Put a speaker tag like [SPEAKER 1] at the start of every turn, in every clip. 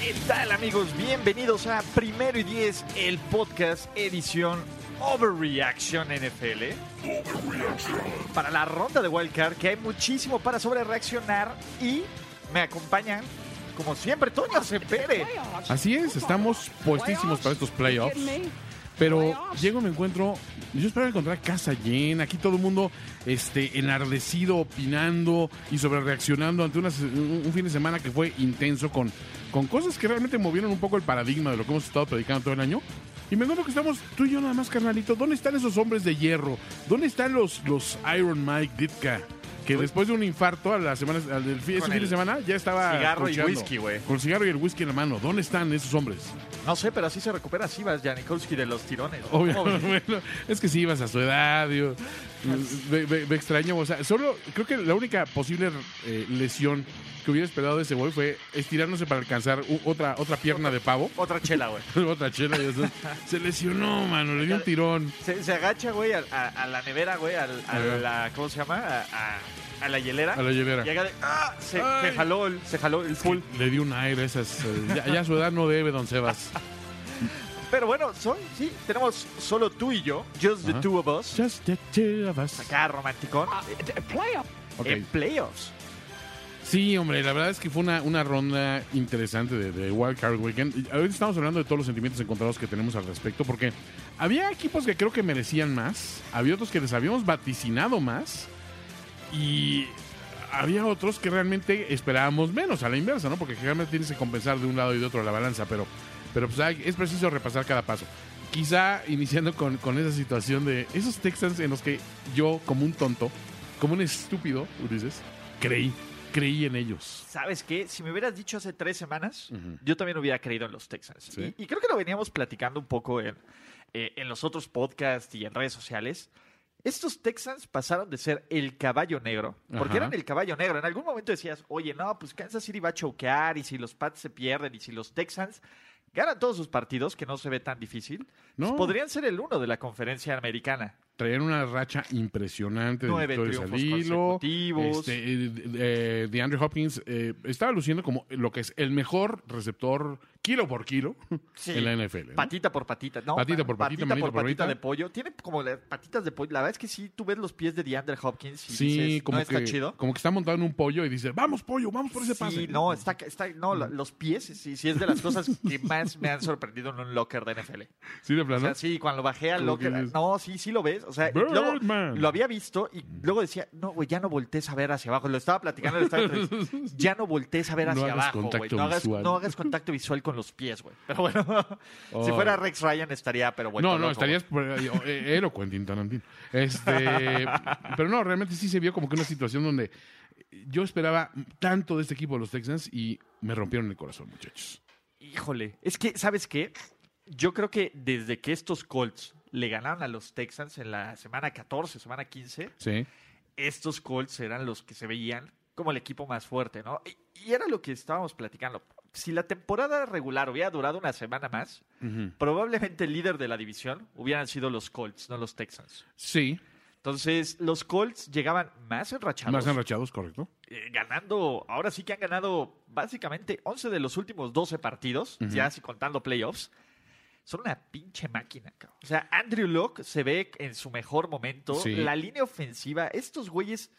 [SPEAKER 1] ¿Qué tal amigos? Bienvenidos a Primero y Diez, el podcast edición Overreaction NFL. Para la ronda de Wildcard, que hay muchísimo para sobre reaccionar y me acompañan, como siempre, Toño Cepere.
[SPEAKER 2] Así es, estamos puestísimos para estos playoffs. Pero llego y me encuentro. Yo esperaba encontrar casa llena, aquí todo el mundo este, enardecido, opinando y sobre reaccionando ante unas- un un fin de semana que fue intenso con, con cosas que realmente movieron un poco el paradigma de lo que hemos estado predicando todo el año. Y me encuentro que estamos tú y yo nada más, carnalito. ¿Dónde están esos hombres de hierro? ¿Dónde están los, los Iron Mike Ditka? Que después de un infarto a la semana, al del fi-
[SPEAKER 1] Pues
[SPEAKER 2] ese
[SPEAKER 1] Con
[SPEAKER 2] fin de
[SPEAKER 1] el
[SPEAKER 2] semana ya estaba.
[SPEAKER 1] cigarro y
[SPEAKER 2] cocheando.
[SPEAKER 1] whisky, güey.
[SPEAKER 2] Ah, Con el cigarro y el whisky en la mano. ¿Dónde están esos hombres?
[SPEAKER 1] No sé, pero así se recupera Sivas Janikowski de los tirones.
[SPEAKER 2] Obvio,
[SPEAKER 1] ¿Cómo ves?
[SPEAKER 2] bueno, es que si ibas a su edad, digo, me, me- me extraño. O sea, solo creo que la única posible eh, lesión que hubiera esperado de ese güey fue estirándose para alcanzar u- otra, otra pierna de pavo.
[SPEAKER 1] Otra chela, güey.
[SPEAKER 2] otra chela. y eso. Se lesionó, mano, le dio un tirón.
[SPEAKER 1] Se, se agacha, güey, a, a- a la nevera, güey, al- a,
[SPEAKER 2] Ajá.
[SPEAKER 1] la... ¿Cómo se llama? A, a- a la hielera.
[SPEAKER 2] A la hielera.
[SPEAKER 1] Llega de... ¡Ah! Se,
[SPEAKER 2] Ay.
[SPEAKER 1] se jaló el, se jaló el full.
[SPEAKER 2] Le dio un aire a esas. eh, ya, ya a su edad no debe, don Sebas.
[SPEAKER 1] Pero bueno, son, sí, tenemos solo tú y yo, just the
[SPEAKER 2] Ajá.
[SPEAKER 1] two of us,
[SPEAKER 2] Just the two of us.
[SPEAKER 1] acá eh, romanticón,
[SPEAKER 2] Ok.
[SPEAKER 1] en playoffs.
[SPEAKER 2] Sí, hombre, la verdad es que fue una, una ronda interesante de, de Wild Card Weekend. Y Ahorita estamos hablando de todos los sentimientos encontrados que tenemos al respecto, porque había equipos que creo que merecían más, había otros que les habíamos vaticinado más, y había otros que realmente esperábamos menos, a la inversa, ¿no? Porque generalmente tienes que compensar de un lado y de otro la balanza, pero, pero pues hay- es preciso repasar cada paso. Quizá iniciando con, con esa situación de esos Texans en los que yo, como un tonto, como un estúpido, Ulises, creí, creí en ellos.
[SPEAKER 1] ¿Sabes qué? Si me hubieras dicho hace tres semanas, yo también hubiera creído en los Texans.
[SPEAKER 2] Sí.
[SPEAKER 1] Y, y creo que lo veníamos platicando un poco en, eh, en los otros podcasts y en redes sociales. Estos Texans pasaron de ser el caballo negro, porque
[SPEAKER 2] Ajá.
[SPEAKER 1] eran el caballo negro. En algún momento decías, oye, no, pues Kansas City va a choquear y si los Pats se pierden y si los Texans ganan todos sus partidos, que no se ve tan difícil, pues
[SPEAKER 2] No.
[SPEAKER 1] podrían ser el uno de la conferencia americana.
[SPEAKER 2] Traían una racha impresionante de
[SPEAKER 1] Nueve
[SPEAKER 2] victorias al
[SPEAKER 1] triunfos
[SPEAKER 2] hilo.
[SPEAKER 1] consecutivos.
[SPEAKER 2] Este, eh, eh, de Andrew Hopkins eh, estaba luciendo como lo que es el mejor receptor kilo por kilo
[SPEAKER 1] Sí.
[SPEAKER 2] en la NFL. ¿no?
[SPEAKER 1] Patita por patita, ¿no?
[SPEAKER 2] Patita por patita, manita
[SPEAKER 1] por
[SPEAKER 2] por
[SPEAKER 1] patita
[SPEAKER 2] manita.
[SPEAKER 1] de pollo. Tiene como las patitas de pollo. La verdad es que sí, tú ves los pies de DeAndre Hopkins y
[SPEAKER 2] Sí,
[SPEAKER 1] dices,
[SPEAKER 2] como,
[SPEAKER 1] ¿no
[SPEAKER 2] que,
[SPEAKER 1] está chido?
[SPEAKER 2] como que está montado en un pollo y dice, vamos pollo, vamos por ese
[SPEAKER 1] sí,
[SPEAKER 2] pase.
[SPEAKER 1] no, está, está, no, la- los pies sí, sí es de las cosas que más me han sorprendido en un locker de NFL.
[SPEAKER 2] Sí, de
[SPEAKER 1] O
[SPEAKER 2] plano.
[SPEAKER 1] sea, sí, cuando bajé al
[SPEAKER 2] Como que
[SPEAKER 1] locker,
[SPEAKER 2] dices,
[SPEAKER 1] no, sí, sí lo ves. O sea, y luego
[SPEAKER 2] Birdman.
[SPEAKER 1] lo había visto y luego decía, no, güey, ya no voltees a ver hacia abajo. Lo estaba platicando, lo estaba entrevistando. ya no voltees a ver
[SPEAKER 2] No
[SPEAKER 1] hacia
[SPEAKER 2] hagas
[SPEAKER 1] abajo, güey.
[SPEAKER 2] contacto
[SPEAKER 1] No hagas,
[SPEAKER 2] visual.
[SPEAKER 1] no hagas contacto visual con los pies, güey. Pero bueno, si
[SPEAKER 2] Oh.
[SPEAKER 1] fuera Rex Ryan estaría, pero bueno.
[SPEAKER 2] No, no, estarías por- eh, era Quentin Tarantino. Este, pero no, realmente sí se vio como que una situación donde yo esperaba tanto de este equipo de los Texans y me rompieron el corazón, muchachos.
[SPEAKER 1] Híjole, es que, ¿sabes qué? Yo creo que desde que estos Colts le ganaron a los Texans en la semana 14, semana 15,
[SPEAKER 2] Sí.
[SPEAKER 1] estos Colts eran los que se veían como el equipo más fuerte, ¿no? Y, y era lo que estábamos platicando. Si la temporada regular hubiera durado una semana más, probablemente el líder de la división hubieran sido los Colts, no los Texans.
[SPEAKER 2] Sí,
[SPEAKER 1] Entonces, los Colts llegaban más enrachados.
[SPEAKER 2] más enrachados, correcto.
[SPEAKER 1] eh, ganando, ahora sí que han ganado básicamente 11 de los últimos 12 partidos, ya así contando playoffs. Son una pinche máquina, cabrón. O sea, Andrew Locke se ve en su mejor momento.
[SPEAKER 2] Sí.
[SPEAKER 1] La línea ofensiva, estos güeyes,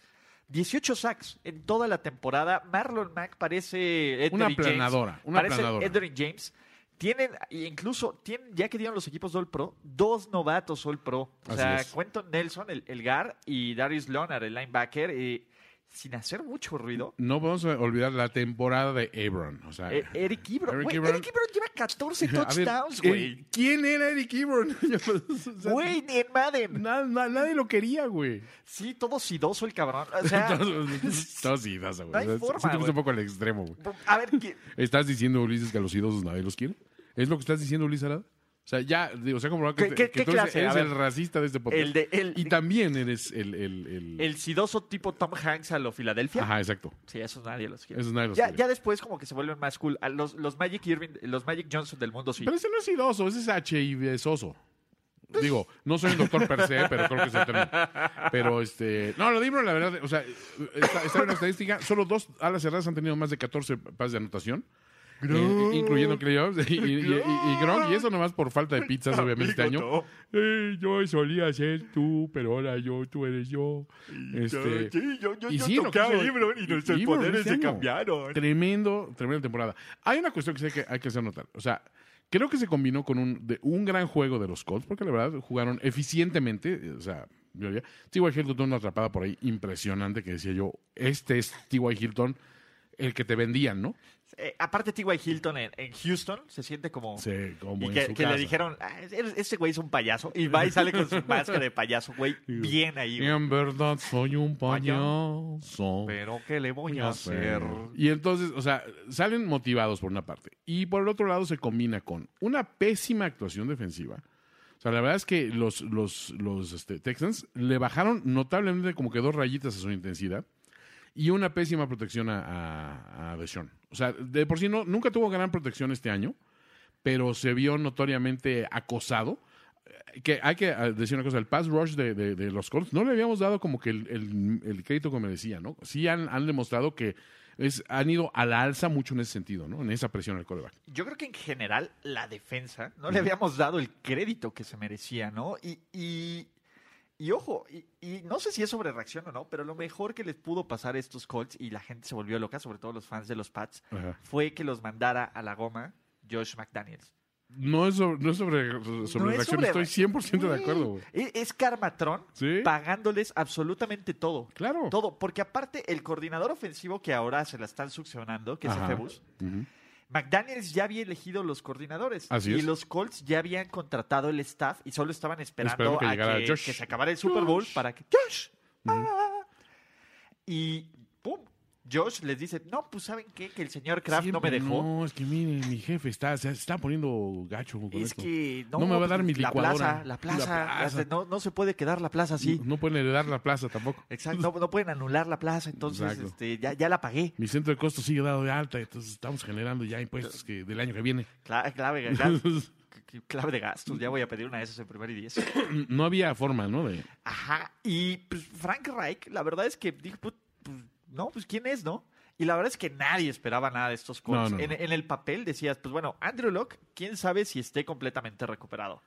[SPEAKER 1] 18 sacks en toda la temporada. Marlon Mack parece.
[SPEAKER 2] Una
[SPEAKER 1] Edgerrin James.
[SPEAKER 2] aplanadora, una
[SPEAKER 1] parece
[SPEAKER 2] aplanadora.
[SPEAKER 1] Edgerrin James. Tienen, e incluso, tienen, ya que dieron los equipos All Pro, dos novatos All Pro. O
[SPEAKER 2] Así
[SPEAKER 1] sea,
[SPEAKER 2] es.
[SPEAKER 1] Quentin Nelson, el, el GAR, y Darius Leonard, el linebacker. eh, sin hacer mucho ruido.
[SPEAKER 2] No podemos olvidar la temporada de Ebron. O sea,
[SPEAKER 1] Eh, Eric Ebron.
[SPEAKER 2] Ah. Eric
[SPEAKER 1] güey,
[SPEAKER 2] Ebron.
[SPEAKER 1] Eric Ebron lleva 14
[SPEAKER 2] a ver,
[SPEAKER 1] touchdowns,
[SPEAKER 2] eh,
[SPEAKER 1] güey.
[SPEAKER 2] ¿Quién era Eric Ebron? O sea,
[SPEAKER 1] Güey, ni en Madden.
[SPEAKER 2] na- na- nadie lo quería, güey.
[SPEAKER 1] Sí, todo sidoso el cabrón. O sea,
[SPEAKER 2] Todos idosos, güey.
[SPEAKER 1] No hay
[SPEAKER 2] O sea,
[SPEAKER 1] forma,
[SPEAKER 2] sí te fuiste
[SPEAKER 1] güey.
[SPEAKER 2] un poco al extremo, güey.
[SPEAKER 1] a ver, ¿qué-
[SPEAKER 2] ¿Estás diciendo, Ulises, que a los idosos nadie los quiere? ¿Es lo que estás diciendo, Ulises Arada? O sea, ya, digo, o sea, como
[SPEAKER 1] ¿Qué-
[SPEAKER 2] que,
[SPEAKER 1] qué-
[SPEAKER 2] que
[SPEAKER 1] qué
[SPEAKER 2] tú eres-
[SPEAKER 1] clase?
[SPEAKER 2] eres
[SPEAKER 1] A ver.
[SPEAKER 2] el racista de este podcast.
[SPEAKER 1] el de el,
[SPEAKER 2] Y también eres el... el, el-
[SPEAKER 1] el sidoso tipo Tom Hanks a lo Filadelfia.
[SPEAKER 2] Ajá, exacto.
[SPEAKER 1] Sí, esos nadie los quiere.
[SPEAKER 2] Eso es nadie los
[SPEAKER 1] ya,
[SPEAKER 2] quiere.
[SPEAKER 1] ya después como que se vuelven más cool. A los, los Magic Irving, los Magic Johnson del mundo sí.
[SPEAKER 2] Pero ese no es idoso, ese es HIV-soso. Digo, no soy un doctor per se, pero creo que es el término. Pero este. No, lo de Ibron, la verdad, o sea, está, está en la estadística. Solo dos alas cerradas han tenido más de 14 pases de anotación. eh, incluyendo Clay Jones y, y, y- y Gronk. Y eso nomás por falta de pizzas, obviamente, este año. Eh, yo solía ser tú, pero ahora yo, tú eres yo. Este, y sí, lo que hizo Ibron este año. Tremendo, tremenda temporada. Hay una cuestión que, sé que hay que hacer notar. O sea, creo que se combinó con un, de- un gran juego de los Colts, porque la verdad jugaron eficientemente. eh, O sea, yo diría, T.Y. Hilton tuvo una atrapada por ahí impresionante que decía yo, este es T.Y. Hilton, el que te vendían, ¿no?
[SPEAKER 1] Eh, aparte T.Y. Hilton en, en Houston se siente como...
[SPEAKER 2] Sí, como
[SPEAKER 1] y
[SPEAKER 2] en
[SPEAKER 1] que,
[SPEAKER 2] su
[SPEAKER 1] que le
[SPEAKER 2] casa.
[SPEAKER 1] dijeron, "Ah, eres- este güey es un payaso. Y va y sale con su máscara de payaso, güey. Bien ahí. güey.
[SPEAKER 2] En verdad soy un
[SPEAKER 1] Payaso.
[SPEAKER 2] payaso.
[SPEAKER 1] Pero ¿qué le voy a hacer?
[SPEAKER 2] Y entonces, o sea, salen motivados por una parte. Y por el otro lado se combina con una pésima actuación defensiva. O sea, la verdad es que los, los, los este, Texans le bajaron notablemente como que dos rayitas a su intensidad. Y una pésima protección a, a, a Deshaun. O sea, de por sí no, nunca tuvo gran protección este año, pero se vio notoriamente acosado. Eh, Que hay que eh, decir una cosa, el pass rush de, de- de los Colts no le habíamos dado como que el, el- el crédito que merecía, ¿no? Sí han, han demostrado que es, han ido a la alza mucho en ese sentido, ¿no? En esa presión al coreback.
[SPEAKER 1] Yo creo que en general la defensa no le habíamos dado el crédito que se merecía, ¿no? Y, y, y ojo, y, y no sé si es sobre reacción o no, pero lo mejor que les pudo pasar a estos Colts y la gente se volvió loca, sobre todo los fans de los Pats, fue que los mandara a la goma Josh McDaniels.
[SPEAKER 2] No es sobre, no es sobre, sobre
[SPEAKER 1] No es
[SPEAKER 2] reacción,
[SPEAKER 1] sobre-
[SPEAKER 2] estoy 100% de
[SPEAKER 1] Güey,
[SPEAKER 2] acuerdo, güey.
[SPEAKER 1] Es, E, es Karmatron
[SPEAKER 2] Sí. Oh.
[SPEAKER 1] pagándoles absolutamente todo.
[SPEAKER 2] Claro.
[SPEAKER 1] Todo, porque aparte el coordinador ofensivo que ahora se la están succionando, que es
[SPEAKER 2] Ajá.
[SPEAKER 1] Efebus,
[SPEAKER 2] Ujú.
[SPEAKER 1] McDaniels ya había elegido los coordinadores.
[SPEAKER 2] Así
[SPEAKER 1] y
[SPEAKER 2] es.
[SPEAKER 1] los Colts ya habían contratado el staff y solo estaban esperando,
[SPEAKER 2] Esperando que
[SPEAKER 1] a
[SPEAKER 2] llegara
[SPEAKER 1] que,
[SPEAKER 2] Josh.
[SPEAKER 1] que se acabara el Super Bowl para que. ¡Josh! ¡Ah! Y ¡pum! Josh les dice: No, pues ¿saben qué? Que el señor Kraft no me
[SPEAKER 2] Siempre,
[SPEAKER 1] dejó.
[SPEAKER 2] No, es que mire, mi jefe está, se está poniendo gacho con
[SPEAKER 1] Es
[SPEAKER 2] esto.
[SPEAKER 1] que no, pues,
[SPEAKER 2] No me va a dar mi
[SPEAKER 1] la plaza,
[SPEAKER 2] licuadora.
[SPEAKER 1] la plaza,
[SPEAKER 2] La plaza.
[SPEAKER 1] la- no, no se puede quedar la plaza así.
[SPEAKER 2] No pueden heredar la plaza tampoco.
[SPEAKER 1] Exacto, no, no pueden anular la plaza, entonces
[SPEAKER 2] Exacto.
[SPEAKER 1] este, ya, ya la pagué.
[SPEAKER 2] Mi centro de costo sigue dado de alta, entonces estamos generando ya impuestos que del año que viene.
[SPEAKER 1] Cla- clave, gas- clave de gastos, ya voy a pedir una de esas en primer y diez.
[SPEAKER 2] no había forma, ¿no? De,
[SPEAKER 1] Ajá, y pues Frank Reich, la verdad es que dijo, "Put- pues, no, pues quién es, ¿no? Y la verdad es que nadie esperaba nada de estos Colts.
[SPEAKER 2] No, no,
[SPEAKER 1] en,
[SPEAKER 2] no.
[SPEAKER 1] en el papel decías, pues bueno, Andrew Locke, quién sabe si esté completamente recuperado.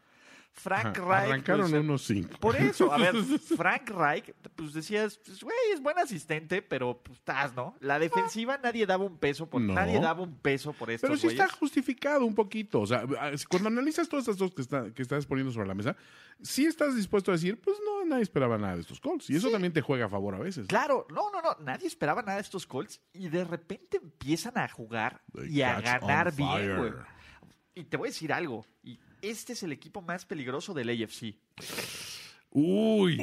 [SPEAKER 1] Frank
[SPEAKER 2] Ajá,
[SPEAKER 1] Reich.
[SPEAKER 2] arrancaron
[SPEAKER 1] pues, eh,
[SPEAKER 2] unos cinco.
[SPEAKER 1] Por eso, a ver, Frank Reich, pues decías, pues, güey, es buen asistente, pero pues estás, ¿no? La defensiva nadie daba un peso por,
[SPEAKER 2] No.
[SPEAKER 1] nadie daba un peso por estos
[SPEAKER 2] Pero sí está
[SPEAKER 1] güeyes.
[SPEAKER 2] justificado un poquito. O sea, a- si- cuando analizas todas estas dos que, está- que estás poniendo sobre la mesa, sí estás dispuesto a decir, pues no, nadie esperaba nada de estos calls. Y eso también te juega a favor a veces.
[SPEAKER 1] Claro, no, no, no, nadie esperaba nada de estos Colts y de repente empiezan a jugar
[SPEAKER 2] They
[SPEAKER 1] y a
[SPEAKER 2] catch on
[SPEAKER 1] ganar bien,
[SPEAKER 2] fire.
[SPEAKER 1] güey. Y te voy a decir algo, y este es el equipo más peligroso del AFC,
[SPEAKER 2] Uy.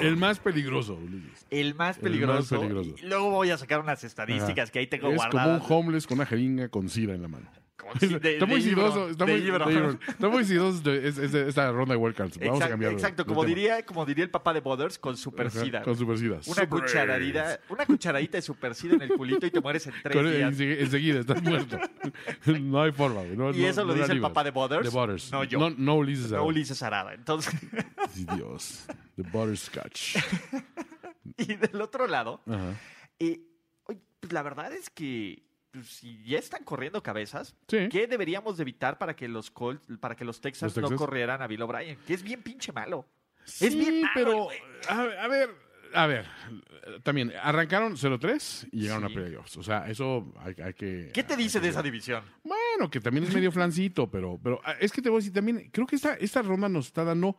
[SPEAKER 2] El más peligroso, Ulises.
[SPEAKER 1] el más
[SPEAKER 2] El más
[SPEAKER 1] peligroso.
[SPEAKER 2] peligroso.
[SPEAKER 1] Y luego voy a sacar unas estadísticas
[SPEAKER 2] Ajá.
[SPEAKER 1] que ahí tengo
[SPEAKER 2] es
[SPEAKER 1] guardadas.
[SPEAKER 2] como un homeless con una jeringa con sida en la mano.
[SPEAKER 1] Como si- de-
[SPEAKER 2] está muy
[SPEAKER 1] de Ibron,
[SPEAKER 2] sidoso. Está
[SPEAKER 1] de
[SPEAKER 2] muy,
[SPEAKER 1] Ibron.
[SPEAKER 2] de Ibron. Está muy sidoso de- es- es de esta ronda de wildcards. Vamos
[SPEAKER 1] Exacto,
[SPEAKER 2] a cambiar. de-
[SPEAKER 1] exacto,
[SPEAKER 2] de
[SPEAKER 1] como
[SPEAKER 2] tema.
[SPEAKER 1] diría, como diría el papá de Butters, con super
[SPEAKER 2] Ajá,
[SPEAKER 1] sida.
[SPEAKER 2] Con super sida.
[SPEAKER 1] Una
[SPEAKER 2] Super.
[SPEAKER 1] cucharadita, una cucharadita de super sida en el culito y te mueres en tres
[SPEAKER 2] Con-
[SPEAKER 1] días.
[SPEAKER 2] ensegui- enseguida estás muerto. no hay forma. güey. No-
[SPEAKER 1] Y
[SPEAKER 2] no-
[SPEAKER 1] eso lo
[SPEAKER 2] no la
[SPEAKER 1] dice el
[SPEAKER 2] libras.
[SPEAKER 1] papá de Butters,
[SPEAKER 2] De Butters.
[SPEAKER 1] no yo.
[SPEAKER 2] No, no Ulises.
[SPEAKER 1] No
[SPEAKER 2] Arada.
[SPEAKER 1] Ulises Arada. Entonces,
[SPEAKER 2] Sí, Dios. The Butterscotch.
[SPEAKER 1] y del otro lado,
[SPEAKER 2] Ajá.
[SPEAKER 1] eh, oye, pues la verdad es que pues, si ya están corriendo cabezas,
[SPEAKER 2] Sí.
[SPEAKER 1] ¿qué deberíamos de evitar para que los Colts, para que los Texans
[SPEAKER 2] ¿Eh? ¿Los
[SPEAKER 1] no
[SPEAKER 2] Texans?
[SPEAKER 1] corrieran a Bill O'Brien? Que es bien pinche malo.
[SPEAKER 2] Sí,
[SPEAKER 1] bien malo,
[SPEAKER 2] pero.
[SPEAKER 1] güey.
[SPEAKER 2] A, a ver. A ver, eh, también arrancaron 0-3 y llegaron
[SPEAKER 1] Sí.
[SPEAKER 2] a playoffs. O sea, eso hay, hay que.
[SPEAKER 1] ¿Qué te
[SPEAKER 2] hay
[SPEAKER 1] dice
[SPEAKER 2] que-
[SPEAKER 1] de esa división?
[SPEAKER 2] Bueno, que también es medio flancito, pero, pero ah, es que te voy a decir también, creo que esta, esta ronda nos está dando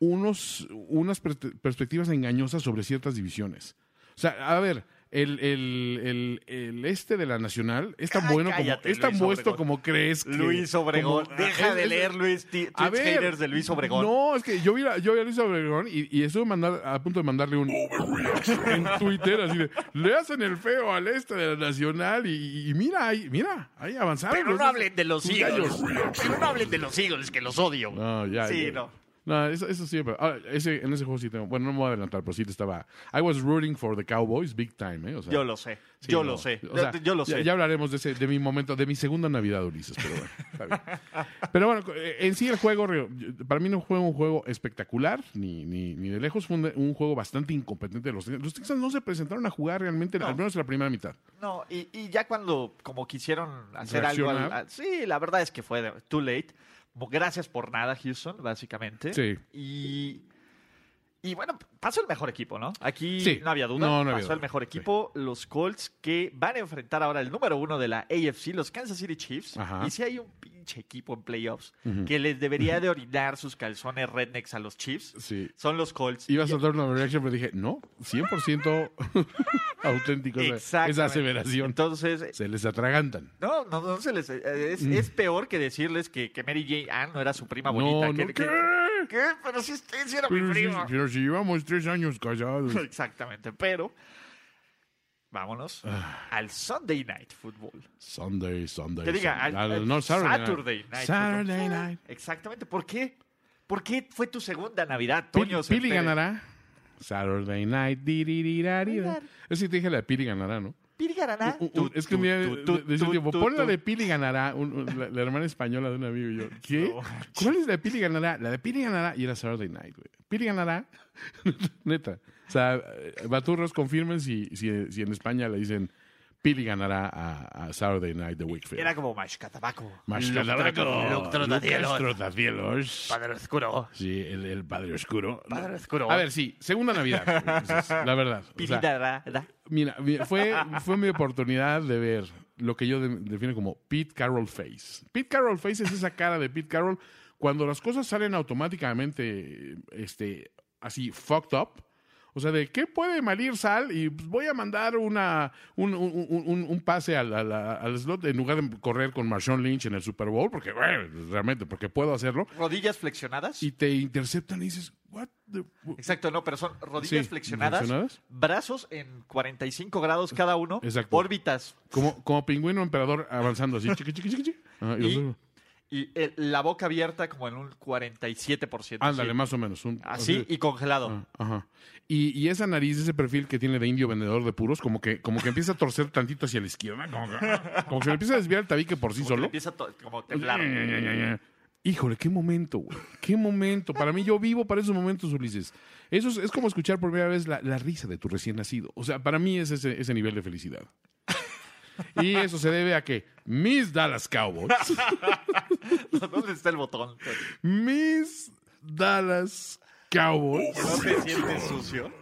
[SPEAKER 2] unos, unas per- perspectivas engañosas sobre ciertas divisiones. O sea, a ver, el, el- el- el este de la Nacional es tan
[SPEAKER 1] Ay,
[SPEAKER 2] bueno como,
[SPEAKER 1] cállate,
[SPEAKER 2] es tan
[SPEAKER 1] Luis
[SPEAKER 2] puesto
[SPEAKER 1] Obregón.
[SPEAKER 2] como crees que.
[SPEAKER 1] Luis Obregón.
[SPEAKER 2] como-
[SPEAKER 1] Deja
[SPEAKER 2] es-
[SPEAKER 1] de
[SPEAKER 2] es-
[SPEAKER 1] leer, Luis. ti-
[SPEAKER 2] A
[SPEAKER 1] tweets
[SPEAKER 2] ver,
[SPEAKER 1] haters de Luis Obregón.
[SPEAKER 2] No, es que yo vi a, yo vi a Luis Obregón y, y estuve mandar- a punto de mandarle un en Twitter así de le hacen el feo al este de la Nacional y, y mira, ahí, mira, ahí avanzaron.
[SPEAKER 1] Pero
[SPEAKER 2] los-
[SPEAKER 1] no hablen de los
[SPEAKER 2] sus
[SPEAKER 1] Eagles.
[SPEAKER 2] gallos.
[SPEAKER 1] Pero no hablen de los Eagles, que los odio.
[SPEAKER 2] No, ya.
[SPEAKER 1] Sí,
[SPEAKER 2] ya.
[SPEAKER 1] no.
[SPEAKER 2] No, eso, eso siempre. Ah, ese, en ese juego sí tengo. Bueno, no me voy a adelantar, pero sí te estaba. I was rooting for the Cowboys big time, ¿eh? O sea,
[SPEAKER 1] Yo lo sé.
[SPEAKER 2] sí,
[SPEAKER 1] yo
[SPEAKER 2] no.
[SPEAKER 1] lo sé.
[SPEAKER 2] O sea,
[SPEAKER 1] yo, yo lo
[SPEAKER 2] ya-
[SPEAKER 1] sé.
[SPEAKER 2] Ya, hablaremos de, ese, de mi momento, de mi segunda Navidad, Ulises, pero bueno. está bien. Pero bueno, eh, en sí el juego, re- para mí no fue un juego espectacular, ni, ni, ni de lejos. Fue un, un juego bastante incompetente de los Texans. Los Texans no se presentaron a jugar realmente,
[SPEAKER 1] No.
[SPEAKER 2] al menos en la primera mitad.
[SPEAKER 1] No, y, y ya cuando como quisieron hacer algo. al-
[SPEAKER 2] Reaccionar.
[SPEAKER 1] al- sí, la verdad es que fue de- too late. Mo- Gracias por nada, Houston, básicamente.
[SPEAKER 2] Sí.
[SPEAKER 1] Y, y bueno, pasó el mejor equipo, ¿no? Aquí
[SPEAKER 2] Sí.
[SPEAKER 1] no había duda.
[SPEAKER 2] No, no había
[SPEAKER 1] pasó el
[SPEAKER 2] duda.
[SPEAKER 1] mejor
[SPEAKER 2] Sí.
[SPEAKER 1] equipo. Los Colts que van a enfrentar ahora el número uno de la AFC, los Kansas City Chiefs.
[SPEAKER 2] Ajá.
[SPEAKER 1] Y si hay un pinche equipo en playoffs que les debería de orinar sus calzones rednecks a los Chiefs,
[SPEAKER 2] Sí.
[SPEAKER 1] son los Colts.
[SPEAKER 2] Ibas a dar una reaction, pero dije, no, 100% auténtico esa- esa
[SPEAKER 1] Exactamente.
[SPEAKER 2] aseveración.
[SPEAKER 1] Entonces,
[SPEAKER 2] Se les atragantan.
[SPEAKER 1] No, no, no se les. eh, Es, es peor que decirles que, que Mary Jane Ann no era su prima bonita.
[SPEAKER 2] Mm. No,
[SPEAKER 1] que-
[SPEAKER 2] no,
[SPEAKER 1] que-
[SPEAKER 2] ¿qué?
[SPEAKER 1] ¿Qué? Pero si usted sí era mi
[SPEAKER 2] Pero si,
[SPEAKER 1] prima.
[SPEAKER 2] pero si llevamos tres años casados.
[SPEAKER 1] Exactamente, pero. Vámonos
[SPEAKER 2] Ah.
[SPEAKER 1] al Sunday Night Football.
[SPEAKER 2] Sunday, Sunday.
[SPEAKER 1] Que diga,
[SPEAKER 2] Sunday.
[SPEAKER 1] al-
[SPEAKER 2] Ah,
[SPEAKER 1] al
[SPEAKER 2] no, Saturday,
[SPEAKER 1] Saturday Night
[SPEAKER 2] night. Saturday
[SPEAKER 1] Football.
[SPEAKER 2] night.
[SPEAKER 1] Exactamente, ¿por qué? ¿Por qué fue tu segunda Navidad,
[SPEAKER 2] Pil-
[SPEAKER 1] Toño?
[SPEAKER 2] Pili
[SPEAKER 1] Cepeda?
[SPEAKER 2] ganará. Saturday night. diririrarira.
[SPEAKER 1] Oigan. Ah.
[SPEAKER 2] Es si te dije la de Pili ganará, ¿no?
[SPEAKER 1] Pili ganará.
[SPEAKER 2] Un- un-
[SPEAKER 1] Tú,
[SPEAKER 2] Uh, es que un día
[SPEAKER 1] tú, tú,
[SPEAKER 2] de- decía,
[SPEAKER 1] tú,
[SPEAKER 2] tipo,
[SPEAKER 1] tú,
[SPEAKER 2] pon la
[SPEAKER 1] tú.
[SPEAKER 2] de Pili ganará, un- un- la, la hermana española de un amigo y yo. ¿Qué?
[SPEAKER 1] No.
[SPEAKER 2] ¿Cuál es la de Pili ganará? La de Pili ganará y era Saturday Night, güey. Pili ganará, neta. O sea, eh, baturros confirmen si, si, si en España le dicen Pili ganará a, a Saturday Night de Wakefield.
[SPEAKER 1] Era como Mashka Tabaco.
[SPEAKER 2] Lucas Trotadielos.
[SPEAKER 1] Padre Oscuro.
[SPEAKER 2] Sí, el, el Padre Oscuro.
[SPEAKER 1] Padre Oscuro.
[SPEAKER 2] A ver, sí, segunda Navidad. Ulises, la verdad. O
[SPEAKER 1] Pili
[SPEAKER 2] sea,
[SPEAKER 1] ganará.
[SPEAKER 2] mira, mira, fue, fue mi oportunidad de ver lo que yo de- defino como Pete Carroll Face. Pete Carroll Face es esa cara de Pete Carroll cuando las cosas salen automáticamente este, así fucked up. O sea, de qué puede malir sal y pues, voy a mandar una, un, un- un- un- un pase al, al- al slot en lugar de correr con Marshawn Lynch en el Super Bowl, porque bueno, realmente, porque puedo hacerlo.
[SPEAKER 1] rodillas flexionadas.
[SPEAKER 2] Y te interceptan y dices, what the...
[SPEAKER 1] Exacto, no, pero son rodillas
[SPEAKER 2] Sí,
[SPEAKER 1] flexionadas,
[SPEAKER 2] flexionadas.
[SPEAKER 1] brazos en 45 grados cada uno,
[SPEAKER 2] Exacto.
[SPEAKER 1] órbitas
[SPEAKER 2] Como, como pingüino emperador avanzando así. chiqui, chiqui, chiqui, chiqui. Ajá, y
[SPEAKER 1] y,
[SPEAKER 2] los-
[SPEAKER 1] y, eh, la boca abierta como en un 47%.
[SPEAKER 2] ándale, Ah.
[SPEAKER 1] sí. Ah,
[SPEAKER 2] más o menos. un-
[SPEAKER 1] Así y congelado.
[SPEAKER 2] Ajá. Y, y esa nariz, ese perfil que tiene de indio vendedor de puros, como que, como que empieza a torcer tantito hacia la izquierda. Como que, como que se le empieza a desviar el tabique por sí
[SPEAKER 1] Como que
[SPEAKER 2] solo.
[SPEAKER 1] Empieza to- como a temblar.
[SPEAKER 2] Mm. Híjole, qué momento, güey. Qué momento. Para mí, yo vivo para esos momentos, Ulises. Eso es, es como escuchar por primera vez la, la risa de tu recién nacido. O sea, para mí es ese, ese nivel de felicidad. Y eso se debe a que mis Dallas Cowboys,
[SPEAKER 1] ¿Dónde está el botón?
[SPEAKER 2] mis Dallas Cowboys.
[SPEAKER 1] ¿No te sientes sucio?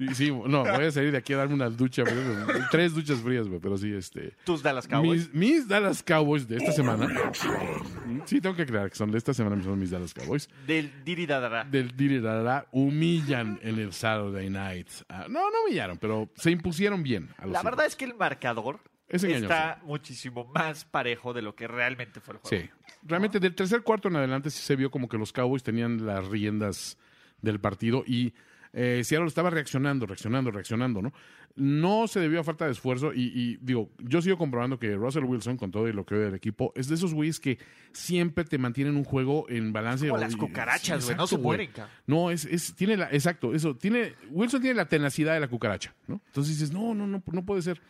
[SPEAKER 2] Y Sí, no, voy a salir de aquí a darme una ducha, pero- tres duchas frías, güey, pero sí, este.
[SPEAKER 1] Tus Dallas Cowboys.
[SPEAKER 2] Mis, mis Dallas Cowboys de esta semana. Sí, tengo que aclarar que son de esta semana, son mis Dallas Cowboys.
[SPEAKER 1] Del diridadara.
[SPEAKER 2] del Dirirarara humillan en el Saturday Night. Ah, no, no humillaron, pero se impusieron bien. A los
[SPEAKER 1] La
[SPEAKER 2] Eagles.
[SPEAKER 1] verdad es que el marcador
[SPEAKER 2] Es engañoso.
[SPEAKER 1] está muchísimo más parejo de lo que realmente fue el juego.
[SPEAKER 2] Sí. Realmente del tercer cuarto en adelante sí se vio como que los Cowboys tenían las riendas del partido y eh, Seattle estaba reaccionando, reaccionando, reaccionando, ¿no? No se debió a falta de esfuerzo y, y, digo, yo sigo comprobando que Russell Wilson, con todo y lo que veo del equipo, es de esos güeyes que siempre te mantienen un juego en balance.
[SPEAKER 1] Como las
[SPEAKER 2] Y-
[SPEAKER 1] cucarachas,
[SPEAKER 2] sí,
[SPEAKER 1] güey, no
[SPEAKER 2] exacto,
[SPEAKER 1] se
[SPEAKER 2] güey.
[SPEAKER 1] mueren, cabrón.
[SPEAKER 2] No, es, es, tiene la, exacto, eso, tiene, Wilson tiene la tenacidad de la cucaracha, ¿no? Entonces dices, no, no, no, no puede ser.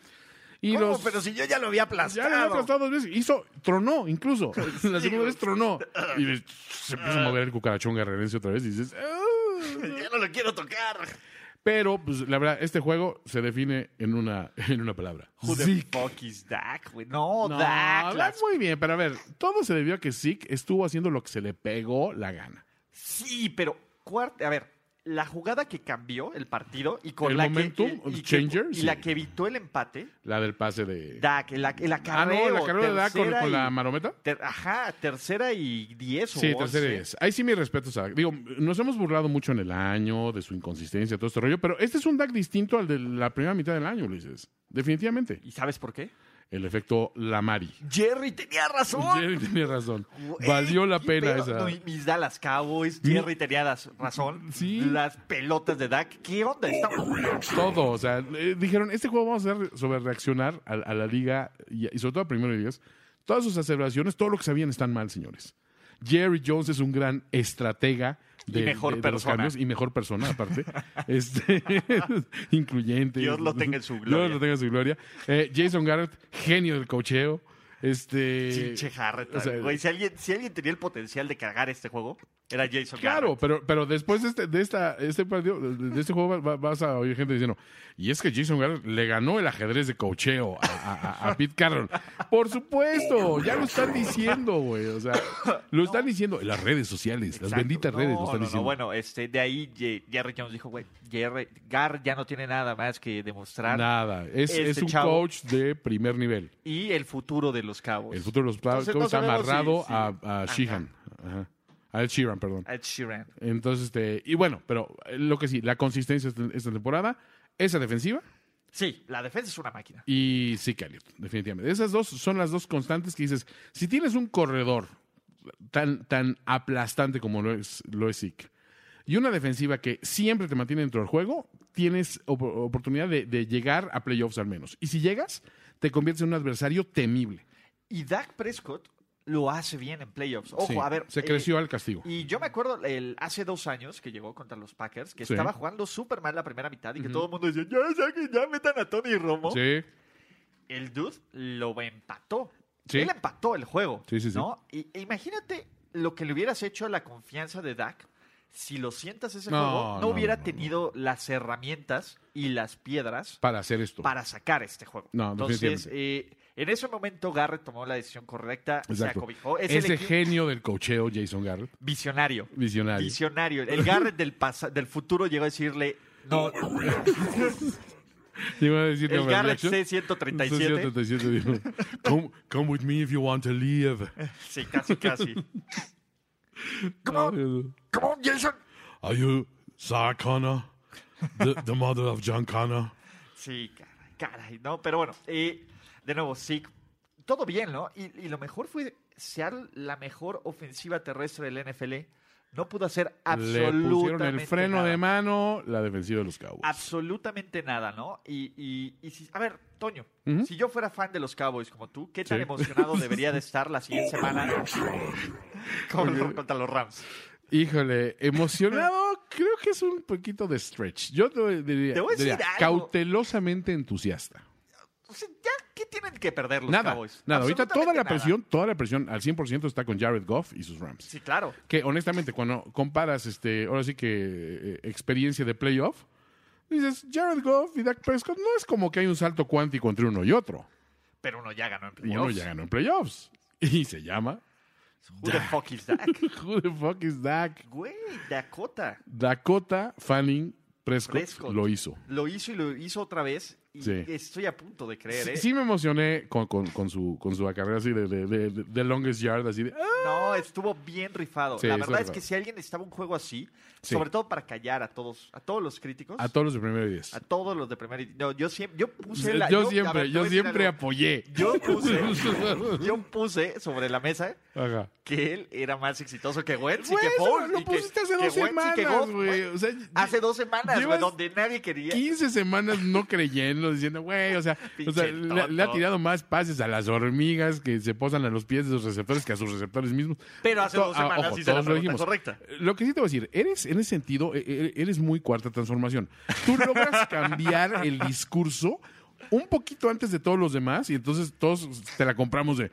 [SPEAKER 2] Y
[SPEAKER 1] ¿Cómo?
[SPEAKER 2] los-
[SPEAKER 1] Pero si yo ya lo había
[SPEAKER 2] ya
[SPEAKER 1] aplastado.
[SPEAKER 2] le había aplastado dos veces. Hizo, tronó incluso. la segunda vez tronó. Y le- se empieza a mover el cucarachón guerrerense otra vez y dices... "Ah".
[SPEAKER 1] Ah. ya no lo quiero tocar.
[SPEAKER 2] Pero, pues, la verdad, este juego se define en una, en una palabra.
[SPEAKER 1] Who the
[SPEAKER 2] Zeke.
[SPEAKER 1] fuck is Dak, güey? No,
[SPEAKER 2] No,
[SPEAKER 1] Dak.
[SPEAKER 2] hablas
[SPEAKER 1] las-
[SPEAKER 2] muy bien, pero a ver, todo se debió a que Zeke estuvo haciendo lo que se le pegó la gana.
[SPEAKER 1] Sí, pero cuarta. A ver, la jugada que cambió el partido y con
[SPEAKER 2] ¿El
[SPEAKER 1] la
[SPEAKER 2] momentum
[SPEAKER 1] que, y, y
[SPEAKER 2] changer?
[SPEAKER 1] que- y
[SPEAKER 2] Sí.
[SPEAKER 1] la que evitó el empate,
[SPEAKER 2] La del pase de.
[SPEAKER 1] Dak, el, ac- el
[SPEAKER 2] ah,
[SPEAKER 1] acarreo.
[SPEAKER 2] no, la carrera de Dak con,
[SPEAKER 1] tercera
[SPEAKER 2] con la
[SPEAKER 1] y-
[SPEAKER 2] marometa.
[SPEAKER 1] ter- ajá, tercera y diez o
[SPEAKER 2] Sí, tercera y
[SPEAKER 1] 11.
[SPEAKER 2] diez. Ahí sí mis respetos a Dak. Digo, nos hemos burlado mucho en el año de su inconsistencia, todo este rollo, pero este es un Dak distinto al de la primera mitad del año, Ulises. Definitivamente.
[SPEAKER 1] ¿Y sabes por qué?
[SPEAKER 2] El efecto Lamari.
[SPEAKER 1] Jerry tenía razón.
[SPEAKER 2] Jerry tenía razón.
[SPEAKER 1] Güey,
[SPEAKER 2] Valió la
[SPEAKER 1] qué
[SPEAKER 2] pena
[SPEAKER 1] pedo.
[SPEAKER 2] esa.
[SPEAKER 1] No, y mis Dallas Cowboys,
[SPEAKER 2] Mi-
[SPEAKER 1] Jerry tenía das- razón.
[SPEAKER 2] Sí.
[SPEAKER 1] Las pelotas de Dak. ¿Qué onda? Está-
[SPEAKER 2] Todo, o sea, eh, dijeron, este juego vamos a hacer sobre reaccionar a, a la liga y, y sobre todo a Primero y Diez. Todas sus aseveraciones, todo lo que sabían están mal, señores. Jerry Jones es un gran estratega de,
[SPEAKER 1] Y mejor
[SPEAKER 2] de- de los
[SPEAKER 1] persona.
[SPEAKER 2] cambios y mejor persona, aparte. este, incluyente.
[SPEAKER 1] Dios lo tenga en su gloria.
[SPEAKER 2] Dios lo tenga en su gloria. Eh, Jason Garrett, genio del cocheo. Este,
[SPEAKER 1] Pinche Jarrett.
[SPEAKER 2] o sea,
[SPEAKER 1] güey. si, alguien, si alguien tenía el potencial de cargar este juego, era Jason
[SPEAKER 2] Claro,
[SPEAKER 1] Garrett.
[SPEAKER 2] pero, pero después de este, de esta, este partido, de de este juego va- va- vas a oír gente diciendo, y es que Jason Garrett le ganó el ajedrez de cocheo a, a- a- a Pete Carroll. Por supuesto, ya lo están diciendo, güey. O sea, lo están diciendo en las redes sociales, las
[SPEAKER 1] Exacto.
[SPEAKER 2] benditas
[SPEAKER 1] No,
[SPEAKER 2] redes lo
[SPEAKER 1] no,
[SPEAKER 2] están
[SPEAKER 1] no,
[SPEAKER 2] diciendo.
[SPEAKER 1] bueno, este, de ahí Ye- Jerry Jones dijo, güey, Jerry- Gar ya no tiene nada más que demostrar.
[SPEAKER 2] Nada, es,
[SPEAKER 1] Este
[SPEAKER 2] es un
[SPEAKER 1] chavo-
[SPEAKER 2] coach de primer nivel.
[SPEAKER 1] Y el futuro de los Cowboys.
[SPEAKER 2] El futuro de los Cowboys
[SPEAKER 1] Pues, Entonces, no
[SPEAKER 2] está
[SPEAKER 1] sabemos si-
[SPEAKER 2] amarrado
[SPEAKER 1] si-
[SPEAKER 2] a, a
[SPEAKER 1] Ajá.
[SPEAKER 2] Sheehan. Ajá. A Ed Sheeran, perdón.
[SPEAKER 1] Ed Sheeran.
[SPEAKER 2] Entonces, este, y bueno, pero eh, lo que sí, la consistencia esta- esta temporada, esa defensiva,
[SPEAKER 1] Sí, la defensa es una máquina.
[SPEAKER 2] Y sí, Elliott, definitivamente. Esas dos son las dos constantes que dices, si tienes un corredor tan, tan aplastante como lo es, lo es Zeke, y una defensiva que siempre te mantiene dentro del juego, tienes op- oportunidad de, de llegar a playoffs al menos. Y si llegas, te conviertes en un adversario temible.
[SPEAKER 1] Y Dak Prescott lo hace bien en playoffs. Ojo,
[SPEAKER 2] Sí,
[SPEAKER 1] a ver.
[SPEAKER 2] Se
[SPEAKER 1] eh,
[SPEAKER 2] creció al castigo.
[SPEAKER 1] Y yo me acuerdo el, hace dos años que llegó contra los Packers, que
[SPEAKER 2] Sí.
[SPEAKER 1] estaba jugando súper mal la primera mitad y que todo el mundo decía, ya, saquen, ya metan a Tony Romo.
[SPEAKER 2] Sí,
[SPEAKER 1] El dude lo empató.
[SPEAKER 2] Sí.
[SPEAKER 1] Él empató el juego.
[SPEAKER 2] Sí, sí, sí.
[SPEAKER 1] ¿no? Y, e imagínate lo que le hubieras hecho a la confianza de Dak si lo sientas ese
[SPEAKER 2] No,
[SPEAKER 1] juego, no,
[SPEAKER 2] no,
[SPEAKER 1] hubiera
[SPEAKER 2] no, no.
[SPEAKER 1] tenido las herramientas y las piedras
[SPEAKER 2] para hacer esto.
[SPEAKER 1] para sacar este juego.
[SPEAKER 2] No,
[SPEAKER 1] Entonces, eh, en ese momento Garrett tomó la decisión correcta, se
[SPEAKER 2] Exacto.
[SPEAKER 1] acobijó. Es el
[SPEAKER 2] Ese
[SPEAKER 1] equipo
[SPEAKER 2] genio del cocheo, Jason Garrett,
[SPEAKER 1] visionario.
[SPEAKER 2] visionario.
[SPEAKER 1] Visionario. El Garrett del, pasa- del futuro llegó a decirle, no,
[SPEAKER 2] Te iba a decir,
[SPEAKER 1] el
[SPEAKER 2] hombre,
[SPEAKER 1] Garrett
[SPEAKER 2] Nacho.
[SPEAKER 1] C-137.
[SPEAKER 2] 137, digo, come, come with me if you want to live.
[SPEAKER 1] Sí, casi, casi. Come on, come on, Jason.
[SPEAKER 2] Are you Sarah Connor? The, the mother of John Connor.
[SPEAKER 1] Sí, caray, caray, ¿no? Pero bueno, eh, de nuevo, sí, todo bien, ¿no? Y, y lo mejor fue Seattle, la mejor ofensiva terrestre del NFL. No pudo hacer
[SPEAKER 2] Le pusieron
[SPEAKER 1] absolutamente
[SPEAKER 2] el freno
[SPEAKER 1] nada.
[SPEAKER 2] de mano, la defensiva de los Cowboys.
[SPEAKER 1] Absolutamente nada, ¿no? Y, y- y si- a ver, Toño,
[SPEAKER 2] Ujú.
[SPEAKER 1] si yo fuera fan de los Cowboys como tú, ¿qué tan
[SPEAKER 2] Sí.
[SPEAKER 1] emocionado debería de estar la siguiente semana con- contra los Rams?
[SPEAKER 2] Híjole, emocionado, creo que es un poquito de stretch. Yo te diría,
[SPEAKER 1] Te voy a decir
[SPEAKER 2] diría,
[SPEAKER 1] algo.
[SPEAKER 2] cautelosamente entusiasta.
[SPEAKER 1] O sea, ¿ya qué tienen que perder los
[SPEAKER 2] nada,
[SPEAKER 1] Cowboys?
[SPEAKER 2] nada. Ahorita toda la
[SPEAKER 1] Absolutamente nada.
[SPEAKER 2] presión, toda la presión al 100% está con Jared Goff y sus Rams.
[SPEAKER 1] Sí, claro.
[SPEAKER 2] que honestamente cuando comparas este ahora sí que eh, experiencia de playoff dices Jared Goff y Dak Prescott no es como que hay un salto cuántico entre uno y otro
[SPEAKER 1] Pero uno ya ganó en playoffs.
[SPEAKER 2] uno ya ganó en playoffs y se llama
[SPEAKER 1] Who the fuck is that?
[SPEAKER 2] who the fuck is Dak
[SPEAKER 1] Güey, Dakota
[SPEAKER 2] Dakota Fanning Prescott,
[SPEAKER 1] Prescott.
[SPEAKER 2] lo hizo
[SPEAKER 1] lo hizo y lo hizo otra vez. Y
[SPEAKER 2] Sí.
[SPEAKER 1] estoy a punto de creer,
[SPEAKER 2] sí,
[SPEAKER 1] ¿eh?
[SPEAKER 2] sí me emocioné con, con- con su con su acarreo así de, de, de- de- de longest yard así de "Ah".
[SPEAKER 1] No, estuvo bien rifado.
[SPEAKER 2] Sí,
[SPEAKER 1] la
[SPEAKER 2] estuvo
[SPEAKER 1] verdad es
[SPEAKER 2] rifado.
[SPEAKER 1] que si alguien estaba un juego así,
[SPEAKER 2] Sí.
[SPEAKER 1] sobre todo para callar a todos, a todos los críticos,
[SPEAKER 2] a todos los de primero y diez
[SPEAKER 1] a todos los de primer. No, yo siempre, yo puse la-
[SPEAKER 2] yo,
[SPEAKER 1] a
[SPEAKER 2] siempre
[SPEAKER 1] ver, te voy
[SPEAKER 2] yo
[SPEAKER 1] a decir
[SPEAKER 2] siempre
[SPEAKER 1] algo.
[SPEAKER 2] apoyé
[SPEAKER 1] yo puse, yo puse sobre la mesa
[SPEAKER 2] Ajá.
[SPEAKER 1] que él era más exitoso que Wentz y
[SPEAKER 2] Güey,
[SPEAKER 1] que
[SPEAKER 2] eso
[SPEAKER 1] Hall.
[SPEAKER 2] lo
[SPEAKER 1] y que-
[SPEAKER 2] pusiste hace
[SPEAKER 1] que Wentz
[SPEAKER 2] dos
[SPEAKER 1] y que
[SPEAKER 2] semanas,
[SPEAKER 1] Goff,
[SPEAKER 2] güey.
[SPEAKER 1] güey.
[SPEAKER 2] O sea,
[SPEAKER 1] Hace dos semanas, güey,
[SPEAKER 2] llevas
[SPEAKER 1] donde nadie quería.
[SPEAKER 2] 15 semanas no creyendo, diciendo, güey, o sea, o sea,
[SPEAKER 1] Pinche
[SPEAKER 2] le, le ha
[SPEAKER 1] tonto.
[SPEAKER 2] tirado más pases a las hormigas que se posan a los pies de los receptores que a sus receptores mismos.
[SPEAKER 1] Pero hace
[SPEAKER 2] To-
[SPEAKER 1] dos
[SPEAKER 2] ah,
[SPEAKER 1] semanas
[SPEAKER 2] ojo,
[SPEAKER 1] hice la
[SPEAKER 2] todos lo
[SPEAKER 1] pregunta
[SPEAKER 2] dijimos.
[SPEAKER 1] correcta.
[SPEAKER 2] Lo que sí te voy a decir, eres, en ese sentido, e- e- eres muy cuarta transformación. Tú logras cambiar el discurso un poquito antes de todos los demás y entonces todos te la compramos de,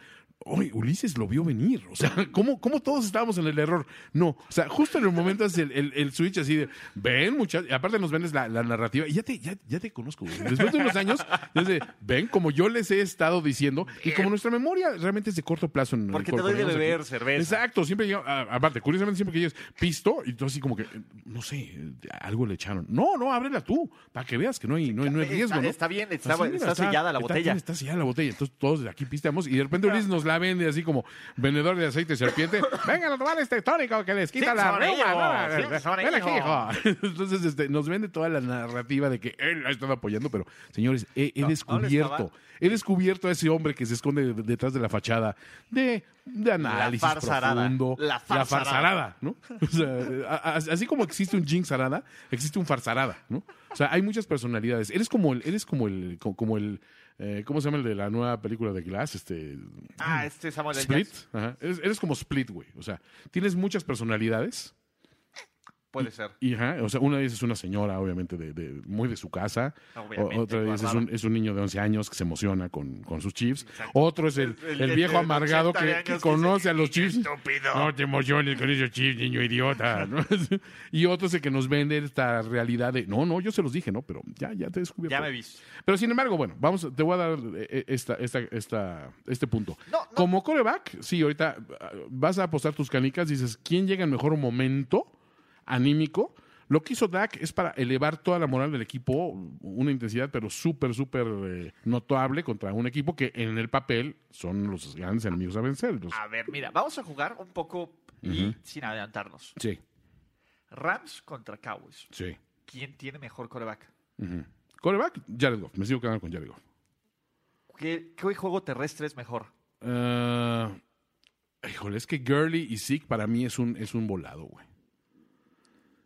[SPEAKER 2] Oye, Ulises lo vio venir. O sea, ¿cómo, cómo todos estábamos en el error? No, o sea, justo en el momento hace el, el- el switch así de, ven muchachos, y aparte nos vendes la, la narrativa, y ya te, ya, ya te conozco, güey. Después de unos años, desde, ven como yo les he estado diciendo, y como nuestra memoria realmente es de corto plazo. en el
[SPEAKER 1] Porque te
[SPEAKER 2] cuerpo,
[SPEAKER 1] doy de
[SPEAKER 2] ¿no? O sea,
[SPEAKER 1] beber cerveza.
[SPEAKER 2] Exacto, siempre llega, a- aparte, curiosamente siempre que llegas, pisto, y tú así como que, eh, no sé, eh, algo le echaron. No, no, ábrela tú, para que veas que no hay, no hay, no hay
[SPEAKER 1] Está-
[SPEAKER 2] riesgo, ¿no?
[SPEAKER 1] está bien, está-
[SPEAKER 2] mira,
[SPEAKER 1] está sellada la botella.
[SPEAKER 2] Está, sellada la botella, entonces todos de aquí pisteamos, y de repente Ulises nos la vende así como vendedor de aceite de serpiente, vengan a tomar este tónico que les quita
[SPEAKER 1] Sí,
[SPEAKER 2] la
[SPEAKER 1] son
[SPEAKER 2] reuma,
[SPEAKER 1] ellos,
[SPEAKER 2] ¿no?
[SPEAKER 1] sí, son
[SPEAKER 2] Ven aquí,
[SPEAKER 1] ellos.
[SPEAKER 2] hijo. Entonces este, nos vende toda la narrativa de que él ha estado apoyando, pero señores, he, he
[SPEAKER 1] No,
[SPEAKER 2] descubierto,
[SPEAKER 1] ¿dónde
[SPEAKER 2] he descubierto a ese hombre que se esconde de- detrás de la fachada de, de análisis
[SPEAKER 1] farsarada.
[SPEAKER 2] profundo,
[SPEAKER 1] La farsarada.
[SPEAKER 2] farsarada, ¿no? O sea, a- a- así como existe un jinx arada, existe un farsarada, ¿no? O sea, hay muchas personalidades. Eres como el, eres como el, co- como el, eh, ¿cómo se llama el de la nueva película de Glass? Este,
[SPEAKER 1] Ah, este Samuel L.
[SPEAKER 2] Split.
[SPEAKER 1] Jackson.
[SPEAKER 2] Ajá. Eres, eres como Split, güey. O sea, tienes muchas personalidades.
[SPEAKER 1] Puede ser.
[SPEAKER 2] Y, ajá, o sea, una de ellas es una señora, obviamente, de, de- muy de su casa.
[SPEAKER 1] Obviamente,
[SPEAKER 2] O- otra de ellas es un,
[SPEAKER 1] guardada.
[SPEAKER 2] es un niño de 11 años que se emociona con, con sus chips. Otro es el,
[SPEAKER 1] El- el-
[SPEAKER 2] el viejo
[SPEAKER 1] el
[SPEAKER 2] amargado
[SPEAKER 1] 80
[SPEAKER 2] que,
[SPEAKER 1] de
[SPEAKER 2] que
[SPEAKER 1] años que
[SPEAKER 2] conoce
[SPEAKER 1] dice,
[SPEAKER 2] a los chips.
[SPEAKER 1] "Estúpido".
[SPEAKER 2] No te emociones con esos chips, niño idiota. ¿no? y otro es el que nos vende esta realidad de, no, no, yo se los dije, ¿no? Pero ya, ya te descubrí.
[SPEAKER 1] Ya me viste.
[SPEAKER 2] Pero sin embargo, bueno, vamos, te voy a dar eh, esta, esta, esta, este punto.
[SPEAKER 1] No, no.
[SPEAKER 2] Como coreback, sí, ahorita ah, vas a apostar tus canicas, dices, ¿quién llega en mejor momento anímico? Lo que hizo Dak es para elevar toda la moral del equipo, una intensidad pero súper, súper eh, notable contra un equipo que en el papel son los grandes enemigos a vencer. los-
[SPEAKER 1] A ver, mira, vamos a jugar un poco y sin adelantarnos.
[SPEAKER 2] Sí,
[SPEAKER 1] Rams contra Cowboys.
[SPEAKER 2] sí.
[SPEAKER 1] ¿Quién tiene mejor coreback?
[SPEAKER 2] Coreback, Jared Goff. Me sigo quedando con Jared Goff.
[SPEAKER 1] ¿Qué, qué juego terrestre es mejor?
[SPEAKER 2] Ah, híjole, es que Gurley y Zeke para mí es un, es un volado, güey.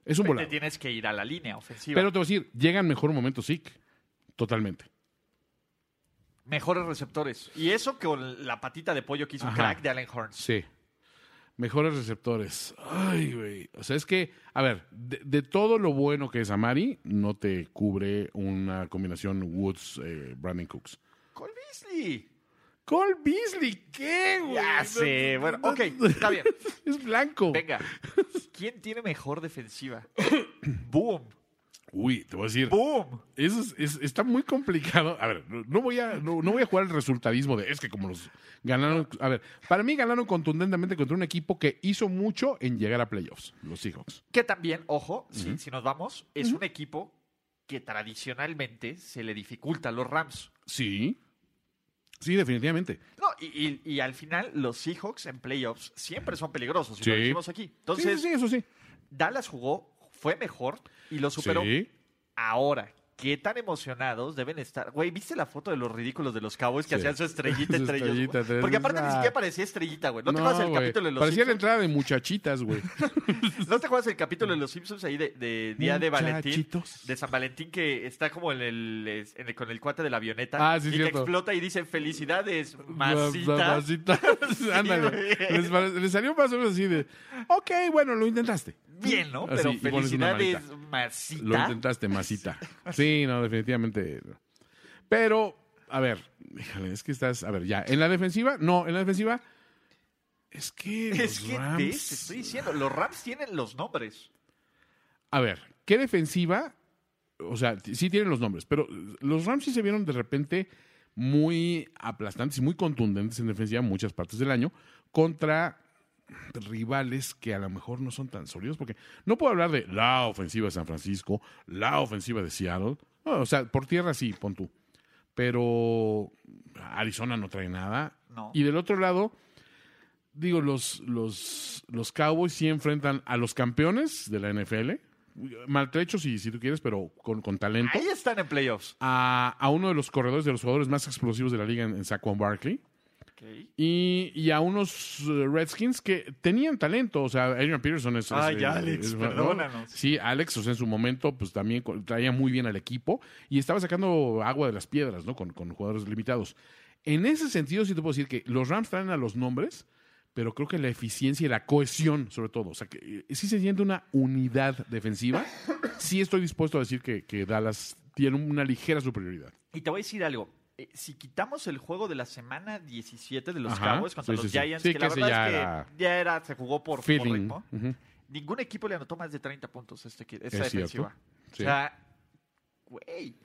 [SPEAKER 2] Es un
[SPEAKER 1] Te
[SPEAKER 2] volado.
[SPEAKER 1] tienes que ir a la línea ofensiva.
[SPEAKER 2] Pero te voy a decir, llega en mejor momento Zeke. Totalmente.
[SPEAKER 1] Mejores receptores. Y eso con la patita de pollo que hizo
[SPEAKER 2] Ajá.
[SPEAKER 1] crack de Allen Horns.
[SPEAKER 2] Sí. Mejores receptores. Ay, güey. O sea, es que, a ver, de, de todo lo bueno que es Amari, no te cubre una combinación Woods-Brandon Cooks.
[SPEAKER 1] Cole Beasley.
[SPEAKER 2] Cole Beasley, ¿qué, güey?
[SPEAKER 1] Ya
[SPEAKER 2] No-
[SPEAKER 1] sé. Bueno,
[SPEAKER 2] no-
[SPEAKER 1] ok, está bien.
[SPEAKER 2] Es blanco.
[SPEAKER 1] Venga. ¿Quién tiene mejor defensiva? Boom.
[SPEAKER 2] Uy, te voy a decir.
[SPEAKER 1] Boom.
[SPEAKER 2] Eso es- es- está muy complicado. A ver, no no voy a, no, no voy a jugar el resultadismo de es que como los ganaron. A ver, para mí ganaron contundentemente contra un equipo que hizo mucho en llegar a playoffs, los Seahawks.
[SPEAKER 1] Que también, ojo, si, si nos vamos, es un equipo que tradicionalmente se le dificulta a los Rams.
[SPEAKER 2] Sí. Sí, definitivamente.
[SPEAKER 1] No, y, y- y al final los Seahawks en playoffs siempre son peligrosos, y
[SPEAKER 2] Sí.
[SPEAKER 1] lo dijimos aquí.
[SPEAKER 2] Sí,
[SPEAKER 1] Entonces,
[SPEAKER 2] sí, sí, eso sí.
[SPEAKER 1] Dallas jugó, fue mejor y lo superó.
[SPEAKER 2] Sí.
[SPEAKER 1] Ahora, qué tan emocionados deben estar. Güey, ¿viste la foto de los ridículos de los Cowboys que
[SPEAKER 2] Sí.
[SPEAKER 1] hacían su estrellita
[SPEAKER 2] Su
[SPEAKER 1] entre ellos?
[SPEAKER 2] estrellita,
[SPEAKER 1] güey?
[SPEAKER 2] te-
[SPEAKER 1] Porque aparte ni
[SPEAKER 2] ah.
[SPEAKER 1] siquiera parecía estrellita, güey. ¿No, te
[SPEAKER 2] No,
[SPEAKER 1] acuerdas el
[SPEAKER 2] güey.
[SPEAKER 1] capítulo de los
[SPEAKER 2] Parecía la
[SPEAKER 1] Simpsons?
[SPEAKER 2] entrada de muchachitas, güey.
[SPEAKER 1] ¿No te acuerdas el capítulo de los Simpsons ahí de, de Día de Valentín?
[SPEAKER 2] Muchachitos.
[SPEAKER 1] De San Valentín que está como en el, es- en el- con el cuate de la avioneta.
[SPEAKER 2] Ah, sí,
[SPEAKER 1] y que
[SPEAKER 2] cierto.
[SPEAKER 1] explota y dice, felicidades,
[SPEAKER 2] Las
[SPEAKER 1] masita.
[SPEAKER 2] masitas. Ándale.
[SPEAKER 1] güey.
[SPEAKER 2] Les, pare- les salió más o menos así de. Ok, bueno, lo intentaste.
[SPEAKER 1] Bien, ¿no?
[SPEAKER 2] Así,
[SPEAKER 1] Pero
[SPEAKER 2] y pones una
[SPEAKER 1] felicidades,
[SPEAKER 2] manita.
[SPEAKER 1] masita.
[SPEAKER 2] Lo intentaste, masita. Sí, no, definitivamente. Pero, a ver, híjole, es que estás. A ver, ya. En la defensiva, no, en la defensiva. Es que.
[SPEAKER 1] Es
[SPEAKER 2] los
[SPEAKER 1] que
[SPEAKER 2] Rams-
[SPEAKER 1] ¿ves? te estoy diciendo, los Rams tienen los nombres.
[SPEAKER 2] A ver, ¿qué defensiva? O sea, t- sí tienen los nombres, pero los Rams sí se vieron de repente muy aplastantes y muy contundentes en defensiva en muchas partes del año contra rivales que a lo mejor no son tan sólidos, porque no puedo hablar de la ofensiva de San Francisco, la ofensiva de Seattle. Bueno, o sea, por tierra sí, pon tú. Pero Arizona no trae nada.
[SPEAKER 1] No.
[SPEAKER 2] Y del otro lado, digo, los, los, los Cowboys sí enfrentan a los campeones de la NFL, maltrechos si, si tú quieres, pero con, con talento,
[SPEAKER 1] Ahí están en playoffs.
[SPEAKER 2] a, a uno de los corredores de los jugadores más explosivos de la liga en, en Saquon Barkley.
[SPEAKER 1] Ok.
[SPEAKER 2] Y, y a unos eh, Redskins que tenían talento. O sea, Adrian Peterson es. es-
[SPEAKER 1] Ay,
[SPEAKER 2] es-
[SPEAKER 1] Alex,
[SPEAKER 2] es-
[SPEAKER 1] perdónanos.
[SPEAKER 2] Sí, Alex, o sea, en su momento, pues también co- traía muy bien al equipo y estaba sacando agua de las piedras, ¿no? Con, con jugadores limitados. En ese sentido, sí te puedo decir que los Rams traen a los nombres, pero creo que la eficiencia y la cohesión, sobre todo. O sea, que eh, sí se siente una unidad defensiva. Sí estoy dispuesto a decir que, que Dallas tiene una ligera superioridad.
[SPEAKER 1] Y te voy a decir algo. eh, si quitamos el juego de la semana 17 de los
[SPEAKER 2] Ajá,
[SPEAKER 1] Cowboys contra
[SPEAKER 2] sí,
[SPEAKER 1] los
[SPEAKER 2] sí, sí.
[SPEAKER 1] Giants,
[SPEAKER 2] Sí,
[SPEAKER 1] que, la
[SPEAKER 2] que ese
[SPEAKER 1] verdad es que
[SPEAKER 2] ya
[SPEAKER 1] ya era, se jugó por, por
[SPEAKER 2] Feeling.
[SPEAKER 1] ritmo,
[SPEAKER 2] Ujú.
[SPEAKER 1] ningún equipo le anotó más de 30 puntos a este, equi- esta
[SPEAKER 2] Es cierto.
[SPEAKER 1] defensiva.
[SPEAKER 2] Sí.
[SPEAKER 1] O sea, güey.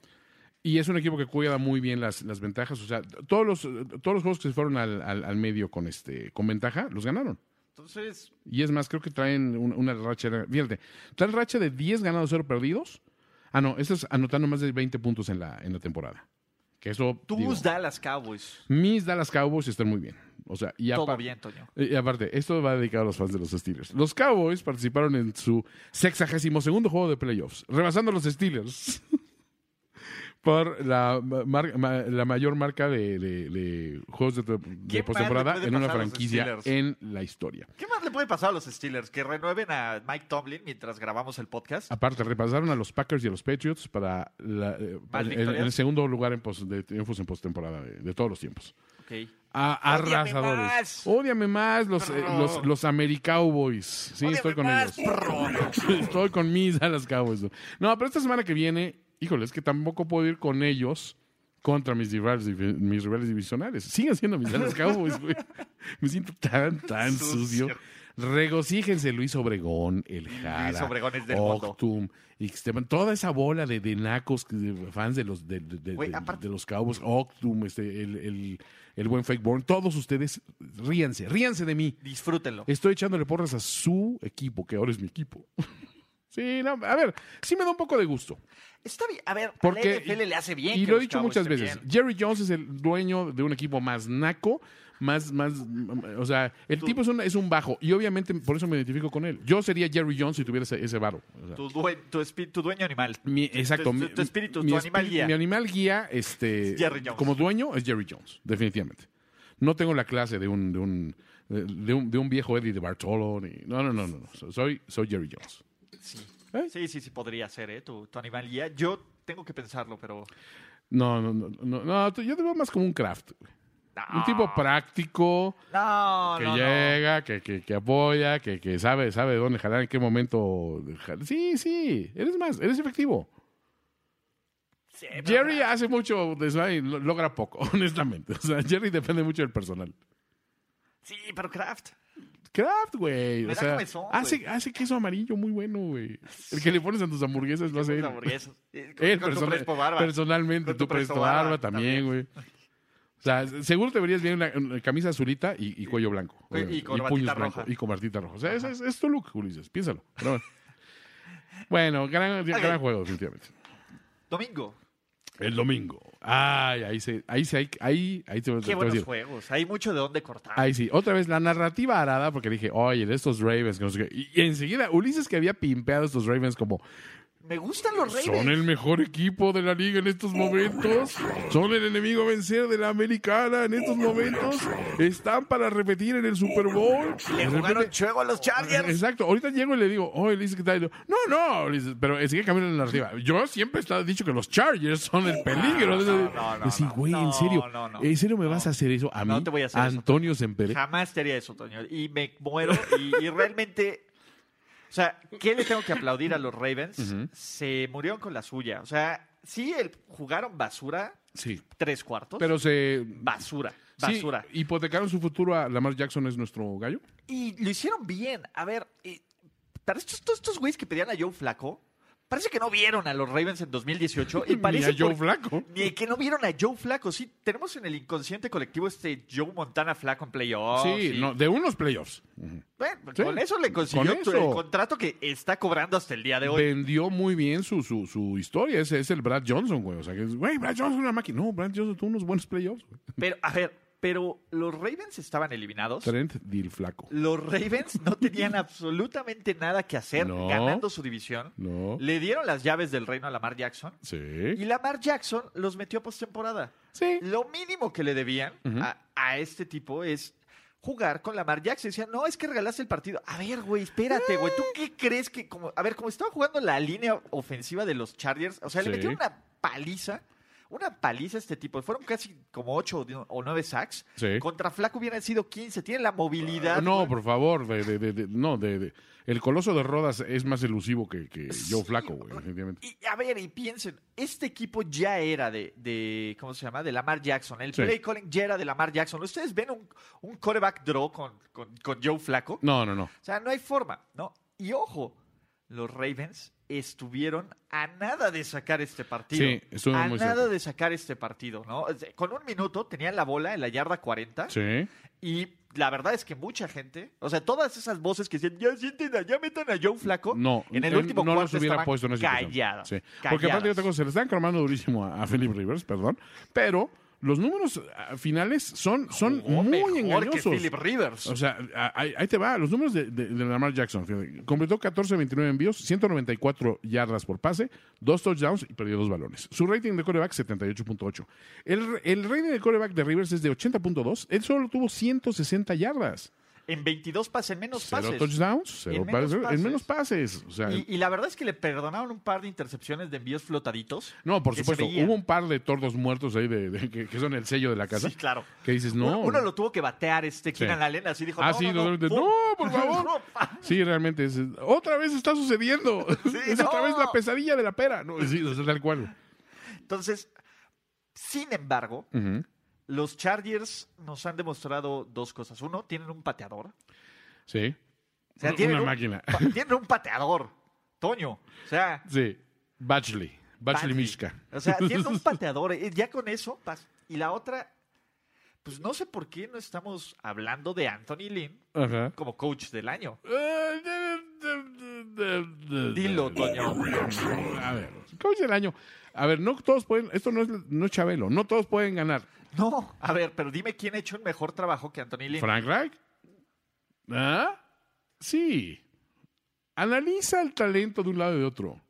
[SPEAKER 2] Y es un equipo que cuida muy bien las, las ventajas. O sea, todos los, todos los juegos que se fueron al, al- al medio con este con ventaja, los ganaron.
[SPEAKER 1] Entonces,
[SPEAKER 2] Y es más, creo que traen un- una racha. de- Fíjate, traen racha de 10 ganados, 0 perdidos. Ah, no, eso es anotando más de 20 puntos en la, en la temporada. Que eso.
[SPEAKER 1] tus
[SPEAKER 2] digo,
[SPEAKER 1] Dallas Cowboys.
[SPEAKER 2] mis Dallas Cowboys están muy bien. O sea, y
[SPEAKER 1] Todo
[SPEAKER 2] apar-
[SPEAKER 1] bien, Toño.
[SPEAKER 2] y aparte, esto va dedicado a los fans de los Steelers. Los Cowboys participaron en su sexagésimo segundo juego de playoffs, rebasando a los Steelers por la, mar- ma- la mayor marca de, de- de juegos de, de
[SPEAKER 1] ¿Qué más le
[SPEAKER 2] postemporada
[SPEAKER 1] puede
[SPEAKER 2] en una
[SPEAKER 1] pasar a los
[SPEAKER 2] franquicia
[SPEAKER 1] Steelers?
[SPEAKER 2] en la historia.
[SPEAKER 1] ¿Qué más le puede pasar a los Steelers? Que renueven a Mike Tomlin mientras grabamos el podcast.
[SPEAKER 2] Aparte, repasaron a los Packers y a los Patriots para la- eh,
[SPEAKER 1] Más
[SPEAKER 2] en- en,
[SPEAKER 1] victorias.
[SPEAKER 2] el segundo lugar en, pos- de triunfos en postemporada de- de todos los tiempos.
[SPEAKER 1] Ok.
[SPEAKER 2] A-
[SPEAKER 1] Ódiame
[SPEAKER 2] arrasadores.
[SPEAKER 1] más.
[SPEAKER 2] Ódiame más los, eh, los, los Americowboys. Sí,
[SPEAKER 1] Ódiame
[SPEAKER 2] estoy con
[SPEAKER 1] más,
[SPEAKER 2] ellos. estoy con mis Dallas Cowboys. ¿no? No, pero esta semana que viene, híjole, es que tampoco puedo ir con ellos contra mis rivales, divi- mis rivales divisionales. Siguen siendo mis Dallas Cowboys, güey. Me siento tan, tan
[SPEAKER 1] Sucio.
[SPEAKER 2] sucio. Regocíjense Luis Obregón, el Jara,
[SPEAKER 1] Obregón es del mundo.
[SPEAKER 2] Octum, Ixtepan, toda esa bola de, de nacos, que- de fans de los, de, de- de-
[SPEAKER 1] Güey,
[SPEAKER 2] de-
[SPEAKER 1] aparte-
[SPEAKER 2] de los Cowboys, Octum, este, el, el- el buen Fake Born, todos ustedes, ríanse, ríanse de mí.
[SPEAKER 1] Disfrútenlo.
[SPEAKER 2] Estoy echándole porras a su equipo, que ahora es mi equipo. sí, no, a ver, sí me da un poco de gusto.
[SPEAKER 1] Está bien. A ver, a
[SPEAKER 2] Porque-
[SPEAKER 1] la NFL le hace bien.
[SPEAKER 2] y
[SPEAKER 1] que
[SPEAKER 2] lo
[SPEAKER 1] los
[SPEAKER 2] he dicho
[SPEAKER 1] Cowboys
[SPEAKER 2] muchas
[SPEAKER 1] estén
[SPEAKER 2] veces,
[SPEAKER 1] bien.
[SPEAKER 2] Jerry Jones es el dueño de un equipo más naco, más, más, o sea, el tipo es un, es un bajo, y obviamente por eso me identifico con él. Yo sería Jerry Jones si tuviera ese, ese varo. o sea.
[SPEAKER 1] Tu, due- tu espi- tu dueño animal.
[SPEAKER 2] Mi- exacto.
[SPEAKER 1] tu-
[SPEAKER 2] mi-
[SPEAKER 1] tu espíritu,
[SPEAKER 2] mi
[SPEAKER 1] tu animal
[SPEAKER 2] espíritu-
[SPEAKER 1] guía.
[SPEAKER 2] Mi animal guía, este,
[SPEAKER 1] Es Jerry Jones.
[SPEAKER 2] como dueño, es Jerry Jones, definitivamente. No tengo la clase de un, de un, de un, de un viejo Eddie de Bartolo. ni- no, no, no, no. no. So- Soy, soy Jerry Jones.
[SPEAKER 1] Sí.
[SPEAKER 2] ¿Eh?
[SPEAKER 1] sí, sí, sí, podría ser, ¿eh? Tu, tu animal guía. Yo tengo que pensarlo, pero.
[SPEAKER 2] No, no, no, no, no, tú- yo te veo más como un craft. güey.
[SPEAKER 1] No.
[SPEAKER 2] Un tipo práctico,
[SPEAKER 1] No,
[SPEAKER 2] que
[SPEAKER 1] no, no.
[SPEAKER 2] llega, Que, que, que apoya, que, que sabe, sabe dónde jalar, en qué momento. jalar. Sí, sí, eres más, eres efectivo.
[SPEAKER 1] Sí, Eh, pero-
[SPEAKER 2] Jerry hace mucho desmadre y lo- logra poco, honestamente. O sea, Jerry depende mucho del personal.
[SPEAKER 1] Sí, pero Kraft.
[SPEAKER 2] Kraft, güey.
[SPEAKER 1] Me
[SPEAKER 2] O
[SPEAKER 1] da
[SPEAKER 2] sea,
[SPEAKER 1] comezón, güey.
[SPEAKER 2] hace, hace queso amarillo muy bueno, güey. El que le pones a tus hamburguesas lo hace él.
[SPEAKER 1] Las hamburguesas. Eh, con-
[SPEAKER 2] Él
[SPEAKER 1] con tu
[SPEAKER 2] persona-
[SPEAKER 1] Crespo Barba.
[SPEAKER 2] personalmente,
[SPEAKER 1] Con
[SPEAKER 2] tu presto barba también, güey. O sea, seguro te verías bien una, una camisa azulita y, y cuello blanco.
[SPEAKER 1] Y- y
[SPEAKER 2] obviamente.
[SPEAKER 1] corbatita
[SPEAKER 2] blancos,
[SPEAKER 1] roja.
[SPEAKER 2] Y corbatita roja. O sea, ese es, es tu look, Ulises. Piénsalo. Pero bueno. Bueno, gran, gran juego, definitivamente.
[SPEAKER 1] Domingo.
[SPEAKER 2] El domingo. Ay, ahí se, ahí se, ahí, ahí, ahí te, te-
[SPEAKER 1] Qué
[SPEAKER 2] te voy a
[SPEAKER 1] buenos
[SPEAKER 2] decir.
[SPEAKER 1] juegos. Hay mucho de dónde cortar.
[SPEAKER 2] Ahí sí, otra vez la narrativa arada, porque dije, oye, de estos Ravens, que no sé qué. Y, y enseguida Ulises que había pimpeado estos Ravens como,
[SPEAKER 1] Me gustan los Ravens.
[SPEAKER 2] son el mejor equipo de la liga en estos momentos, son el enemigo a vencer de la americana en estos momentos, están para repetir en el Super Bowl.
[SPEAKER 1] Le
[SPEAKER 2] De
[SPEAKER 1] jugaron
[SPEAKER 2] repente-
[SPEAKER 1] chuego a los Chargers.
[SPEAKER 2] Exacto, ahorita llego y le digo, oye, Ulises, ¿qué tal? Y yo, No, no, Ulises", pero sigue cambiando la narrativa. Yo siempre he estado dicho que los Chargers son el peligro.
[SPEAKER 1] No, no, no, no,
[SPEAKER 2] Decir,
[SPEAKER 1] no.
[SPEAKER 2] güey,
[SPEAKER 1] No,
[SPEAKER 2] en serio,
[SPEAKER 1] no, no.
[SPEAKER 2] ¿en serio me vas a hacer eso a mí?
[SPEAKER 1] No te voy a hacer eso,
[SPEAKER 2] Antonio Sempere.
[SPEAKER 1] Jamás te haría eso, Toño. Y me muero. Y, y realmente. O sea, ¿qué le tengo que aplaudir a los Ravens? Se murieron con la suya. O sea, sí, el, jugaron basura,
[SPEAKER 2] Sí.
[SPEAKER 1] tres cuartos.
[SPEAKER 2] Pero se.
[SPEAKER 1] basura,
[SPEAKER 2] sí,
[SPEAKER 1] basura.
[SPEAKER 2] hipotecaron su futuro a Lamar Jackson, es nuestro gallo.
[SPEAKER 1] Y lo hicieron bien. A ver, eh, para estos, todos estos güeyes que pedían a Joe Flaco, parece que no vieron a los Ravens en 2018. Y parece
[SPEAKER 2] Ni a Joe
[SPEAKER 1] por-
[SPEAKER 2] Flaco.
[SPEAKER 1] Ni que no vieron a Joe Flaco. Sí, tenemos en el inconsciente colectivo este Joe Montana Flaco en playoffs.
[SPEAKER 2] sí,
[SPEAKER 1] y-
[SPEAKER 2] no, de unos playoffs. Ujú.
[SPEAKER 1] Bueno,
[SPEAKER 2] Sí,
[SPEAKER 1] con eso le consiguió
[SPEAKER 2] con eso.
[SPEAKER 1] el contrato que está cobrando hasta el día de hoy.
[SPEAKER 2] Vendió muy bien su, su, su historia. Ese es el Brad Johnson, güey. O sea, que es, güey, Brad Johnson es una máquina. No, Brad Johnson tuvo unos buenos playoffs. güey.
[SPEAKER 1] Pero, a ver, pero los Ravens estaban eliminados.
[SPEAKER 2] Trent Dil Flaco.
[SPEAKER 1] Los Ravens no tenían absolutamente nada que hacer
[SPEAKER 2] No.
[SPEAKER 1] ganando su división.
[SPEAKER 2] No.
[SPEAKER 1] Le dieron las llaves del reino a Lamar Jackson. Y
[SPEAKER 2] Sí.
[SPEAKER 1] Lamar Jackson los metió a postemporada.
[SPEAKER 2] Sí.
[SPEAKER 1] Lo mínimo que le debían a, a este tipo es jugar con Lamar Jackson. Decían, no, es que regalaste el partido. A ver, güey, espérate, güey. ¿Tú qué crees que.? Como, a ver, como estaba jugando la línea ofensiva de los Chargers, o sea, le
[SPEAKER 2] Sí.
[SPEAKER 1] metieron una paliza. una paliza este tipo. Fueron casi como 8 o 9 sacks.
[SPEAKER 2] Sí.
[SPEAKER 1] Contra Flaco hubieran sido 15. Tiene la movilidad.
[SPEAKER 2] No,
[SPEAKER 1] güey.
[SPEAKER 2] por favor, de- de- de- de- no, de, de- el coloso de Rodas es más elusivo que, que Joe Flaco, güey, definitivamente.
[SPEAKER 1] Y a ver, y piensen, este equipo ya era de, de ¿cómo se llama? De Lamar Jackson. El
[SPEAKER 2] Sí.
[SPEAKER 1] play calling ya era de Lamar Jackson. ¿Ustedes ven un, un quarterback draw con, con- con Joe Flaco?
[SPEAKER 2] No, no, no.
[SPEAKER 1] O sea, no hay forma, ¿no? Y ojo, los Ravens estuvieron a nada de sacar este partido.
[SPEAKER 2] Sí, estuvieron
[SPEAKER 1] a
[SPEAKER 2] muy
[SPEAKER 1] nada
[SPEAKER 2] cerca.
[SPEAKER 1] de sacar este partido, ¿no? O sea, Con un minuto tenían la bola en la yarda 40
[SPEAKER 2] Sí.
[SPEAKER 1] y la verdad es que mucha gente, o sea, todas esas voces que dicen, ya sienten, a- ya metan a Joe Flaco,
[SPEAKER 2] No,
[SPEAKER 1] en el
[SPEAKER 2] él
[SPEAKER 1] último
[SPEAKER 2] no
[SPEAKER 1] cuarto
[SPEAKER 2] los hubiera
[SPEAKER 1] estaban
[SPEAKER 2] puesto en esa situación.
[SPEAKER 1] calladas,
[SPEAKER 2] Sí. Porque aparte de
[SPEAKER 1] calladas.
[SPEAKER 2] otra cosa, se le están cromando durísimo a, a Philip Rivers, perdón, pero los números ah, finales son, son
[SPEAKER 1] Jugó
[SPEAKER 2] muy
[SPEAKER 1] mejor que
[SPEAKER 2] engañosos.
[SPEAKER 1] Philip Rivers.
[SPEAKER 2] O sea, a- ahí, ahí te va, los números de, de- de Lamar Jackson. fíjate. Completó 14 de 29 envíos, 194 yardas por pase, dos touchdowns y perdió dos balones. Su rating de coreback 78.8. El, re- el rating de coreback de Rivers es de 80.2. Él solo tuvo 160 yardas.
[SPEAKER 1] en 22 pases, en menos
[SPEAKER 2] Cero
[SPEAKER 1] pases.
[SPEAKER 2] touchdowns, cero
[SPEAKER 1] En menos
[SPEAKER 2] pases-
[SPEAKER 1] pases.
[SPEAKER 2] en menos pases. O sea,
[SPEAKER 1] Y, y la verdad es que le perdonaron un par de intercepciones de envíos flotaditos.
[SPEAKER 2] no, por
[SPEAKER 1] que se
[SPEAKER 2] supuesto.
[SPEAKER 1] veían.
[SPEAKER 2] Hubo un par de tordos muertos ahí de, de- que, que son el sello de la casa.
[SPEAKER 1] Sí, claro.
[SPEAKER 2] Que dices, no.
[SPEAKER 1] Uno, uno lo tuvo que batear este Keenan Allen, así dijo,
[SPEAKER 2] Ah,
[SPEAKER 1] no,
[SPEAKER 2] sí,
[SPEAKER 1] no, no,
[SPEAKER 2] totalmente.
[SPEAKER 1] pum.
[SPEAKER 2] no, por favor.
[SPEAKER 1] No, pa.
[SPEAKER 2] Sí, realmente. es- otra vez está sucediendo. es otra
[SPEAKER 1] no.
[SPEAKER 2] vez la pesadilla de la pera. No, sí, o sea, tal cual.
[SPEAKER 1] Entonces, sin embargo,
[SPEAKER 2] Ujú.
[SPEAKER 1] los Chargers nos han demostrado dos cosas. Uno, tienen un pateador.
[SPEAKER 2] Sí.
[SPEAKER 1] O sea,
[SPEAKER 2] Una-
[SPEAKER 1] tienen
[SPEAKER 2] una
[SPEAKER 1] un-
[SPEAKER 2] máquina.
[SPEAKER 1] pa- tienen un pateador, Toño. O sea,
[SPEAKER 2] Sí. Batchley. Batchley
[SPEAKER 1] Badly.
[SPEAKER 2] Mishka.
[SPEAKER 1] O sea, tiene un pateador. eh, Ya con eso, pas- y la otra, pues no sé por qué no estamos hablando de Anthony Lynn
[SPEAKER 2] Ajá.
[SPEAKER 1] como coach del año. Dilo,
[SPEAKER 2] Dilo,
[SPEAKER 1] Toño.
[SPEAKER 2] A ver, coach del año. A ver, no todos pueden. Esto no es, no es Chabelo. No todos pueden ganar.
[SPEAKER 1] No, a ver, pero dime quién ha hecho un mejor trabajo que Anthony Lynn.
[SPEAKER 2] ¿Frank Reich? ¿Ah? Sí. Analiza el talento de un lado y de otro.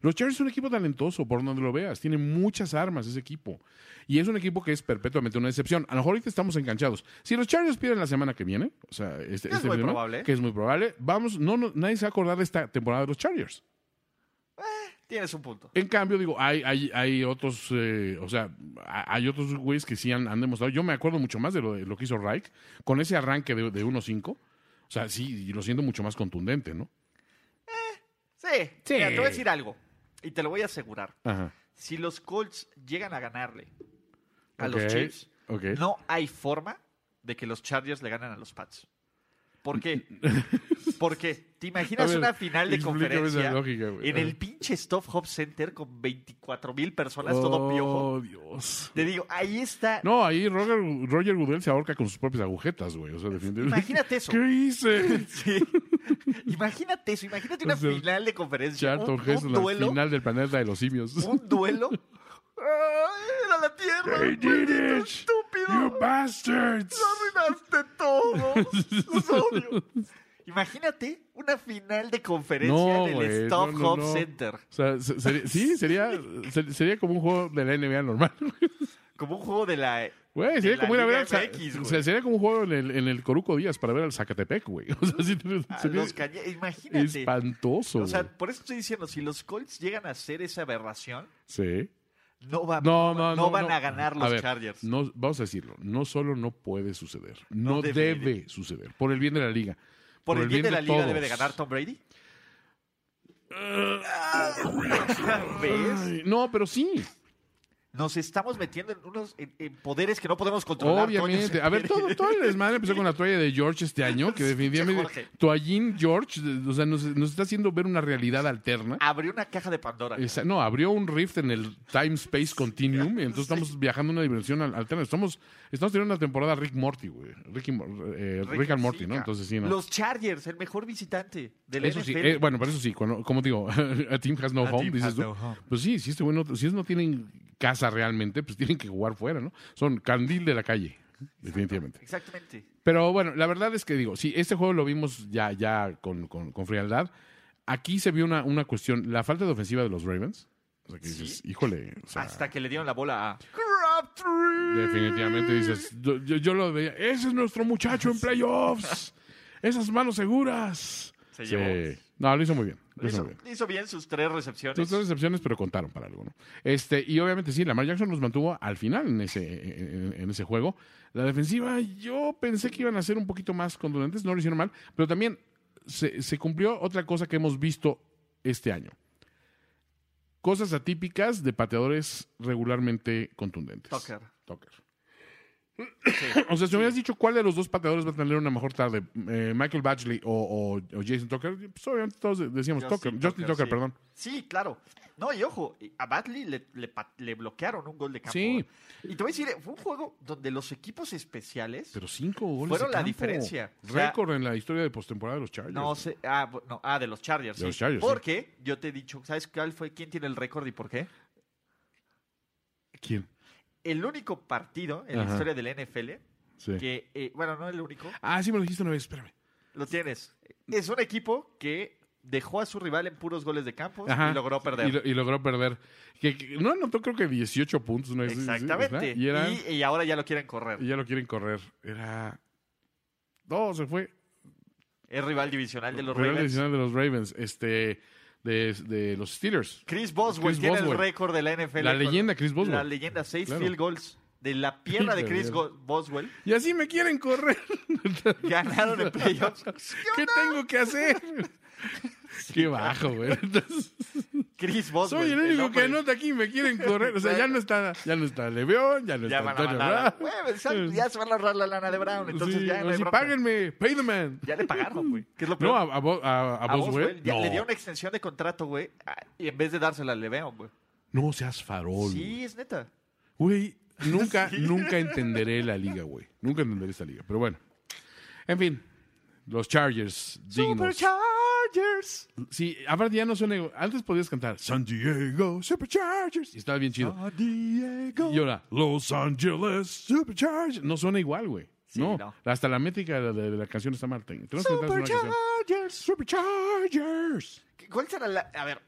[SPEAKER 2] Los Chargers es un equipo talentoso, por donde lo veas. Tiene muchas armas ese equipo. Y es un equipo que es perpetuamente una excepción. A lo mejor ahorita estamos enganchados. Si los Chargers pierden la semana que viene, o sea, este,
[SPEAKER 1] Es
[SPEAKER 2] este
[SPEAKER 1] muy
[SPEAKER 2] mismo,
[SPEAKER 1] probable.
[SPEAKER 2] que es muy probable, vamos, no, no- nadie se va a acordar de esta temporada de los Chargers.
[SPEAKER 1] Tienes un punto.
[SPEAKER 2] En cambio, digo, hay, hay, hay otros, eh, o sea, ha- hay otros güeyes que sí han, han demostrado. Yo me acuerdo mucho más de lo, de lo que hizo Reich con ese arranque de, de 1-5. O sea, sí, y lo siento mucho más contundente, ¿no?
[SPEAKER 1] Sí, mira, te voy a decir algo y te lo voy a asegurar.
[SPEAKER 2] Ajá.
[SPEAKER 1] Si los Colts llegan a ganarle a
[SPEAKER 2] Ok,
[SPEAKER 1] los Chiefs,
[SPEAKER 2] ok.
[SPEAKER 1] no hay forma de que los Chargers le ganen a los Pats. ¿Por qué? Porque te
[SPEAKER 2] A
[SPEAKER 1] imaginas
[SPEAKER 2] ver,
[SPEAKER 1] una final de
[SPEAKER 2] explícame esa
[SPEAKER 1] conferencia
[SPEAKER 2] lógica, güey.
[SPEAKER 1] en
[SPEAKER 2] A
[SPEAKER 1] el
[SPEAKER 2] ver.
[SPEAKER 1] pinche Stuff Hop Center con 24 mil personas, todo piojo.
[SPEAKER 2] Oh, Dios.
[SPEAKER 1] Te digo, ahí está.
[SPEAKER 2] No, ahí Roger, Roger Goodell se ahorca con sus propias agujetas, güey. O sea, definitivamente.
[SPEAKER 1] Imagínate eso.
[SPEAKER 2] ¿Qué hice?
[SPEAKER 1] Sí. Imagínate eso, imagínate una
[SPEAKER 2] O sea,
[SPEAKER 1] final de conferencia. Un,
[SPEAKER 2] Charlton
[SPEAKER 1] un
[SPEAKER 2] Heston, la
[SPEAKER 1] duelo.
[SPEAKER 2] final del planeta de los simios.
[SPEAKER 1] Un duelo. ¡Ay, era la tierra!
[SPEAKER 2] They did
[SPEAKER 1] maldito
[SPEAKER 2] it.
[SPEAKER 1] ¡Estúpido!
[SPEAKER 2] You bastards.
[SPEAKER 1] ¡Lo arruinaste todo! ¡Los odio! Imagínate una final de conferencia en el
[SPEAKER 2] güey,
[SPEAKER 1] Stop
[SPEAKER 2] no, no,
[SPEAKER 1] Hop
[SPEAKER 2] no.
[SPEAKER 1] Center.
[SPEAKER 2] O sea, se- sería- sí, sería, se- sería como un juego de la NBA normal.
[SPEAKER 1] Como un juego de la. eh,
[SPEAKER 2] Güey,
[SPEAKER 1] de
[SPEAKER 2] sería
[SPEAKER 1] la
[SPEAKER 2] como ir a ver
[SPEAKER 1] Liga
[SPEAKER 2] al Za-
[SPEAKER 1] MX,
[SPEAKER 2] o
[SPEAKER 1] güey.
[SPEAKER 2] sea, sería como un juego en el, en el Coruco Díaz para ver al Zacatepec, güey. O sea, sí,
[SPEAKER 1] A
[SPEAKER 2] sería
[SPEAKER 1] Ah, los cañe- Imagínate.
[SPEAKER 2] espantoso.
[SPEAKER 1] O sea,
[SPEAKER 2] güey.
[SPEAKER 1] por eso estoy diciendo, si los Colts llegan a hacer esa aberración,
[SPEAKER 2] sí.
[SPEAKER 1] no, va-
[SPEAKER 2] No, no, no.
[SPEAKER 1] van
[SPEAKER 2] no.
[SPEAKER 1] a ganar los
[SPEAKER 2] ver,
[SPEAKER 1] Chargers.
[SPEAKER 2] No, vamos a decirlo. No solo no puede suceder, no,
[SPEAKER 1] No
[SPEAKER 2] debe.
[SPEAKER 1] debe.
[SPEAKER 2] suceder. Por el bien de la liga.
[SPEAKER 1] Por, el bien de la liga debe de
[SPEAKER 2] todos.
[SPEAKER 1] ganar Tom Brady. ¿Ves?
[SPEAKER 2] Ah. Ay, no, pero sí.
[SPEAKER 1] Nos estamos metiendo en unos en, en poderes que no podemos controlar. Toño
[SPEAKER 2] Obviamente. A ver, todo, todo el desmadre empezó con la toalla de George este año, que definitivamente.
[SPEAKER 1] Jorge.
[SPEAKER 2] Toallín George, de- o sea, nos, nos está haciendo ver una realidad alterna.
[SPEAKER 1] Abrió una caja de Pandora.
[SPEAKER 2] Esa- no, abrió un rift en el Time Space Continuum, y entonces estamos viajando en una dimensión al- alterna. Estamos, estamos teniendo una temporada Rick Morty, güey. Rick, y Mor- eh, Rick and Morty,
[SPEAKER 1] sí,
[SPEAKER 2] ¿no?
[SPEAKER 1] ca-
[SPEAKER 2] Entonces sí, ¿no?
[SPEAKER 1] Los Chargers, el mejor visitante del
[SPEAKER 2] Eso sí,
[SPEAKER 1] NFL.
[SPEAKER 2] eh, bueno, pero eso sí, cuando, como digo, a team has no
[SPEAKER 1] A
[SPEAKER 2] home,
[SPEAKER 1] team
[SPEAKER 2] dices
[SPEAKER 1] has
[SPEAKER 2] tú.
[SPEAKER 1] no home.
[SPEAKER 2] Pues sí, si, este güey no- si ellos no tienen casa realmente, pues tienen que jugar fuera, ¿no? Son candil de la calle, definitivamente.
[SPEAKER 1] Exactamente.
[SPEAKER 2] Pero bueno, la verdad es que digo, sí, este juego lo vimos ya, ya con, con- con frialdad. Aquí se vio una, una cuestión, la falta de ofensiva de los Ravens. O sea, que dices, híjole. o sea,
[SPEAKER 1] Hasta que le dieron la bola a Crabtree.
[SPEAKER 2] Definitivamente dices, yo, yo- yo lo veía, ese es nuestro muchacho en playoffs. Esas manos seguras.
[SPEAKER 1] Se llevó.
[SPEAKER 2] No, lo hizo muy bien. Lo hizo
[SPEAKER 1] Hizo,
[SPEAKER 2] muy bien.
[SPEAKER 1] hizo bien sus tres recepciones.
[SPEAKER 2] Sus tres recepciones, pero contaron para algo, ¿no? Este, y obviamente sí, Lamar Jackson los mantuvo al final en ese, en, en ese juego. La defensiva, yo pensé que iban a ser un poquito más contundentes, no lo hicieron mal, pero también se, se cumplió otra cosa que hemos visto este año. Cosas atípicas de pateadores regularmente contundentes.
[SPEAKER 1] Tucker.
[SPEAKER 2] Tucker.
[SPEAKER 1] Sí.
[SPEAKER 2] O sea, si me hubieras dicho cuál de los dos pateadores va a tener una mejor tarde, eh, Michael Batchley o, o- o Jason Tucker, pues obviamente todos de- decíamos Tucker, Justin Tucker,
[SPEAKER 1] sí.
[SPEAKER 2] perdón.
[SPEAKER 1] Sí, claro. No, y ojo, y a Batley le, le pa- le bloquearon un gol de campo.
[SPEAKER 2] Sí.
[SPEAKER 1] Y te voy a decir, eh, fue un juego donde los equipos especiales...
[SPEAKER 2] Pero cinco goles.
[SPEAKER 1] Fueron
[SPEAKER 2] de
[SPEAKER 1] la
[SPEAKER 2] campo.
[SPEAKER 1] diferencia. O sea,
[SPEAKER 2] Récord en la historia de postemporada de los Chargers.
[SPEAKER 1] no sé, ah, bu- no, ah, de los Chargers.
[SPEAKER 2] De
[SPEAKER 1] sí.
[SPEAKER 2] los Chargers, sí.
[SPEAKER 1] Porque yo te he dicho, ¿sabes cuál fue? ¿Quién tiene el récord y por qué?
[SPEAKER 2] ¿Quién?
[SPEAKER 1] El único partido en
[SPEAKER 2] Ajá.
[SPEAKER 1] la historia del NFL
[SPEAKER 2] Sí.
[SPEAKER 1] que, eh, bueno, no el único,
[SPEAKER 2] Ah, sí me lo dijiste una vez, espérame.
[SPEAKER 1] lo tienes. Es un equipo que dejó a su rival en puros goles de campo
[SPEAKER 2] Ajá.
[SPEAKER 1] y logró perder.
[SPEAKER 2] Y, lo- y logró perder. Que, que- no anotó creo que 18 puntos. ¿no? pues, Sí, sí, sí,
[SPEAKER 1] Exactamente.
[SPEAKER 2] ¿verdad? y, era,
[SPEAKER 1] Y- y ahora ya lo quieren correr.
[SPEAKER 2] y ya lo quieren correr. Era... No, se fue.
[SPEAKER 1] Es rival divisional de los
[SPEAKER 2] Rival
[SPEAKER 1] Ravens.
[SPEAKER 2] divisional de los Ravens. Este, de, de los Steelers.
[SPEAKER 1] Chris Boswell
[SPEAKER 2] Chris
[SPEAKER 1] tiene
[SPEAKER 2] Boswell.
[SPEAKER 1] el récord de la NFL.
[SPEAKER 2] La
[SPEAKER 1] con-
[SPEAKER 2] leyenda Chris Boswell.
[SPEAKER 1] La leyenda, seis
[SPEAKER 2] Claro.
[SPEAKER 1] field goals de la pierna de
[SPEAKER 2] Hijo de
[SPEAKER 1] Chris
[SPEAKER 2] Dios.
[SPEAKER 1] Go- Boswell.
[SPEAKER 2] Y así me quieren correr.
[SPEAKER 1] Ganaron en playoffs.
[SPEAKER 2] ¿Qué tengo que hacer? Qué bajo, güey. Entonces,
[SPEAKER 1] Chris Boswell.
[SPEAKER 2] soy el único
[SPEAKER 1] hombre.
[SPEAKER 2] que anota aquí y me quieren correr. O sea, ya no está, ya no está Leveón, ya no
[SPEAKER 1] Ya
[SPEAKER 2] está
[SPEAKER 1] van a
[SPEAKER 2] Antonio
[SPEAKER 1] mandar a-
[SPEAKER 2] Brown.
[SPEAKER 1] Güey, exacto, ya se van a ahorrar la lana de Brown. Entonces
[SPEAKER 2] Sí,
[SPEAKER 1] ya no hay
[SPEAKER 2] así,
[SPEAKER 1] bronca.
[SPEAKER 2] páguenme, pay the man.
[SPEAKER 1] Ya le pagaron, güey. ¿Qué es lo peor?
[SPEAKER 2] No, a, a, Bo- a- a
[SPEAKER 1] A
[SPEAKER 2] Boswell.
[SPEAKER 1] ya
[SPEAKER 2] no.
[SPEAKER 1] le dio una extensión de contrato, güey. ah, Y en vez de dársela le Le'Veon, güey.
[SPEAKER 2] No seas farol.
[SPEAKER 1] Sí, es neta.
[SPEAKER 2] Güey, nunca, nunca entenderé la liga, güey. Nunca entenderé esta liga. Pero bueno. En fin, los Chargers dignos.
[SPEAKER 1] Superchargers.
[SPEAKER 2] sí, aparte ya no suena. ego- Antes podías cantar San Diego Superchargers. Y estaba bien chido.
[SPEAKER 1] A Diego.
[SPEAKER 2] Y ahora, Los Angeles Superchargers. No suena igual, güey.
[SPEAKER 1] Sí,
[SPEAKER 2] no.
[SPEAKER 1] no.
[SPEAKER 2] Hasta la métrica de la, de la canción está mal. Tenemos que inventarnos una canción.
[SPEAKER 1] Superchargers.
[SPEAKER 2] Superchargers.
[SPEAKER 1] ¿Cuál será la.? A ver,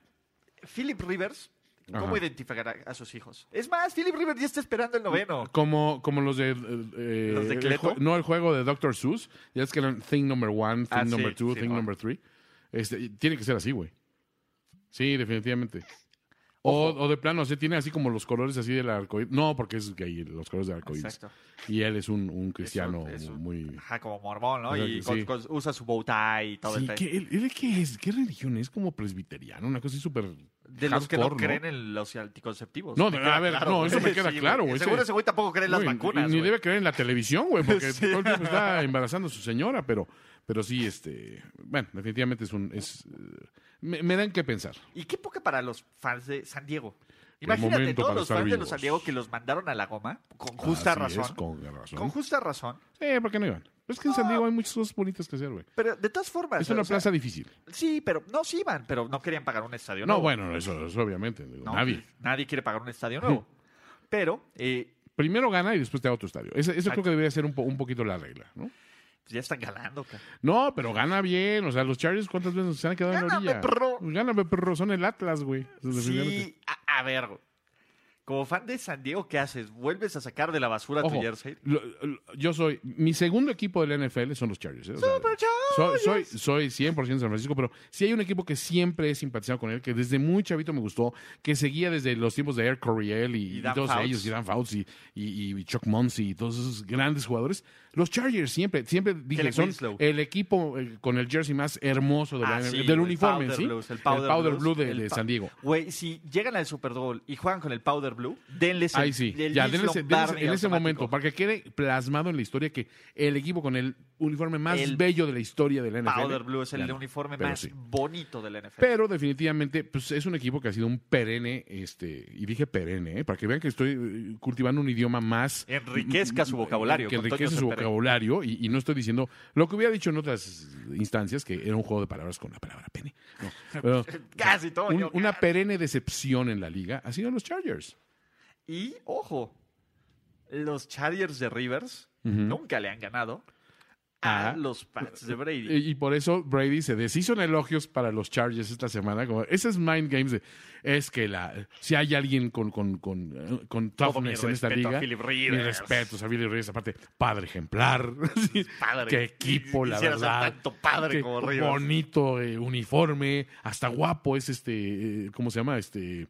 [SPEAKER 1] Philip Rivers, ¿cómo
[SPEAKER 2] Ajá.
[SPEAKER 1] identificará a sus hijos? Es más, Philip Rivers ya está esperando el noveno.
[SPEAKER 2] Como, como los de. eh,
[SPEAKER 1] ¿Los de
[SPEAKER 2] el
[SPEAKER 1] Cleto?
[SPEAKER 2] jue- no, el juego de Dr. Seuss. Ya es que eran Thing Number One, Thing
[SPEAKER 1] Ah, sí,
[SPEAKER 2] Number Two,
[SPEAKER 1] sí,
[SPEAKER 2] Thing
[SPEAKER 1] no.
[SPEAKER 2] Number Three. Este, y tiene que ser así, güey. Sí, definitivamente. O, o de plano, o sea, tiene así como los colores así del arcoíris. No, porque es gay, los colores del arcoíris.
[SPEAKER 1] Exacto.
[SPEAKER 2] Y él es un, un cristiano
[SPEAKER 1] es un-
[SPEAKER 2] muy.
[SPEAKER 1] Ajá, como mormón, ¿no? Y
[SPEAKER 2] Exacto,
[SPEAKER 1] con- con- usa su bow tie y todo
[SPEAKER 2] Sí,
[SPEAKER 1] el
[SPEAKER 2] ¿qué, él, él qué es? ¿Qué religión es? Como presbiteriano, una cosa así súper.
[SPEAKER 1] De los que no
[SPEAKER 2] hardcore,
[SPEAKER 1] creen en los anticonceptivos.
[SPEAKER 2] No,
[SPEAKER 1] Me
[SPEAKER 2] a
[SPEAKER 1] queda
[SPEAKER 2] ver,
[SPEAKER 1] claro,
[SPEAKER 2] no,
[SPEAKER 1] güey.
[SPEAKER 2] eso me queda claro, güey.
[SPEAKER 1] Seguro
[SPEAKER 2] Sí.
[SPEAKER 1] ese güey tampoco cree en las
[SPEAKER 2] Güey,
[SPEAKER 1] vacunas.
[SPEAKER 2] Ni
[SPEAKER 1] güey.
[SPEAKER 2] debe creer en la televisión, güey, porque
[SPEAKER 1] Sí.
[SPEAKER 2] todo el tiempo está embarazando a su señora, pero, pero sí, este. Bueno, definitivamente es un. Es, eh, me, me dan que pensar.
[SPEAKER 1] Y qué poca para los fans de San Diego.
[SPEAKER 2] El
[SPEAKER 1] Imagínate
[SPEAKER 2] momento
[SPEAKER 1] todos
[SPEAKER 2] para
[SPEAKER 1] los
[SPEAKER 2] estar
[SPEAKER 1] fans de
[SPEAKER 2] vivos.
[SPEAKER 1] los San Diego que los mandaron a la goma con justa
[SPEAKER 2] Así
[SPEAKER 1] razón.
[SPEAKER 2] es,
[SPEAKER 1] con...
[SPEAKER 2] con razón.
[SPEAKER 1] justa razón.
[SPEAKER 2] Eh, ¿por qué no iban? Pero Es que en San Diego hay muchas cosas bonitas que hacer, güey.
[SPEAKER 1] Pero de todas formas.
[SPEAKER 2] Es una
[SPEAKER 1] o sea,
[SPEAKER 2] plaza difícil.
[SPEAKER 1] Sí, pero no, sí iban, pero no querían pagar un estadio
[SPEAKER 2] No,
[SPEAKER 1] nuevo.
[SPEAKER 2] bueno, eso, eso obviamente. digo,
[SPEAKER 1] No,
[SPEAKER 2] Nadie.
[SPEAKER 1] Nadie quiere pagar un estadio nuevo. Pero eh,
[SPEAKER 2] Primero gana y después te da otro estadio. Esa, esa creo
[SPEAKER 1] Exacto.
[SPEAKER 2] que debería ser un, po- un poquito la regla, ¿no?
[SPEAKER 1] pues ya están ganando. ca-
[SPEAKER 2] No, pero gana bien. O sea, los Chargers, ¿cuántas veces se han quedado en la
[SPEAKER 1] Gáname,
[SPEAKER 2] orilla?
[SPEAKER 1] perro.
[SPEAKER 2] Gáname, perro. Son el Atlas, güey. Definitivamente.
[SPEAKER 1] Sí, a, a ver. güey. Como fan de San Diego, ¿qué haces? ¿Vuelves a sacar de la basura
[SPEAKER 2] Ojo,
[SPEAKER 1] tu jersey?
[SPEAKER 2] lo- lo- yo soy. Mi segundo equipo del NFL son los Chargers. ¿eh? O sea, soy, soy, soy 100% San Francisco, pero sí hay un equipo que siempre he simpatizado con él, que desde muy chavito me gustó, que seguía desde los tiempos de Air Coryell y,
[SPEAKER 1] Y
[SPEAKER 2] y
[SPEAKER 1] Dan
[SPEAKER 2] todos
[SPEAKER 1] Fouts.
[SPEAKER 2] ellos, y Dan Fouts y, y- y Chuck Muncy y todos esos grandes jugadores. Los Chargers siempre, siempre dije,
[SPEAKER 1] Kelly
[SPEAKER 2] son
[SPEAKER 1] Winslow.
[SPEAKER 2] el equipo eh, con el jersey más hermoso de la
[SPEAKER 1] Ah,
[SPEAKER 2] NFL,
[SPEAKER 1] sí,
[SPEAKER 2] del
[SPEAKER 1] el
[SPEAKER 2] uniforme,
[SPEAKER 1] powder
[SPEAKER 2] ¿sí?
[SPEAKER 1] blues, el
[SPEAKER 2] el
[SPEAKER 1] powder,
[SPEAKER 2] blue
[SPEAKER 1] blues,
[SPEAKER 2] de,
[SPEAKER 1] el
[SPEAKER 2] de
[SPEAKER 1] pa-
[SPEAKER 2] San Diego.
[SPEAKER 1] Güey, si llegan al Super Bowl y juegan con el powder blue, denles el,
[SPEAKER 2] Ahí sí,
[SPEAKER 1] el
[SPEAKER 2] ya,
[SPEAKER 1] Vince
[SPEAKER 2] denles- denles
[SPEAKER 1] Lombardi
[SPEAKER 2] en ese
[SPEAKER 1] automático.
[SPEAKER 2] momento, para que quede plasmado en la historia que el equipo con el uniforme más
[SPEAKER 1] El
[SPEAKER 2] bello de la historia del NFL.
[SPEAKER 1] Powder blue es el
[SPEAKER 2] gana.
[SPEAKER 1] uniforme
[SPEAKER 2] Pero
[SPEAKER 1] más
[SPEAKER 2] sí.
[SPEAKER 1] bonito del NFL.
[SPEAKER 2] Pero definitivamente, pues es un equipo que ha sido un perenne, este, y dije perenne, ¿eh? para que vean que estoy eh, cultivando un idioma más.
[SPEAKER 1] Enriquezca su vocabulario.
[SPEAKER 2] Que
[SPEAKER 1] con Toño
[SPEAKER 2] enriquece su
[SPEAKER 1] Sempere.
[SPEAKER 2] vocabulario y, y no estoy diciendo lo que hubiera dicho en otras instancias, que era un juego de palabras con la palabra pene. No, pero
[SPEAKER 1] Casi todo.
[SPEAKER 2] un- una perenne decepción en la liga ha sido los Chargers.
[SPEAKER 1] Y, ojo, los Chargers de Rivers nunca le han ganado a
[SPEAKER 2] Ah.
[SPEAKER 1] los Pats de Brady.
[SPEAKER 2] Y, y por eso Brady se deshizo en elogios para los Chargers esta semana. Como, ese es Mind Games. de- es que la, si hay alguien con, con, con, eh, con
[SPEAKER 1] Todo
[SPEAKER 2] toughness
[SPEAKER 1] mi
[SPEAKER 2] en esta
[SPEAKER 1] respeto a
[SPEAKER 2] liga.
[SPEAKER 1] Philip
[SPEAKER 2] mi
[SPEAKER 1] Rivers.
[SPEAKER 2] respeto a Philip Rivers. Aparte, padre ejemplar. Sí,
[SPEAKER 1] padre.
[SPEAKER 2] Qué equipo, la
[SPEAKER 1] Quisiera ser
[SPEAKER 2] verdad.
[SPEAKER 1] tanto padre
[SPEAKER 2] Qué
[SPEAKER 1] como Rivers.
[SPEAKER 2] Bonito eh, uniforme. Hasta guapo es este. eh, ¿Cómo se llama? Este.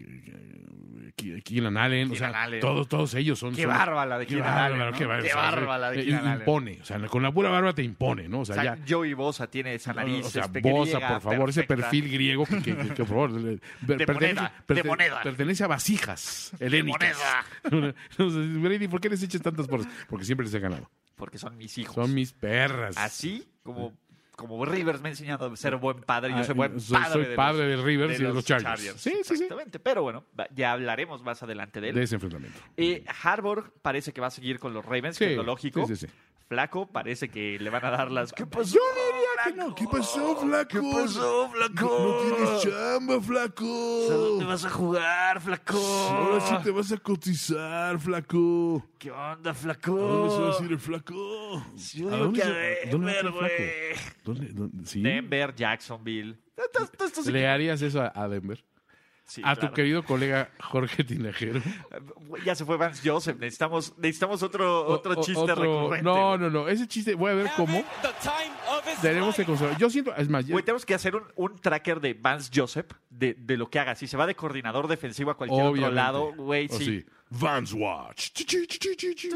[SPEAKER 2] Eh, Ki- Keenan Allen, o sea,
[SPEAKER 1] Keenan Allen.
[SPEAKER 2] todos, todos ellos son.
[SPEAKER 1] Qué
[SPEAKER 2] son-
[SPEAKER 1] barba la de
[SPEAKER 2] Qué
[SPEAKER 1] Keenan
[SPEAKER 2] bárbaro,
[SPEAKER 1] Allen, ¿no?
[SPEAKER 2] qué bárbaro,
[SPEAKER 1] Qué
[SPEAKER 2] o sea,
[SPEAKER 1] barba la de
[SPEAKER 2] eh,
[SPEAKER 1] Keenan Allen.
[SPEAKER 2] Impone, o sea, con la pura barba te impone, ¿no? O sea,
[SPEAKER 1] O sea,
[SPEAKER 2] ya,
[SPEAKER 1] Joey Bosa tiene esa nariz.
[SPEAKER 2] o sea,
[SPEAKER 1] este, que
[SPEAKER 2] Bosa,
[SPEAKER 1] llega
[SPEAKER 2] por favor, ese
[SPEAKER 1] perfecta.
[SPEAKER 2] perfil griego que, que- que- que, por favor, le- per-
[SPEAKER 1] moneda, de moneda.
[SPEAKER 2] pertenece a vasijas helénicas. Entonces, Brady, ¿por qué les echas tantas porras? Porque siempre les he ganado.
[SPEAKER 1] Porque son mis hijos.
[SPEAKER 2] Son mis perras.
[SPEAKER 1] Así como, como Rivers me ha enseñado a ser buen padre. Yo soy
[SPEAKER 2] Ah,
[SPEAKER 1] buen
[SPEAKER 2] soy-
[SPEAKER 1] padre.
[SPEAKER 2] soy
[SPEAKER 1] de
[SPEAKER 2] padre
[SPEAKER 1] los,
[SPEAKER 2] de Rivers y de los Chargers. Sí, sí, sí.
[SPEAKER 1] Exactamente. Pero bueno, va- ya hablaremos más adelante de él.
[SPEAKER 2] De ese enfrentamiento.
[SPEAKER 1] Eh, Harbour parece que va a seguir con los Ravens,
[SPEAKER 2] Sí,
[SPEAKER 1] que es lo lógico.
[SPEAKER 2] sí, sí, sí.
[SPEAKER 1] Flaco parece que le van a dar las. ¿Qué pasó?
[SPEAKER 2] Yo diría que no. ¿Qué pasó, flaco? ¿Qué
[SPEAKER 1] pasó, flaco?
[SPEAKER 2] chamba,
[SPEAKER 1] ¿A dónde
[SPEAKER 2] flaco.
[SPEAKER 1] vas a jugar, flaco?
[SPEAKER 2] te vas a cotizar, flaco.
[SPEAKER 1] ¿Qué onda,
[SPEAKER 2] ¿A dónde se va
[SPEAKER 3] Oh.
[SPEAKER 1] flaco?
[SPEAKER 2] a ir el flaco?
[SPEAKER 1] Yo digo que a
[SPEAKER 2] va a ir el
[SPEAKER 1] Denver, güey.
[SPEAKER 2] flaco? ¿Dónde, dónde- sí?
[SPEAKER 1] Denver, Jacksonville. Todos- todos estos
[SPEAKER 2] ¿Le harías eso a, a Denver?
[SPEAKER 1] Sí,
[SPEAKER 2] a
[SPEAKER 1] claro.
[SPEAKER 2] tu querido colega Jorge Tinajero.
[SPEAKER 1] Eh, Ya se fue Vance Joseph. Necesitamos, necesitamos otro, otro chiste recurrente.
[SPEAKER 2] No, no, no. Ese chiste, voy a ver cómo. Tenemos que conservar. Yo siento, es más, yo-
[SPEAKER 1] Güey, tenemos que hacer un, un tracker de Vance Joseph de, de lo que haga. Si se va de coordinador defensivo a cualquier otro
[SPEAKER 2] Obviamente.
[SPEAKER 1] lado, güey,
[SPEAKER 2] O
[SPEAKER 1] sí.
[SPEAKER 2] Vans Watch. Chi, chi, chi, chi, chi, chi.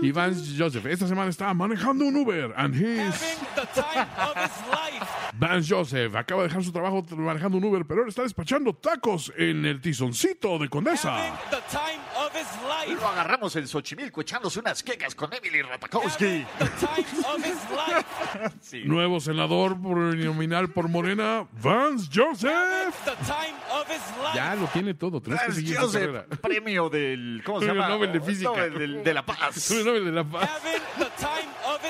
[SPEAKER 2] Y Vance Joseph, esta semana está manejando un Uber. And he's. Vance Joseph acaba de dejar su trabajo manejando un Uber, pero ahora está despachando tacos en el tizoncito de Condesa.
[SPEAKER 1] Y lo agarramos en Xochimilco echándose unas quecas con Emily Ratakowski. Sí.
[SPEAKER 2] Nuevo senador nominal por Morena, Vance Joseph. Ya lo tiene todo. Tenemos que
[SPEAKER 1] Vance
[SPEAKER 2] seguir su
[SPEAKER 1] Joseph,
[SPEAKER 2] carrera.
[SPEAKER 1] premio del. ¿Cómo se
[SPEAKER 2] Premio
[SPEAKER 1] llama?
[SPEAKER 2] Nobel de Física.
[SPEAKER 1] Nobel del- de la Paz.
[SPEAKER 2] Premio Nobel de la Paz.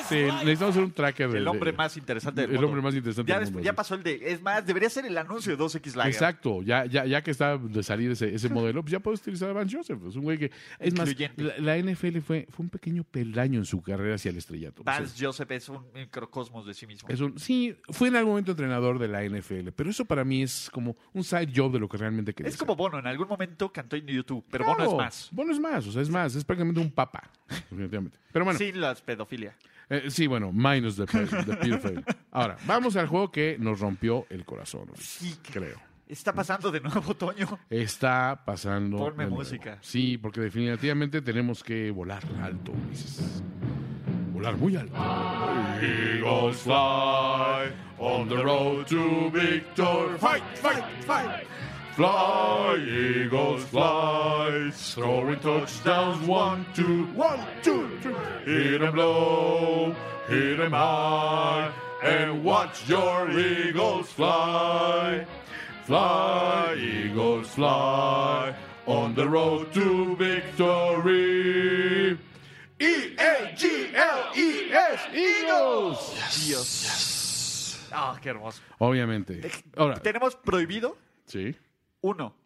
[SPEAKER 2] Sí, necesitamos hacer un tracker del
[SPEAKER 1] El hombre
[SPEAKER 2] de-
[SPEAKER 1] más interesante del
[SPEAKER 2] El
[SPEAKER 1] mundo.
[SPEAKER 2] hombre más interesante
[SPEAKER 1] ya,
[SPEAKER 2] del
[SPEAKER 1] des-
[SPEAKER 2] mundo,
[SPEAKER 1] ya
[SPEAKER 2] sí.
[SPEAKER 1] pasó el de. Es más, debería ser el anuncio de 2X Lager.
[SPEAKER 2] Exacto, ya, ya, ya que está de salir ese, ese modelo, pues ya puedes utilizar a Vance Joseph. Es un güey que. Es más,
[SPEAKER 1] Incluyente.
[SPEAKER 2] la, la NFL fue, fue un pequeño peldaño en su carrera hacia el estrellato. O sea,
[SPEAKER 1] Vance Joseph es un microcosmos de sí mismo.
[SPEAKER 2] es un, sí, fue en algún momento entrenador de la NFL, pero eso para mí es como un side job de lo que realmente quería.
[SPEAKER 1] Es
[SPEAKER 2] hacer.
[SPEAKER 1] como Bono, en algún momento cantó en YouTube, pero
[SPEAKER 2] Claro,
[SPEAKER 1] Bono es más.
[SPEAKER 2] Bono es más, o sea, es más, es prácticamente un papa. definitivamente. Pero bueno,
[SPEAKER 1] Sin la pedofilia.
[SPEAKER 2] eh, sí, bueno, minus the, pe- the pedophile. Ahora, vamos al juego que nos rompió el corazón,
[SPEAKER 1] Sí, que-
[SPEAKER 2] creo.
[SPEAKER 1] Está pasando de nuevo, Toño.
[SPEAKER 2] Está pasando.
[SPEAKER 1] Ponme
[SPEAKER 2] de nuevo.
[SPEAKER 1] música.
[SPEAKER 2] Sí, porque definitivamente tenemos que volar alto, Ulises. Volar muy alto. Eagles fly on the road to victory. Fight, fight, fight. Fly, Eagles fly. Scoring touchdowns. One, two, one, two, three. Hit 'em low, hit 'em high. And watch your Eagles fly. Fly, Eagles, fly on the road to victory. E A G L E S Eagles.
[SPEAKER 1] Dios. Ah, qué hermoso.
[SPEAKER 2] Obviamente. Ahora,
[SPEAKER 1] Tenemos prohibido,
[SPEAKER 2] sí.
[SPEAKER 1] uno,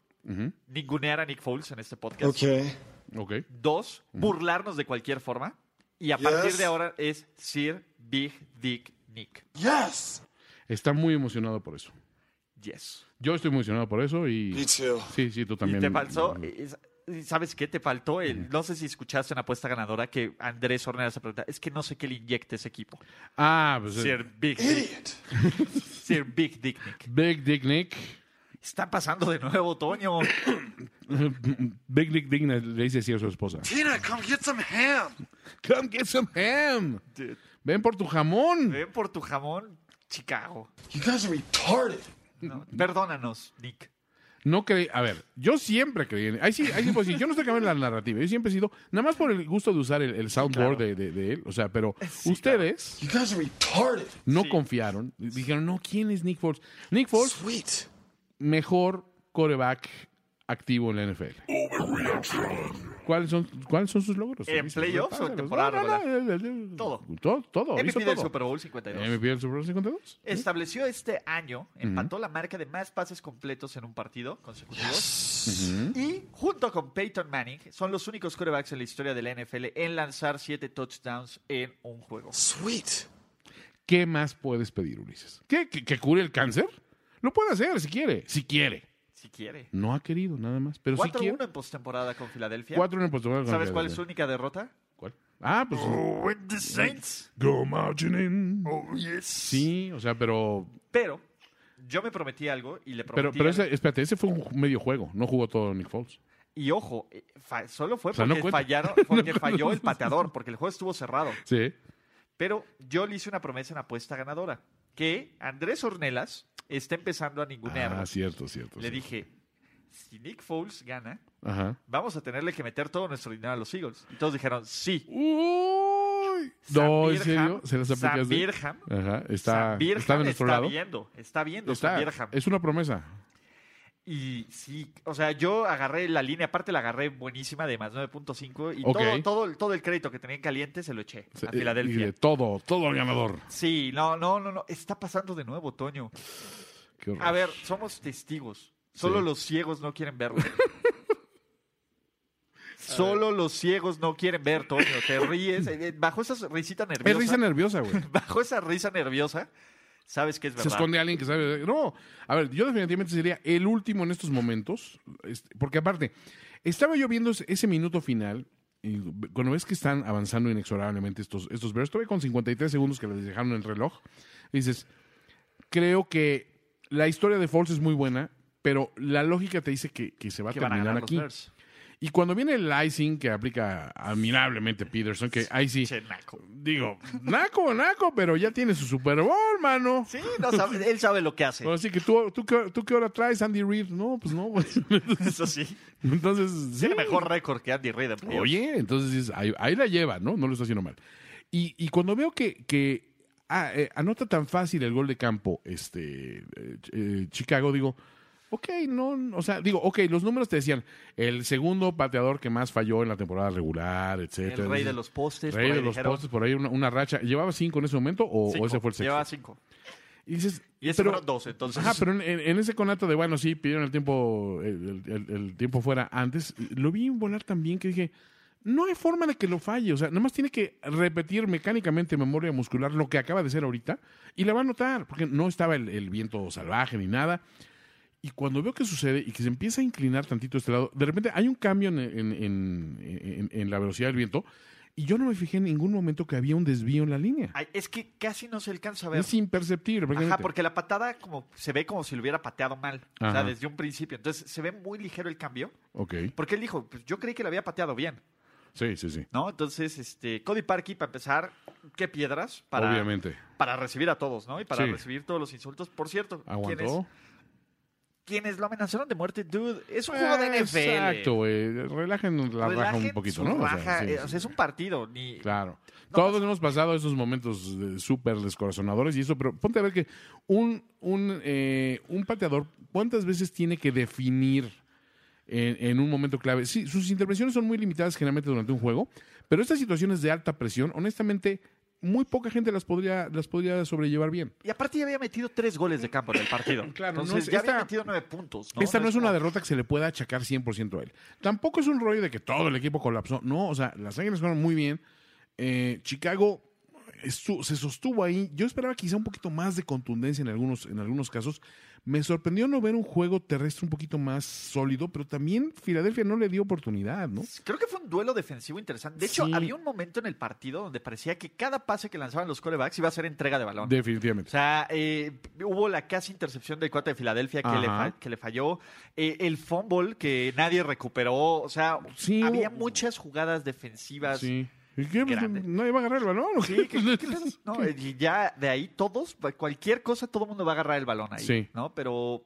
[SPEAKER 1] ningunear a Nick Foles en este podcast.
[SPEAKER 4] Okay.
[SPEAKER 2] Ok.
[SPEAKER 1] Dos, burlarnos de cualquier forma. Y a
[SPEAKER 4] Yes.
[SPEAKER 1] partir de ahora es Sir Big Dick Nick.
[SPEAKER 4] Yes.
[SPEAKER 2] Está muy emocionado por eso.
[SPEAKER 1] Yes.
[SPEAKER 2] Yo estoy emocionado por eso
[SPEAKER 4] Me
[SPEAKER 2] y
[SPEAKER 4] too.
[SPEAKER 2] sí, sí, tú también.
[SPEAKER 1] Y te faltó, eh, es- y ¿sabes qué? Te faltó el, no sé si escuchaste en apuesta ganadora que Andrés Horneras se pregunta, es que no sé qué le inyecta ese equipo.
[SPEAKER 2] Ah, pues eh,
[SPEAKER 1] Sir Big Dick,
[SPEAKER 4] Idiot.
[SPEAKER 1] Sir Big Dick Nick.
[SPEAKER 2] Big Dick Nick.
[SPEAKER 1] Está pasando de nuevo, Toño.
[SPEAKER 2] Big Dick Nick le dice así a su esposa.
[SPEAKER 4] Tina, come get some ham.
[SPEAKER 2] Come get some ham. Ven por tu jamón.
[SPEAKER 1] Ven por tu jamón, Chicago.
[SPEAKER 4] You guys are retarded.
[SPEAKER 1] No,
[SPEAKER 2] Mm-hmm.
[SPEAKER 1] perdónanos, Nick.
[SPEAKER 2] No creí, a ver, yo siempre creí en ahí sí, ahí sí puedo decir, yo no estoy cambiando la narrativa, yo siempre he sido, nada más por el gusto de usar el, el soundboard de, de- de él, o sea, pero ustedes
[SPEAKER 4] You guys are retarded.
[SPEAKER 2] no confiaron, dijeron, no, ¿quién es Nick Foles? Nick Foles,
[SPEAKER 4] Sweet.
[SPEAKER 2] mejor coreback activo en la NFL. cuáles son, cuáles son sus logros.
[SPEAKER 1] ¿En
[SPEAKER 2] Ulises,
[SPEAKER 1] playoffs o en
[SPEAKER 2] repásalos.
[SPEAKER 1] temporada Todo.
[SPEAKER 2] Todo, todo. hizo
[SPEAKER 1] MVP del
[SPEAKER 2] todo.
[SPEAKER 1] Super Bowl 52.
[SPEAKER 2] MVP del Super Bowl 52.
[SPEAKER 1] Estableció este año, empató
[SPEAKER 2] Mm-hmm.
[SPEAKER 1] la marca de más pases completos en un partido consecutivos.
[SPEAKER 2] Mm-hmm.
[SPEAKER 1] Y junto con Peyton Manning, son los únicos quarterbacks en la historia de la NFL en lanzar siete touchdowns en un juego.
[SPEAKER 4] Sweet.
[SPEAKER 2] ¿Qué más puedes pedir, Ulises? ¿Qué, que, que cure el cáncer? Lo puede hacer si quiere, si quiere.
[SPEAKER 1] Si quiere.
[SPEAKER 2] No ha querido nada más, pero si
[SPEAKER 1] 4-1
[SPEAKER 2] quiere.
[SPEAKER 1] en postemporada con Filadelfia.
[SPEAKER 2] Cuatro en el postemporada con
[SPEAKER 1] ¿Sabes cuál es
[SPEAKER 2] Filadelfia.
[SPEAKER 1] su Oh. única derrota?
[SPEAKER 2] ¿Cuál? Ah, pues.
[SPEAKER 1] With the Saints.
[SPEAKER 2] Go marching in.
[SPEAKER 1] Oh,
[SPEAKER 2] Sí, o sea, pero.
[SPEAKER 1] Pero yo me prometí algo y le prometí.
[SPEAKER 2] Pero, pero
[SPEAKER 1] algo.
[SPEAKER 2] ese, espérate, ese fue un ju- medio juego. No jugó todo Nick Foles.
[SPEAKER 1] Y ojo, eh, fa- solo fue
[SPEAKER 2] O sea,
[SPEAKER 1] porque,
[SPEAKER 2] no cuenta.
[SPEAKER 1] fallaron,
[SPEAKER 2] No
[SPEAKER 1] porque
[SPEAKER 2] cuenta.
[SPEAKER 1] falló el pateador, porque el juego estuvo cerrado.
[SPEAKER 2] Sí.
[SPEAKER 1] Pero yo le hice una promesa en apuesta ganadora, que Andrés Ornelas está empezando a ningunear.
[SPEAKER 2] Ah, cierto, cierto.
[SPEAKER 1] le
[SPEAKER 2] cierto.
[SPEAKER 1] dije, si Nick Foles gana,
[SPEAKER 2] Ajá.
[SPEAKER 1] vamos a tenerle que meter todo nuestro dinero a los Eagles. Y todos dijeron, sí.
[SPEAKER 2] Uy.
[SPEAKER 1] Sam
[SPEAKER 2] Uh, No, ¿en
[SPEAKER 1] Birnham-
[SPEAKER 2] serio? ¿Se las
[SPEAKER 1] Sam
[SPEAKER 2] aplicaste?
[SPEAKER 1] Birnham-
[SPEAKER 2] Ajá. Está,
[SPEAKER 1] Sam Birnham
[SPEAKER 2] está de nuestro lado.
[SPEAKER 1] viendo, está viendo Sam Birnham.
[SPEAKER 2] Está, es una promesa.
[SPEAKER 1] Y sí, o sea, yo agarré la línea, aparte la agarré buenísima de más 9.5 y
[SPEAKER 2] Ok.
[SPEAKER 1] todo, todo, el- todo el crédito que tenía en caliente se lo eché
[SPEAKER 2] Se-
[SPEAKER 1] a
[SPEAKER 2] Y
[SPEAKER 1] Filadelfia.
[SPEAKER 2] de todo, todo al ganador.
[SPEAKER 1] Sí, no, no, no, no, está pasando de nuevo, Toño.
[SPEAKER 2] Qué horror.
[SPEAKER 1] A ver, somos testigos. Solo
[SPEAKER 2] Sí.
[SPEAKER 1] los ciegos no quieren verlo. Solo los ciegos no quieren ver, Toño. Te ríes. eh, eh, Bajo esa risita nerviosa.
[SPEAKER 2] Es risa nerviosa, güey.
[SPEAKER 1] Bajo esa risa nerviosa, sabes que es
[SPEAKER 2] Se
[SPEAKER 1] verdad.
[SPEAKER 2] esconde alguien que sabe. No, a ver, yo definitivamente sería el último en estos momentos. este, Porque aparte, estaba yo viendo ese- ese minuto final. Y cuando ves que están avanzando inexorablemente estos, estos Bears, todavía con 53 segundos que les dejaron en el reloj, dices, creo que la historia de Force es muy buena, pero la lógica te dice que, que se va a
[SPEAKER 1] que van a
[SPEAKER 2] terminar
[SPEAKER 1] ganar los
[SPEAKER 2] aquí.
[SPEAKER 1] Bears.
[SPEAKER 2] Y cuando viene el icing que aplica admirablemente Peterson, que ahí sí,
[SPEAKER 1] Che, naco.
[SPEAKER 2] digo, naco, naco, pero ya tiene su Super Bowl, mano.
[SPEAKER 1] Sí, no sabe- él sabe lo que hace.
[SPEAKER 2] Ahora sí que tú, tú, qué- tú qué hora traes, Andy Reid. No, pues no, güey.
[SPEAKER 1] Eso sí.
[SPEAKER 2] Entonces, sí.
[SPEAKER 1] Tiene mejor récord que Andy Reid. en playoffs.
[SPEAKER 2] Oye, entonces dices, ahí, ahí la lleva, ¿no? No lo está haciendo mal. Y, y cuando veo que, que, ah, eh, anota tan fácil el gol de campo, este, eh, eh, Chicago, digo, ok, no, o sea, digo, ok, los números te decían, el segundo pateador que más falló en la temporada regular, etcétera.
[SPEAKER 1] El rey de
[SPEAKER 2] Dices,
[SPEAKER 1] los postes.
[SPEAKER 2] Rey
[SPEAKER 1] por ahí
[SPEAKER 2] de los
[SPEAKER 1] dijeron.
[SPEAKER 2] postes, por ahí una, una racha. ¿Llevaba cinco en ese momento o, o
[SPEAKER 1] Cinco.
[SPEAKER 2] ese fue el sexto?
[SPEAKER 1] Llevaba cinco.
[SPEAKER 2] Y dices,
[SPEAKER 1] Y ese
[SPEAKER 2] pero-
[SPEAKER 1] fueron dos, entonces.
[SPEAKER 2] Ajá, pero en, en- en ese conato de, bueno, sí, pidieron el tiempo, el, el- el- el tiempo fuera antes, lo vi volar tan bien que dije, no hay forma de que lo falle, o sea, nada más tiene que repetir mecánicamente memoria muscular lo que acaba de ser ahorita y la va a notar, porque no estaba el, el viento salvaje ni nada. Y cuando veo que sucede y que se empieza a inclinar tantito este lado, de repente hay un cambio en, en- en- en- en la velocidad del viento y yo no me fijé en ningún momento que había un desvío en la línea.
[SPEAKER 1] Ay, es que casi no se alcanza a ver.
[SPEAKER 2] Es imperceptible.
[SPEAKER 1] Ajá,
[SPEAKER 2] prácticamente.
[SPEAKER 1] porque la patada como se ve como si lo hubiera pateado mal. O sea,
[SPEAKER 2] Ajá.
[SPEAKER 1] desde un principio. Entonces se ve muy ligero el cambio.
[SPEAKER 2] Ok,
[SPEAKER 1] Porque él dijo, pues yo creí que lo había pateado bien,
[SPEAKER 2] sí, sí, sí.
[SPEAKER 1] ¿no? Entonces, este, Cody Parkey, para empezar, qué piedras para,
[SPEAKER 2] Obviamente.
[SPEAKER 1] para recibir a todos, ¿no? Y para
[SPEAKER 2] Sí.
[SPEAKER 1] recibir todos los insultos. Por cierto, quienes,
[SPEAKER 2] Aguantó.
[SPEAKER 1] quienes lo amenazaron de muerte, dude, es un Pues, juego de
[SPEAKER 2] Eh,
[SPEAKER 1] NFL.
[SPEAKER 2] Exacto, güey. Relajen la raja
[SPEAKER 1] Relajen
[SPEAKER 2] un poquito,
[SPEAKER 1] Pues su
[SPEAKER 2] ¿no? O sea,
[SPEAKER 1] raja,
[SPEAKER 2] sí,
[SPEAKER 1] eh,
[SPEAKER 2] sí,
[SPEAKER 1] o sea, es un partido. Ni...
[SPEAKER 2] Claro. Todos hemos pasado esos momentos eh, súper descorazonadores y eso, pero ponte a ver que un, un, eh, un pateador, ¿cuántas veces tiene que definir en, en un momento clave? Sí, sus intervenciones son muy limitadas generalmente durante un juego, pero estas situaciones de alta presión, honestamente, muy poca gente las podría, las podría sobrellevar bien.
[SPEAKER 1] Y aparte ya había metido tres goles de campo en el partido.
[SPEAKER 2] Claro, no
[SPEAKER 1] Entonces
[SPEAKER 2] es-
[SPEAKER 1] ya había
[SPEAKER 2] esta-
[SPEAKER 1] metido nueve puntos.
[SPEAKER 2] Esta no es una
[SPEAKER 1] como-
[SPEAKER 2] derrota que se le pueda achacar 100% a él. Tampoco es un rollo de que todo el equipo colapsó. No, o sea, las Águilas jugaron muy bien. Eh, Chicago estu- se sostuvo ahí. Yo esperaba quizá un poquito más de contundencia en algunos, en algunos casos. Me sorprendió no ver un juego terrestre un poquito más sólido, pero también Filadelfia no le dio oportunidad, ¿no?
[SPEAKER 1] Creo que fue un duelo defensivo interesante. De hecho,
[SPEAKER 2] Sí.
[SPEAKER 1] había un momento en el partido donde parecía que cada pase que lanzaban los corebacks iba a ser entrega de balón. o
[SPEAKER 2] Definitivamente.
[SPEAKER 1] sea, eh, hubo la casi intercepción del cuate de Filadelfia que, le,
[SPEAKER 2] Ajá.
[SPEAKER 1] fa- que le falló. eh, el fumble que nadie recuperó. O sea,
[SPEAKER 2] Sí,
[SPEAKER 1] había
[SPEAKER 2] hubo-
[SPEAKER 1] muchas jugadas defensivas.
[SPEAKER 2] Sí. ¿Y qué?
[SPEAKER 1] Grande.
[SPEAKER 2] ¿Nadie va a agarrar el balón? o qué?
[SPEAKER 1] Sí, ¿qué- qué pedo? No, eh, y ya de ahí todos, pues, cualquier cosa, todo el mundo va a agarrar el balón ahí,
[SPEAKER 2] Sí.
[SPEAKER 1] ¿no? Pero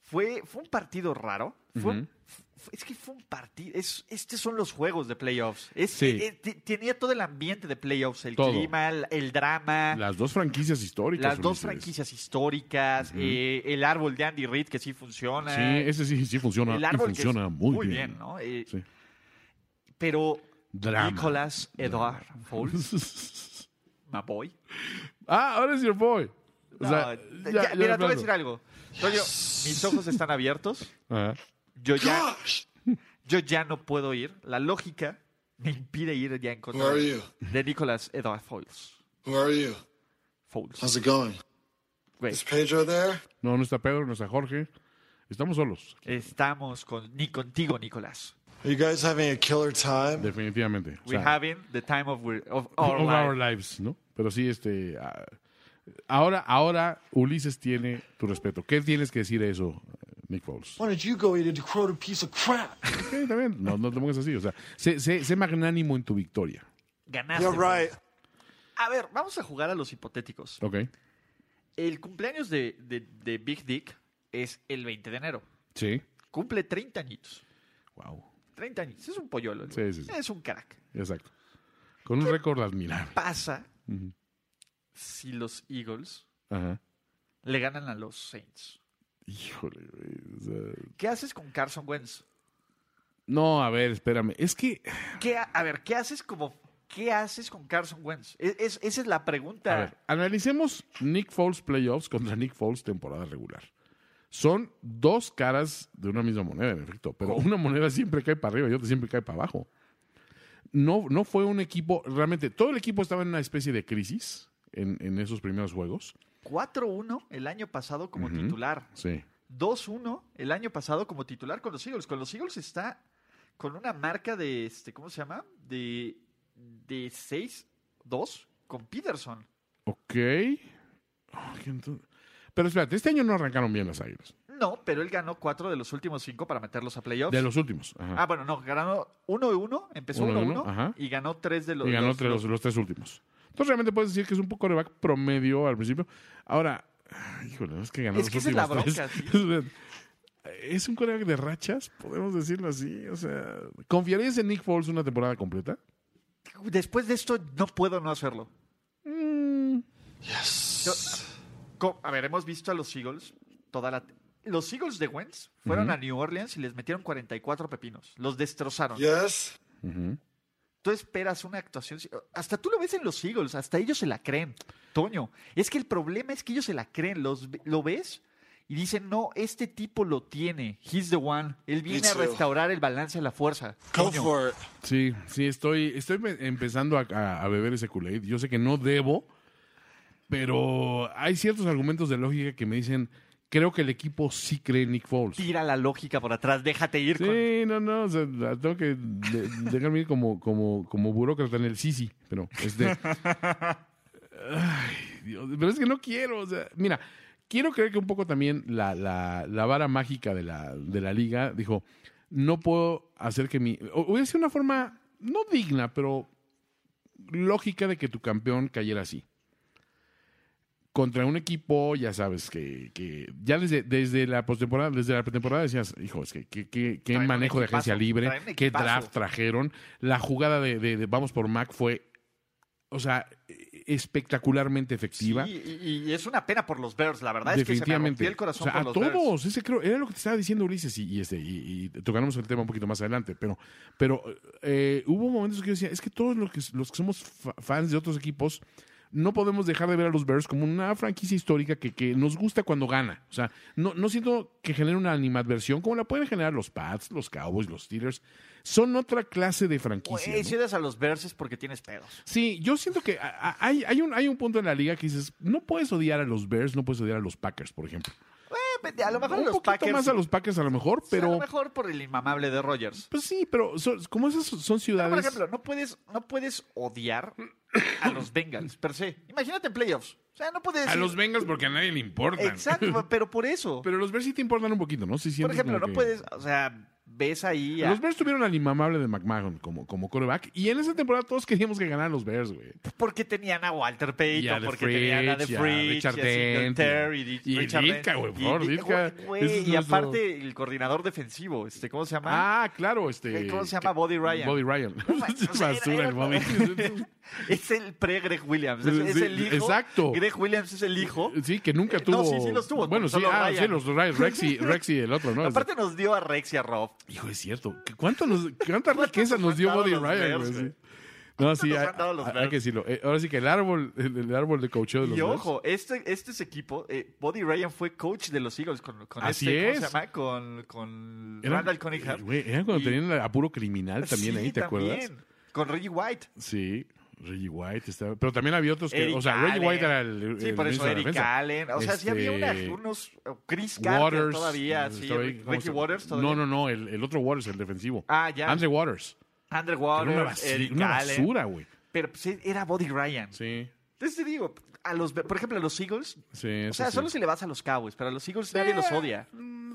[SPEAKER 1] fue, fue un partido raro. Fue un-
[SPEAKER 2] Ujú.
[SPEAKER 1] fu- es que fue un partido. Es, estos son los juegos de playoffs. Es-
[SPEAKER 2] Sí.
[SPEAKER 1] eh, eh, te- tenía todo el ambiente de playoffs, el
[SPEAKER 2] Todo.
[SPEAKER 1] clima, el, el drama.
[SPEAKER 2] Las dos franquicias históricas.
[SPEAKER 1] Las dos
[SPEAKER 2] Ulises.
[SPEAKER 1] franquicias históricas, eh, el árbol de Andy Reid que sí funciona.
[SPEAKER 2] Sí, ese sí, sí funciona.
[SPEAKER 1] eh, el
[SPEAKER 2] Y
[SPEAKER 1] árbol que
[SPEAKER 2] funciona
[SPEAKER 1] es
[SPEAKER 2] muy, bien.
[SPEAKER 1] ¿no? Eh,
[SPEAKER 2] Sí.
[SPEAKER 1] pero
[SPEAKER 2] Drama.
[SPEAKER 1] Nicolas Edouard Foles, my boy.
[SPEAKER 2] ah, ahora es your boy. O
[SPEAKER 1] No,
[SPEAKER 2] sea,
[SPEAKER 1] ya-
[SPEAKER 2] ya- ya
[SPEAKER 1] mira, te
[SPEAKER 2] de
[SPEAKER 1] voy a
[SPEAKER 2] plano.
[SPEAKER 1] decir algo. Toño, mis ojos están abiertos.
[SPEAKER 2] Ajá.
[SPEAKER 1] Yo ya,
[SPEAKER 4] Gosh!
[SPEAKER 1] yo ya no puedo ir. La lógica me impide ir ya en
[SPEAKER 4] Who
[SPEAKER 1] contra
[SPEAKER 4] are
[SPEAKER 1] de
[SPEAKER 4] you?
[SPEAKER 1] Nicolas Edouard Foles.
[SPEAKER 4] Who are you?
[SPEAKER 1] Foles.
[SPEAKER 4] How's it going?
[SPEAKER 1] Güey,
[SPEAKER 4] Is Pedro there?
[SPEAKER 2] No, no está Pedro, no está Jorge. Estamos solos,
[SPEAKER 1] estamos con, ni contigo, Nicolás.
[SPEAKER 4] Are you guys having a killer time?
[SPEAKER 2] definitivamente. O
[SPEAKER 1] We
[SPEAKER 2] sea,
[SPEAKER 1] having the time of, weir- of our
[SPEAKER 2] of
[SPEAKER 1] life.
[SPEAKER 2] our lives, ¿no? Pero sí, este. ah, ahora, ahora Ulises tiene tu respeto. ¿Qué tienes que decir a eso, Nick Foles?
[SPEAKER 4] Why don't you go eat a decrepit piece of crap?
[SPEAKER 2] Ok, está bien. No, no te pongas así. O sea, sé, sé- sé magnánimo en tu victoria.
[SPEAKER 1] Ganaste.
[SPEAKER 4] You're
[SPEAKER 1] güey.
[SPEAKER 4] right.
[SPEAKER 1] A ver, vamos a jugar a los hipotéticos.
[SPEAKER 2] Ok.
[SPEAKER 1] El cumpleaños de, de- de Big Dick es el 20 de enero.
[SPEAKER 2] Sí.
[SPEAKER 1] Cumple 30 añitos.
[SPEAKER 2] Wow.
[SPEAKER 1] 30 añitos. Es un polluelo. el
[SPEAKER 2] Sí,
[SPEAKER 1] güey.
[SPEAKER 2] sí, sí.
[SPEAKER 1] Es un crack.
[SPEAKER 2] Exacto. Con un récord admirable.
[SPEAKER 1] Pasa si los Eagles
[SPEAKER 2] Ajá.
[SPEAKER 1] le ganan a los Saints.
[SPEAKER 2] Híjole, güey. o sea,
[SPEAKER 1] ¿Qué haces con Carson Wentz?
[SPEAKER 2] No, a ver, espérame. Es que.
[SPEAKER 1] ¿Qué ha- a ver, ¿qué haces como qué haces con Carson Wentz? Es- es- esa es la
[SPEAKER 2] A
[SPEAKER 1] pregunta.
[SPEAKER 2] ver, analicemos Nick Foles playoffs contra Nick Foles temporada regular. Son dos caras de una misma moneda, en efecto, pero una moneda siempre cae para arriba y otra siempre cae para abajo. No, no fue un equipo, realmente, todo el equipo estaba en una especie de crisis en, en esos primeros juegos.
[SPEAKER 1] 4-1 el año pasado como titular.
[SPEAKER 2] Sí.
[SPEAKER 1] 2-1 el año pasado como titular con los Eagles. Con los Eagles está con una marca de este, ¿cómo se llama? De, de 6-2 con Peterson.
[SPEAKER 2] Ok. Ah, ¿qué ento- Pero espérate, este año no arrancaron bien las águilas.
[SPEAKER 1] No, pero él ganó 4 de los últimos 5 para meterlos a playoffs.
[SPEAKER 2] De los últimos. ajá.
[SPEAKER 1] Ah, bueno, no, ganó 1-1, empezó
[SPEAKER 2] Uno de
[SPEAKER 1] 1-1
[SPEAKER 2] uno, ajá.
[SPEAKER 1] y ganó 3 de los
[SPEAKER 2] y ganó
[SPEAKER 1] los-
[SPEAKER 2] tres- los,
[SPEAKER 1] los-
[SPEAKER 2] los tres últimos. Entonces realmente puedes decir que es un poco coreback promedio al principio. Ahora, ay, híjole, no es que ganó
[SPEAKER 1] Es
[SPEAKER 2] los
[SPEAKER 1] que esa es la
[SPEAKER 2] últimos
[SPEAKER 1] bronca,
[SPEAKER 2] tres. Es un coreback de rachas, podemos decirlo así. O sea, ¿confiarías en Nick Foles una temporada completa?
[SPEAKER 1] Después de esto no puedo no hacerlo. Yo- Co- a ver, hemos visto a los Eagles toda la. Los Eagles de Wentz fueron a New Orleans y les metieron 44 pepinos. Los destrozaron.
[SPEAKER 4] Yes?
[SPEAKER 1] Tú esperas una actuación. Hasta tú lo ves en los Eagles, hasta ellos se la creen. Toño, es que el problema es que ellos se la creen. Los, ve- lo ves y dicen, no, este tipo lo tiene. He's the one. Él viene a
[SPEAKER 4] too.
[SPEAKER 1] restaurar el balance de la fuerza.
[SPEAKER 4] Go
[SPEAKER 1] Toño,
[SPEAKER 4] for it.
[SPEAKER 2] Sí, sí, estoy, estoy pe- empezando a, a- a beber ese Kool-Aid. Yo sé que no debo, pero hay ciertos argumentos de lógica que me dicen, creo que el equipo sí cree en Nick Foles.
[SPEAKER 1] Tira la lógica por atrás, déjate ir con
[SPEAKER 2] Sí, no, no, o sea, la tengo que de- dejarme ir como, como, como burócrata en el Sisi, pero este... Ay, Dios, pero es que no quiero, o sea, mira, quiero creer que un poco también la, la, la vara mágica de la, de la liga dijo, no puedo hacer que mi... o- Hubiera sido una forma, no digna, pero lógica de que tu campeón cayera así. Contra un equipo, ya sabes, que, que ya desde, desde la postemporada, desde la pretemporada decías, hijo, es que qué- qué- qué
[SPEAKER 1] Traen un
[SPEAKER 2] manejo de agencia
[SPEAKER 1] equipazo,
[SPEAKER 2] libre,
[SPEAKER 1] traen un
[SPEAKER 2] qué
[SPEAKER 1] equipazo.
[SPEAKER 2] draft trajeron. La jugada de, de- de vamos por Mac fue, o sea, espectacularmente efectiva.
[SPEAKER 1] Sí, y, y- y es una pena por los Bears, la verdad es que se me rompió el
[SPEAKER 2] O
[SPEAKER 1] corazón
[SPEAKER 2] sea,
[SPEAKER 1] por
[SPEAKER 2] a
[SPEAKER 1] los Bears.
[SPEAKER 2] todos, ese creo, era lo que te estaba diciendo Ulises y, y este, y, y tocaremos el tema un poquito más adelante, pero, pero eh, hubo momentos que yo decía, es que todos los que, los que somos fa- fans de otros equipos, no podemos dejar de ver a los Bears como una franquicia histórica que, que nos gusta cuando gana. O sea, no, no siento que genere una animadversión como la pueden generar los Pats, los Cowboys, los Steelers. Son otra clase
[SPEAKER 1] Güey,
[SPEAKER 2] de franquicia. ¿no?
[SPEAKER 1] Si eres a los Bears Pues es porque tienes pedos.
[SPEAKER 2] Sí, yo siento que a- a- hay, hay, un, hay un punto en la liga que dices, no puedes odiar a los Bears, no puedes odiar a los Packers, por ejemplo.
[SPEAKER 1] Eh, A lo mejor a
[SPEAKER 2] un
[SPEAKER 1] los
[SPEAKER 2] poquito
[SPEAKER 1] Packers.
[SPEAKER 2] más a los Packers a lo mejor,
[SPEAKER 1] sí, A
[SPEAKER 2] pero
[SPEAKER 1] lo mejor por el inmamable de Rogers.
[SPEAKER 2] pues sí, pero son- como esas son ciudades.
[SPEAKER 1] Por ejemplo, no puedes, no puedes odiar a los Bengals per se. Imagínate en playoffs. O sea, no puedes.
[SPEAKER 2] a
[SPEAKER 1] decir-
[SPEAKER 2] los Bengals porque a nadie le importan.
[SPEAKER 1] Exacto, pero por eso.
[SPEAKER 2] Pero los Bears sí te importan un poquito, ¿no? Sí
[SPEAKER 1] por
[SPEAKER 2] sientes
[SPEAKER 1] ejemplo, no
[SPEAKER 2] como que-
[SPEAKER 1] puedes. O sea, ves ahí. A,
[SPEAKER 2] Los Bears tuvieron al inmamable de McMahon como, como coreback. Y en esa temporada todos queríamos que ganaran los Bears, güey.
[SPEAKER 1] Porque tenían a Walter Payton,
[SPEAKER 2] Y a The
[SPEAKER 1] porque tenían a The
[SPEAKER 2] Fridge, y a
[SPEAKER 1] Fridge,
[SPEAKER 2] Richard
[SPEAKER 1] y a Singletary,
[SPEAKER 2] Dent,
[SPEAKER 1] y,
[SPEAKER 2] y
[SPEAKER 1] Richard
[SPEAKER 2] Ditka,
[SPEAKER 1] Dent,
[SPEAKER 2] güey, por
[SPEAKER 1] y
[SPEAKER 2] favor,
[SPEAKER 1] Di-
[SPEAKER 2] Ditka,
[SPEAKER 1] güey,
[SPEAKER 2] ese es
[SPEAKER 1] y
[SPEAKER 2] nuestro-
[SPEAKER 1] aparte, el coordinador defensivo, este, ¿cómo se llama?
[SPEAKER 2] Ah, claro, este.
[SPEAKER 1] ¿Cómo se llama? Body Ryan.
[SPEAKER 2] Body Ryan.
[SPEAKER 1] No, o sea,
[SPEAKER 2] Basura
[SPEAKER 1] era-
[SPEAKER 2] el Body.
[SPEAKER 1] es el pre-Greg Williams. Es, es
[SPEAKER 2] Sí,
[SPEAKER 1] el hijo.
[SPEAKER 2] exacto.
[SPEAKER 1] Greg Williams es el hijo.
[SPEAKER 2] Sí, que nunca
[SPEAKER 1] Eh,
[SPEAKER 2] tuvo.
[SPEAKER 1] No, sí, sí los tuvo.
[SPEAKER 2] Bueno, sí,
[SPEAKER 1] solo
[SPEAKER 2] ah,
[SPEAKER 1] Ryan.
[SPEAKER 2] sí, los Ryan, Rex y, Rex y el otro, ¿no?
[SPEAKER 1] Aparte nos dio a Rex y a Rob.
[SPEAKER 2] Hijo, es cierto. ¿Qué- ¿Cuánto nos, ¿Cuánta riqueza nos dio
[SPEAKER 1] han
[SPEAKER 2] Buddy
[SPEAKER 1] dado los
[SPEAKER 2] Ryan?
[SPEAKER 1] Bears,
[SPEAKER 2] güey?
[SPEAKER 1] güey?
[SPEAKER 2] Sí. No, sí,
[SPEAKER 1] nos
[SPEAKER 2] hay,
[SPEAKER 1] han dado los
[SPEAKER 2] hay- hay
[SPEAKER 1] Bears?
[SPEAKER 2] que decirlo. Eh, ahora sí que el árbol, el, el árbol de coacheo de los
[SPEAKER 1] Y
[SPEAKER 2] Bears.
[SPEAKER 1] ojo, este, este es equipo. eh, Buddy Ryan fue coach de los Eagles con, con
[SPEAKER 2] Así
[SPEAKER 1] este,
[SPEAKER 2] es.
[SPEAKER 1] ¿cómo se llama? Con, con
[SPEAKER 2] Eran-
[SPEAKER 1] Randall Cunningham.
[SPEAKER 2] eh, güey, eran cuando
[SPEAKER 1] Y- Ah,
[SPEAKER 2] tenían la- apuro criminal también
[SPEAKER 1] Sí,
[SPEAKER 2] ahí, ¿te acuerdas?
[SPEAKER 1] también. Con Reggie White.
[SPEAKER 2] Sí. Reggie White estaba. Pero también había otros que.
[SPEAKER 1] Eric
[SPEAKER 2] o sea, Reggie
[SPEAKER 1] Allen.
[SPEAKER 2] White era el.
[SPEAKER 1] Sí,
[SPEAKER 2] el
[SPEAKER 1] por eso
[SPEAKER 2] ministro de la
[SPEAKER 1] Eric
[SPEAKER 2] defensa.
[SPEAKER 1] Allen. O sea, sí había
[SPEAKER 2] Este,
[SPEAKER 1] una- unos. Chris Carter
[SPEAKER 2] Waters,
[SPEAKER 1] todavía,
[SPEAKER 2] eh,
[SPEAKER 1] sí.
[SPEAKER 2] estaba ahí, ¿cómo
[SPEAKER 1] Ricky
[SPEAKER 2] se-
[SPEAKER 1] Waters todavía.
[SPEAKER 2] No, no, no, el, el otro Waters, el defensivo.
[SPEAKER 1] Ah, ya.
[SPEAKER 2] Andre Waters.
[SPEAKER 1] Andrew
[SPEAKER 2] Que era una,
[SPEAKER 1] Waters,
[SPEAKER 2] basura,
[SPEAKER 1] Eric
[SPEAKER 2] una
[SPEAKER 1] Allen.
[SPEAKER 2] basura, güey.
[SPEAKER 1] Pero pues, era Buddy Ryan.
[SPEAKER 2] Sí,
[SPEAKER 1] Entonces te digo, a los, por ejemplo, a los Eagles.
[SPEAKER 2] sí. Eh.
[SPEAKER 1] O sea, solo si le vas a los Cowboys, pero a los Eagles nadie los odia.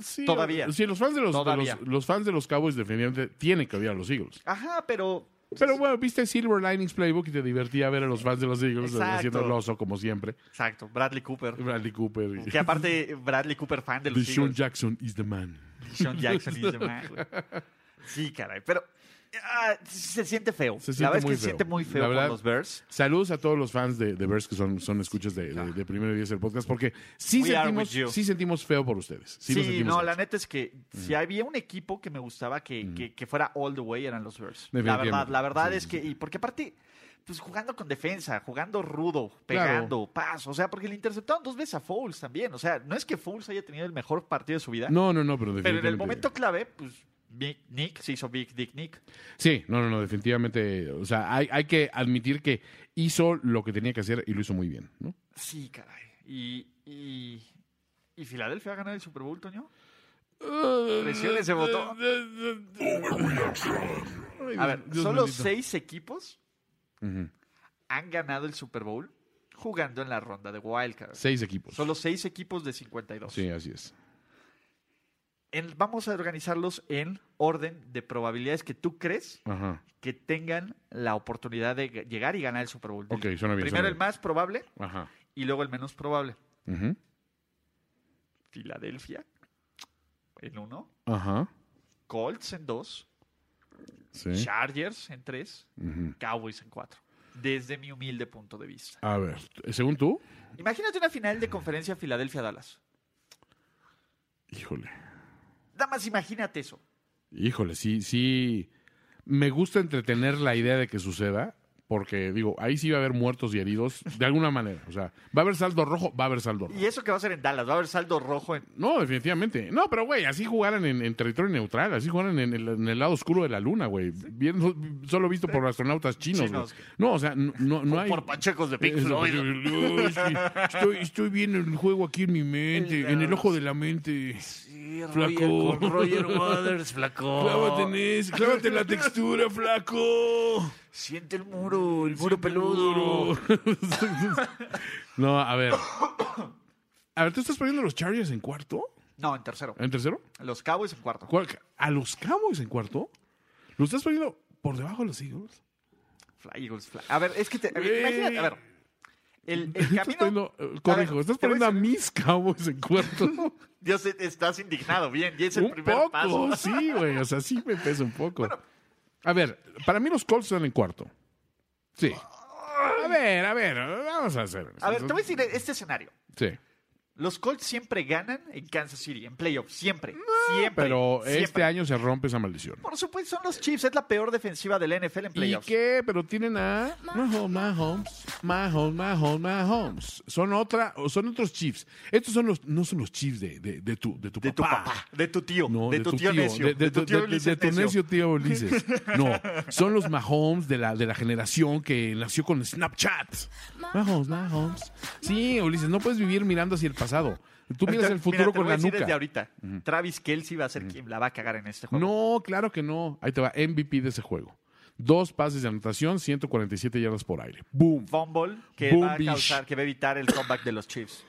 [SPEAKER 2] Sí,
[SPEAKER 1] Todavía.
[SPEAKER 2] Sí, los fans de los, de
[SPEAKER 1] Todavía.
[SPEAKER 2] los, los fans de los Cowboys definitivamente tienen que odiar a los Eagles.
[SPEAKER 1] Ajá, pero.
[SPEAKER 2] Pero bueno, viste Silver Linings Playbook y te divertía ver a los fans de los Eagles
[SPEAKER 1] Exacto.
[SPEAKER 2] haciendo el oso, como siempre.
[SPEAKER 1] Exacto, Bradley Cooper.
[SPEAKER 2] Bradley Cooper y
[SPEAKER 1] Que aparte, Bradley Cooper, fan de los
[SPEAKER 2] Deshaun
[SPEAKER 1] Eagles.
[SPEAKER 2] Jackson is the man.
[SPEAKER 1] Sean Jackson is the man, güey. Sí, caray. Pero ah, se siente feo.
[SPEAKER 2] Se
[SPEAKER 1] la
[SPEAKER 2] siente
[SPEAKER 1] verdad es que
[SPEAKER 2] muy
[SPEAKER 1] se
[SPEAKER 2] feo.
[SPEAKER 1] siente muy feo
[SPEAKER 2] La
[SPEAKER 1] con
[SPEAKER 2] verdad-
[SPEAKER 1] los Bears.
[SPEAKER 2] Saludos a todos los fans de, de Bears que son, son escuchas de, de, de Primero y Diez del podcast, porque sí
[SPEAKER 1] We are
[SPEAKER 2] sentimos,
[SPEAKER 1] with you.
[SPEAKER 2] sí sentimos feo por ustedes. Sí,
[SPEAKER 1] Sí,
[SPEAKER 2] lo sentimos
[SPEAKER 1] no,
[SPEAKER 2] feo.
[SPEAKER 1] la neta es que si había un equipo que me gustaba que, que- que fuera all the way eran los Bears. La verdad,
[SPEAKER 2] Definitivamente.
[SPEAKER 1] la verdad
[SPEAKER 2] Sí,
[SPEAKER 1] es
[SPEAKER 2] sí,
[SPEAKER 1] que, y porque aparte, pues jugando con defensa, jugando rudo, pegando, paso, o sea, porque le interceptaron dos veces a Foles también. O sea, no es que Foles haya tenido el mejor partido de su vida,
[SPEAKER 2] No, no, no, pero definitivamente.
[SPEAKER 1] pero en el momento clave, pues Big Nick se hizo Big Dick Nick.
[SPEAKER 2] Sí, no, no, no, definitivamente. O sea, hay, hay que admitir que hizo lo que tenía que hacer y lo hizo muy bien, ¿no?
[SPEAKER 1] Sí, caray. Y, y, y Filadelfia ha ganado el Super Bowl, Toño. Presione ese botón. A ver, solo seis equipos
[SPEAKER 2] Ujú.
[SPEAKER 1] han ganado el Super Bowl jugando en la ronda de Wildcard.
[SPEAKER 2] Seis equipos.
[SPEAKER 1] Solo seis equipos de 52.
[SPEAKER 2] Sí, así es.
[SPEAKER 1] En- vamos a organizarlos en orden de probabilidades que tú crees
[SPEAKER 2] Ajá.
[SPEAKER 1] que tengan la oportunidad de g- llegar y ganar el Super Bowl.
[SPEAKER 2] Ok, suena bien.
[SPEAKER 1] Primero
[SPEAKER 2] suena
[SPEAKER 1] el
[SPEAKER 2] bien.
[SPEAKER 1] más probable
[SPEAKER 2] Ajá.
[SPEAKER 1] y luego el menos probable.
[SPEAKER 2] Ujú.
[SPEAKER 1] Filadelfia en uno,
[SPEAKER 2] Ajá.
[SPEAKER 1] Colts en dos,
[SPEAKER 2] Sí.
[SPEAKER 1] Chargers en tres,
[SPEAKER 2] Ujú.
[SPEAKER 1] Cowboys en cuatro. Desde mi humilde punto de vista.
[SPEAKER 2] A ver, según tú.
[SPEAKER 1] Imagínate una final de conferencia Filadelfia-Dallas.
[SPEAKER 2] Híjole.
[SPEAKER 1] Nada más imagínate eso.
[SPEAKER 2] Híjole, sí, sí. Me gusta entretener la idea de que suceda, porque digo, ahí sí va a haber muertos y heridos, de alguna manera. O sea, va a haber saldo rojo, va a haber saldo rojo.
[SPEAKER 1] Y eso que va a ser en Dallas, va a haber saldo rojo en...
[SPEAKER 2] No, definitivamente. No, pero güey, así jugaran en, en territorio neutral, así jugaran en el, en el lado oscuro de la luna, güey. Viendo- solo visto por astronautas chinos. güey.
[SPEAKER 1] Chinos.
[SPEAKER 2] No, o sea, no, no, no hay.
[SPEAKER 1] por pachecos de Pink
[SPEAKER 2] Eso,
[SPEAKER 1] Floyd.
[SPEAKER 2] no, es que estoy, estoy viendo el juego aquí en mi mente, en el ojo de la mente.
[SPEAKER 1] ah, Sí,
[SPEAKER 2] Flaco.
[SPEAKER 1] con Roger Waters, flaco.
[SPEAKER 2] Clávate en eso, clávate en la textura, flaco.
[SPEAKER 1] Siente el muro, el muro peludo.
[SPEAKER 2] Duro. no, a ver. A ver, ¿tú estás poniendo los Chargers en cuarto?
[SPEAKER 1] No, en tercero.
[SPEAKER 2] ¿En tercero?
[SPEAKER 1] Los Cowboys en cuarto.
[SPEAKER 2] ¿Cuál- ¿A los Cowboys en cuarto? ¿Lo estás poniendo por debajo de los Eagles?
[SPEAKER 1] Fly, Eagles, fly. A ver, es que te... a ver,
[SPEAKER 2] Güey.
[SPEAKER 1] Imagínate, a ver. El, el
[SPEAKER 2] Estás
[SPEAKER 1] camino...
[SPEAKER 2] poniendo, eh, corrijo,
[SPEAKER 1] A ver,
[SPEAKER 2] estás
[SPEAKER 1] te voy a
[SPEAKER 2] poniendo a
[SPEAKER 1] decir-
[SPEAKER 2] mis Cowboys en cuarto.
[SPEAKER 1] Dios, estás indignado, bien. Y es el
[SPEAKER 2] un
[SPEAKER 1] primer
[SPEAKER 2] poco,
[SPEAKER 1] paso.
[SPEAKER 2] sí, güey. O sea, sí me pesa un poco. a ver, para mí los Colts están en cuarto. Sí. A ver, a ver, vamos a hacer.
[SPEAKER 1] A ver, te voy a decir este escenario.
[SPEAKER 2] Sí.
[SPEAKER 1] Los Colts siempre ganan en Kansas City, en playoffs, siempre. siempre.
[SPEAKER 2] Pero este
[SPEAKER 1] siempre.
[SPEAKER 2] año se rompe esa maldición.
[SPEAKER 1] Por supuesto, son los Chiefs, es la peor defensiva del NFL en
[SPEAKER 2] ¿Y
[SPEAKER 1] playoffs.
[SPEAKER 2] qué? Pero tienen a Mahomes, Mahomes, Mahomes, Mahomes, Mahomes. Son otra, o son otros Chiefs. Estos son los, no son los Chiefs de, de, de tu, de tu
[SPEAKER 1] De tu
[SPEAKER 2] papá.
[SPEAKER 1] papá, de tu tío,
[SPEAKER 2] No,
[SPEAKER 1] de, tu tío, necio,
[SPEAKER 2] de, de tu- de- de-
[SPEAKER 1] Ulises
[SPEAKER 2] de tu necio tío Ulises. No, son los Mahomes de la, de la generación que nació con Snapchat. Mahomes, Mahomes. Sí, Ulises, no puedes vivir mirando hacia el pasado. Tú miras el
[SPEAKER 1] Mira,
[SPEAKER 2] futuro
[SPEAKER 1] te
[SPEAKER 2] con
[SPEAKER 1] voy a
[SPEAKER 2] la
[SPEAKER 1] decir desde
[SPEAKER 2] nuca.
[SPEAKER 1] ahorita, Travis Kelsey va a ser quien la va a cagar en este juego.
[SPEAKER 2] No, claro que no. Ahí te va, MVP de ese juego. Dos pases de anotación, 147 yardas por aire. ¡Boom!
[SPEAKER 1] Fumble que
[SPEAKER 2] Boom,
[SPEAKER 1] va a
[SPEAKER 2] bish.
[SPEAKER 1] causar, que va a evitar el comeback de los Chiefs.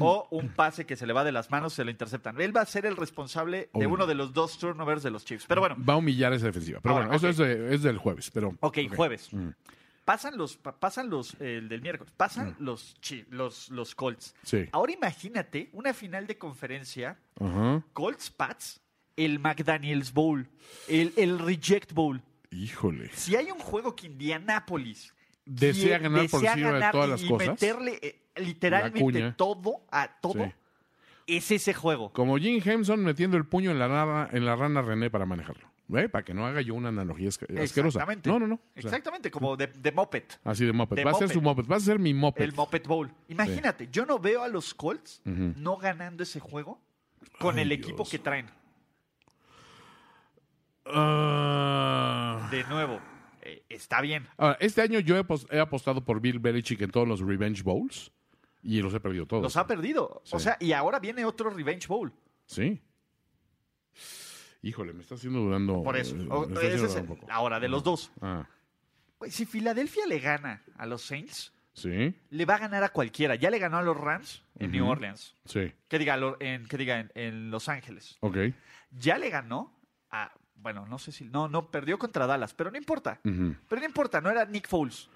[SPEAKER 1] o un pase que se le va de las manos, se lo interceptan. Él va a ser el responsable de
[SPEAKER 2] Oh.
[SPEAKER 1] uno de los dos turnovers de los Chiefs. Pero bueno,
[SPEAKER 2] Va a humillar esa defensiva. Pero
[SPEAKER 1] Ahora,
[SPEAKER 2] bueno, eso
[SPEAKER 1] ok.
[SPEAKER 2] es, de- es del jueves. Pero,
[SPEAKER 1] Ok, jueves.
[SPEAKER 2] Mm.
[SPEAKER 1] Pasan los, pa- pasan los, eh, el del miércoles, pasan los, chi- los, los Colts.
[SPEAKER 2] Mm. Sí.
[SPEAKER 1] Ahora imagínate una final de conferencia,
[SPEAKER 2] Ajá.
[SPEAKER 1] Colts-Pats, el McDaniels Bowl, el, el Reject Bowl.
[SPEAKER 2] Híjole.
[SPEAKER 1] Si hay un juego que Indianápolis
[SPEAKER 2] Desea
[SPEAKER 1] quie-
[SPEAKER 2] ganar por
[SPEAKER 1] desea
[SPEAKER 2] encima de
[SPEAKER 1] ganar
[SPEAKER 2] todas
[SPEAKER 1] y-
[SPEAKER 2] las
[SPEAKER 1] y
[SPEAKER 2] cosas.
[SPEAKER 1] meterle eh,
[SPEAKER 2] La
[SPEAKER 1] literalmente
[SPEAKER 2] cuña.
[SPEAKER 1] todo a todo,
[SPEAKER 2] Sí.
[SPEAKER 1] es ese juego.
[SPEAKER 2] Como Jim Henson metiendo el puño en la rana, en la rana René para manejarlo. ¿Ve? Para que no haga yo una analogía asque- asquerosa.
[SPEAKER 1] Exactamente.
[SPEAKER 2] No, no, no. O sea, mm.
[SPEAKER 1] Exactamente, como de, de Moped.
[SPEAKER 2] Así de Muppet.
[SPEAKER 1] De
[SPEAKER 2] va a ser su Muppet. Va a ser mi Muppet.
[SPEAKER 1] El Muppet Bowl. Imagínate, yo no veo a los Colts no ganando ese juego con
[SPEAKER 2] Ay,
[SPEAKER 1] el equipo
[SPEAKER 2] Dios.
[SPEAKER 1] que traen.
[SPEAKER 2] Ah.
[SPEAKER 1] De nuevo, eh, está bien.
[SPEAKER 2] Ahora, este año yo he, pos- he apostado por Bill Belichick en todos los Revenge Bowls y los he perdido todos.
[SPEAKER 1] Los ha perdido. O
[SPEAKER 2] Sí.
[SPEAKER 1] sea, y ahora viene otro Revenge Bowl.
[SPEAKER 2] Sí. Híjole, me está haciendo dudando.
[SPEAKER 1] Por eso.
[SPEAKER 2] eh, me
[SPEAKER 1] O-
[SPEAKER 2] está
[SPEAKER 1] ese
[SPEAKER 2] haciendo
[SPEAKER 1] es
[SPEAKER 2] dudar
[SPEAKER 1] el-
[SPEAKER 2] un poco.
[SPEAKER 1] ahora, de los dos.
[SPEAKER 2] Ah,
[SPEAKER 1] Güey, si Filadelfia le gana a los Saints,
[SPEAKER 2] sí,
[SPEAKER 1] le va a ganar a cualquiera. Ya le ganó a los Rams en New Orleans.
[SPEAKER 2] sí.
[SPEAKER 1] Que diga, lo- en, que diga en, en Los Ángeles.
[SPEAKER 2] Ok.
[SPEAKER 1] Ya le ganó a. Bueno, no sé si. No, no, perdió contra Dallas, pero no importa.
[SPEAKER 2] Ujú.
[SPEAKER 1] Pero no importa, no era Nick Foles.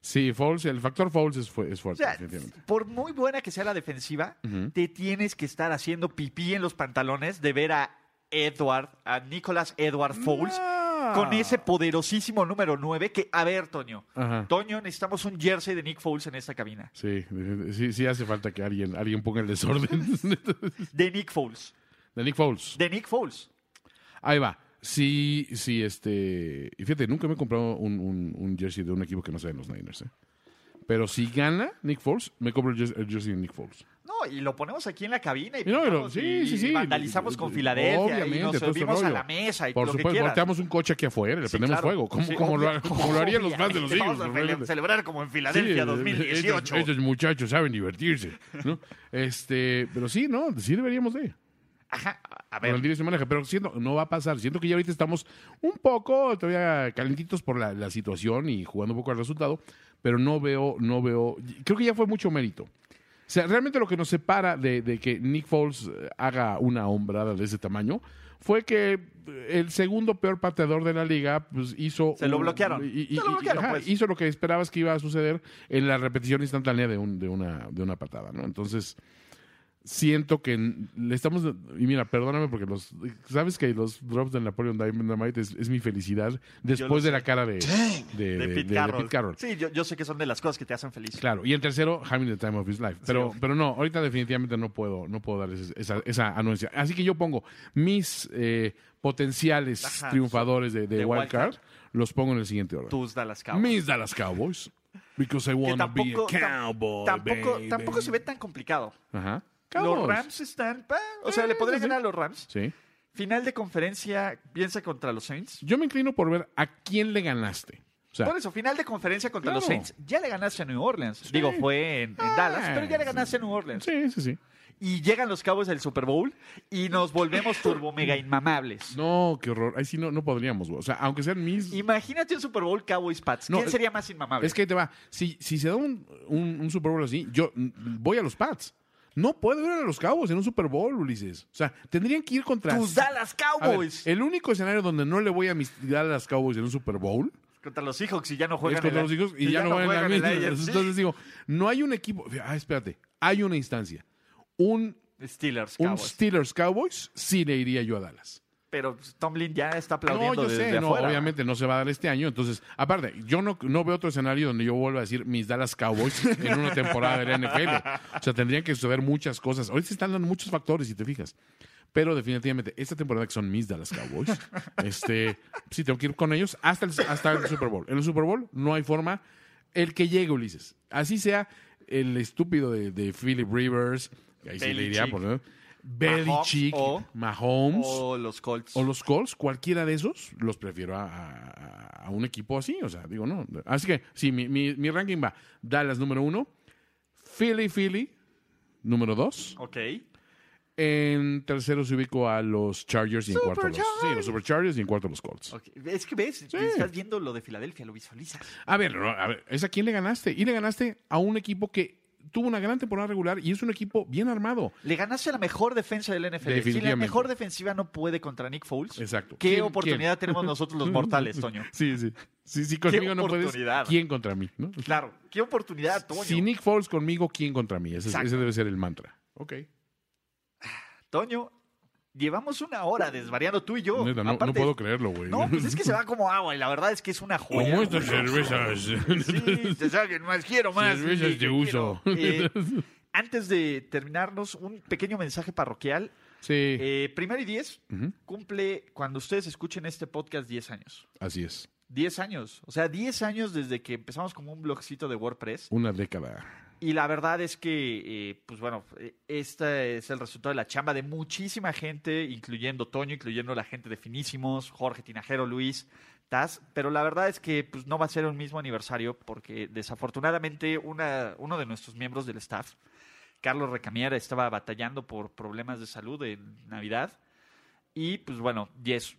[SPEAKER 2] Sí, Fouls, el factor Fouls es, fu- es
[SPEAKER 1] O
[SPEAKER 2] fuerte,
[SPEAKER 1] sea,
[SPEAKER 2] pues, definitivamente.
[SPEAKER 1] por muy buena que sea la defensiva,
[SPEAKER 2] Ujú.
[SPEAKER 1] te tienes que estar haciendo pipí en los pantalones de ver a Edward, a Nicolas Edward Foles,
[SPEAKER 2] No.
[SPEAKER 1] con ese poderosísimo número 9 que, a ver, Toño.
[SPEAKER 2] Ajá.
[SPEAKER 1] Toño, necesitamos un jersey de Nick Foles en esta cabina.
[SPEAKER 2] Sí, de- sí, sí hace falta que alguien, alguien ponga el desorden.
[SPEAKER 1] De Nick Foles.
[SPEAKER 2] De Nick Fouls.
[SPEAKER 1] De Nick Foles.
[SPEAKER 2] Ahí va. Sí, sí, este. Y fíjate, nunca me he comprado un, un- un jersey de un equipo que no sea de los Niners, ¿eh? Pero si gana Nick Foles, me compro el jer- el jersey de Nick Foles.
[SPEAKER 1] No, y lo ponemos aquí en la cabina y,
[SPEAKER 2] Y no, pero-
[SPEAKER 1] pintamos
[SPEAKER 2] sí,
[SPEAKER 1] y-
[SPEAKER 2] sí, sí.
[SPEAKER 1] y vandalizamos con Filadelfia y nos
[SPEAKER 2] Obviamente, todo este
[SPEAKER 1] subimos a
[SPEAKER 2] rollo.
[SPEAKER 1] la mesa y
[SPEAKER 2] Por
[SPEAKER 1] lo
[SPEAKER 2] supuesto,
[SPEAKER 1] que quieras.
[SPEAKER 2] volteamos un coche aquí afuera y le
[SPEAKER 1] Sí,
[SPEAKER 2] prendemos
[SPEAKER 1] claro.
[SPEAKER 2] fuego. Como,
[SPEAKER 1] Sí,
[SPEAKER 2] como lo,
[SPEAKER 1] obvia-
[SPEAKER 2] como lo harían los fans de los
[SPEAKER 1] obviamente,
[SPEAKER 2] Eagles.
[SPEAKER 1] Vamos a
[SPEAKER 2] realmente.
[SPEAKER 1] cele- celebrar como en
[SPEAKER 2] Sí,
[SPEAKER 1] Filadelfia
[SPEAKER 2] eh,
[SPEAKER 1] 2018.
[SPEAKER 2] Estos, estos muchachos saben divertirse, ¿no? este, pero sí, no, sí deberíamos de.
[SPEAKER 1] Ajá, a
[SPEAKER 2] Con el
[SPEAKER 1] ver.
[SPEAKER 2] dinero se maneja, pero siento, no va a pasar. Siento que ya ahorita estamos un poco todavía calentitos por la, la situación y jugando un poco al resultado, pero no veo, no veo. Creo que ya fue mucho mérito. O sea, realmente lo que nos separa de, de que Nick Foles eh, haga una hombrada de ese tamaño fue que eh, el segundo peor pateador de la liga pues, hizo.
[SPEAKER 1] Se lo bloquearon. Se lo bloquearon, pues.
[SPEAKER 2] Hizo lo que esperabas que iba a suceder en la repetición instantánea de, un- de, una, de una patada, ¿no? Entonces siento que n- le estamos. Y mira, perdóname porque los. Sabes que los drops de Napoleon Dynamite es, es mi felicidad después de
[SPEAKER 1] sé.
[SPEAKER 2] la cara de,
[SPEAKER 1] De
[SPEAKER 2] de, de-
[SPEAKER 1] Pete
[SPEAKER 2] de- de
[SPEAKER 1] Carroll.
[SPEAKER 2] Pete Carroll.
[SPEAKER 1] Sí, yo, yo sé que son de las cosas que te hacen feliz.
[SPEAKER 2] Claro, y el tercero, Having the Time of His Life. Pero,
[SPEAKER 1] obvio.
[SPEAKER 2] pero no, ahorita definitivamente no puedo, no puedo dar ese- esa, esa anuencia. Así que yo pongo mis eh, potenciales
[SPEAKER 1] Ajá,
[SPEAKER 2] triunfadores de, de
[SPEAKER 1] de
[SPEAKER 2] Wild
[SPEAKER 1] wild
[SPEAKER 2] Card,
[SPEAKER 1] card.
[SPEAKER 2] los pongo en el siguiente orden.
[SPEAKER 1] Tus Dallas Cowboys.
[SPEAKER 2] Mis Dallas Cowboys, because I
[SPEAKER 1] Que
[SPEAKER 2] wanna
[SPEAKER 1] tampoco,
[SPEAKER 2] be a
[SPEAKER 1] tam-
[SPEAKER 2] cowboy,
[SPEAKER 1] tampoco,
[SPEAKER 2] baby.
[SPEAKER 1] tampoco se ve tan complicado.
[SPEAKER 2] Ajá.
[SPEAKER 1] Los
[SPEAKER 2] Cowboys.
[SPEAKER 1] Rams están. pa, o sea, le
[SPEAKER 2] Eh,
[SPEAKER 1] podrían
[SPEAKER 2] sí.
[SPEAKER 1] ganar a los Rams.
[SPEAKER 2] Sí.
[SPEAKER 1] Final de conferencia, piensa contra los Saints.
[SPEAKER 2] Yo me inclino por ver a quién le ganaste. O sea,
[SPEAKER 1] Por eso, final de conferencia contra los
[SPEAKER 2] Claro.
[SPEAKER 1] Saints. Ya le ganaste a New Orleans. Digo, fue en, en Dallas, pero ya le ganaste a New Orleans.
[SPEAKER 2] sí, sí, sí.
[SPEAKER 1] Y llegan los Cowboys del Super Bowl y nos volvemos turbo mega inmamables.
[SPEAKER 2] No, qué horror. Ahí sí no, no podríamos, güey. O sea, aunque sean mis.
[SPEAKER 1] Imagínate un Super Bowl Cowboys Pats.
[SPEAKER 2] No,
[SPEAKER 1] ¿Quién
[SPEAKER 2] es-
[SPEAKER 1] sería más inmamable?
[SPEAKER 2] Es que ahí te va. Si, si se da un, un- un Super Bowl así, yo mm, voy a los Pats. No puedo ir a los Cowboys en un Super Bowl, Ulises. O sea, tendrían que ir contra.
[SPEAKER 1] tus Dallas
[SPEAKER 2] A ver,
[SPEAKER 1] Cowboys.
[SPEAKER 2] el único escenario donde no le voy a mis Dallas Cowboys en un Super Bowl
[SPEAKER 1] Contra los Seahawks y ya no
[SPEAKER 2] es
[SPEAKER 1] juegan.
[SPEAKER 2] contra
[SPEAKER 1] en
[SPEAKER 2] los
[SPEAKER 1] la-
[SPEAKER 2] hijos y, ya, no van a la
[SPEAKER 1] juegan en
[SPEAKER 2] misma.
[SPEAKER 1] la AFC.
[SPEAKER 2] Entonces digo, no hay un equipo. Ah, espérate. Hay una instancia. Un,
[SPEAKER 1] Steelers,
[SPEAKER 2] un
[SPEAKER 1] Cowboys.
[SPEAKER 2] Steelers Cowboys sí le iría yo a Dallas.
[SPEAKER 1] Pero Tomlin ya está aplaudiendo
[SPEAKER 2] No, yo
[SPEAKER 1] desde
[SPEAKER 2] sé, no,
[SPEAKER 1] afuera.
[SPEAKER 2] obviamente no se va a dar este año. Entonces, aparte, yo no, no veo otro escenario donde yo vuelva a decir mis Dallas Cowboys en una temporada de la NFL. O sea, tendrían que suceder muchas cosas. Ahorita se están dando muchos factores, si te fijas. Pero definitivamente, esta temporada que son mis Dallas Cowboys, este, sí, tengo que ir con ellos hasta el, hasta el Super Bowl. En el Super Bowl no hay forma. El que llegue, Ulises. Así sea el estúpido de, de Philip Rivers. que Ahí sí le iría
[SPEAKER 1] Belichick.
[SPEAKER 2] por... Belichick,
[SPEAKER 1] o-
[SPEAKER 2] Mahomes.
[SPEAKER 1] O los Colts.
[SPEAKER 2] O los Colts, cualquiera de esos, los prefiero a, a- a un equipo así. O sea, digo, no. Así que, sí, mi, mi- mi ranking va. Dallas número uno. Philly, Philly, número dos.
[SPEAKER 1] Ok.
[SPEAKER 2] En tercero se ubico a los Chargers y en cuarto los... Sí, los Superchargers y en cuarto los Colts.
[SPEAKER 1] ok. Es que ves, estás viendo lo de Filadelfia, lo visualizas.
[SPEAKER 2] A ver, no, a ver, ¿es a quién le ganaste? Y le ganaste a un equipo que tuvo una gran temporada regular y es un equipo bien armado.
[SPEAKER 1] Le ganaste a la mejor defensa del NFL. Si la
[SPEAKER 2] Definitivamente.
[SPEAKER 1] mejor defensiva no puede contra Nick Foles,
[SPEAKER 2] Exacto.
[SPEAKER 1] ¿qué
[SPEAKER 2] ¿Quién-
[SPEAKER 1] oportunidad
[SPEAKER 2] quién?
[SPEAKER 1] tenemos nosotros los mortales, Toño?
[SPEAKER 2] Sí, sí. Sí, sí, conmigo no puedes.
[SPEAKER 1] oportunidad.
[SPEAKER 2] ¿Quién contra mí? ¿no?
[SPEAKER 1] Claro, ¿qué oportunidad, Toño?
[SPEAKER 2] Si Nick Foles conmigo, ¿quién contra mí? Ese, es-
[SPEAKER 1] Exacto.
[SPEAKER 2] ese debe ser el mantra. Ok.
[SPEAKER 1] Toño, Llevamos una hora desvariando tú y yo.
[SPEAKER 2] Neta, no, no
[SPEAKER 1] Aparte-
[SPEAKER 2] puedo creerlo, güey.
[SPEAKER 1] No, pues es que se va como agua y la verdad es que es una joya.
[SPEAKER 2] Como estas cervezas.
[SPEAKER 1] Sí, te saquen más, quiero más.
[SPEAKER 2] Cervezas
[SPEAKER 1] sí,
[SPEAKER 2] de uso.
[SPEAKER 1] quiero. Eh, antes de terminarnos, un pequeño mensaje parroquial.
[SPEAKER 2] Sí,
[SPEAKER 1] Eh, primero y diez cumple, cuando ustedes escuchen este podcast, 10 años.
[SPEAKER 2] así es.
[SPEAKER 1] 10 años. O sea, 10 años desde que empezamos como un blogcito de WordPress.
[SPEAKER 2] Una década.
[SPEAKER 1] Y la verdad es que, eh, pues bueno, eh, este es el resultado de la chamba de muchísima gente, incluyendo Toño, incluyendo la gente de Finísimos, Jorge Tinajero, Luis, Taz. Pero la verdad es que pues, no va a ser un mismo aniversario porque desafortunadamente una- uno de nuestros miembros del staff, Carlos Recamiera, estaba batallando por problemas de salud en Navidad. Y pues bueno, Jess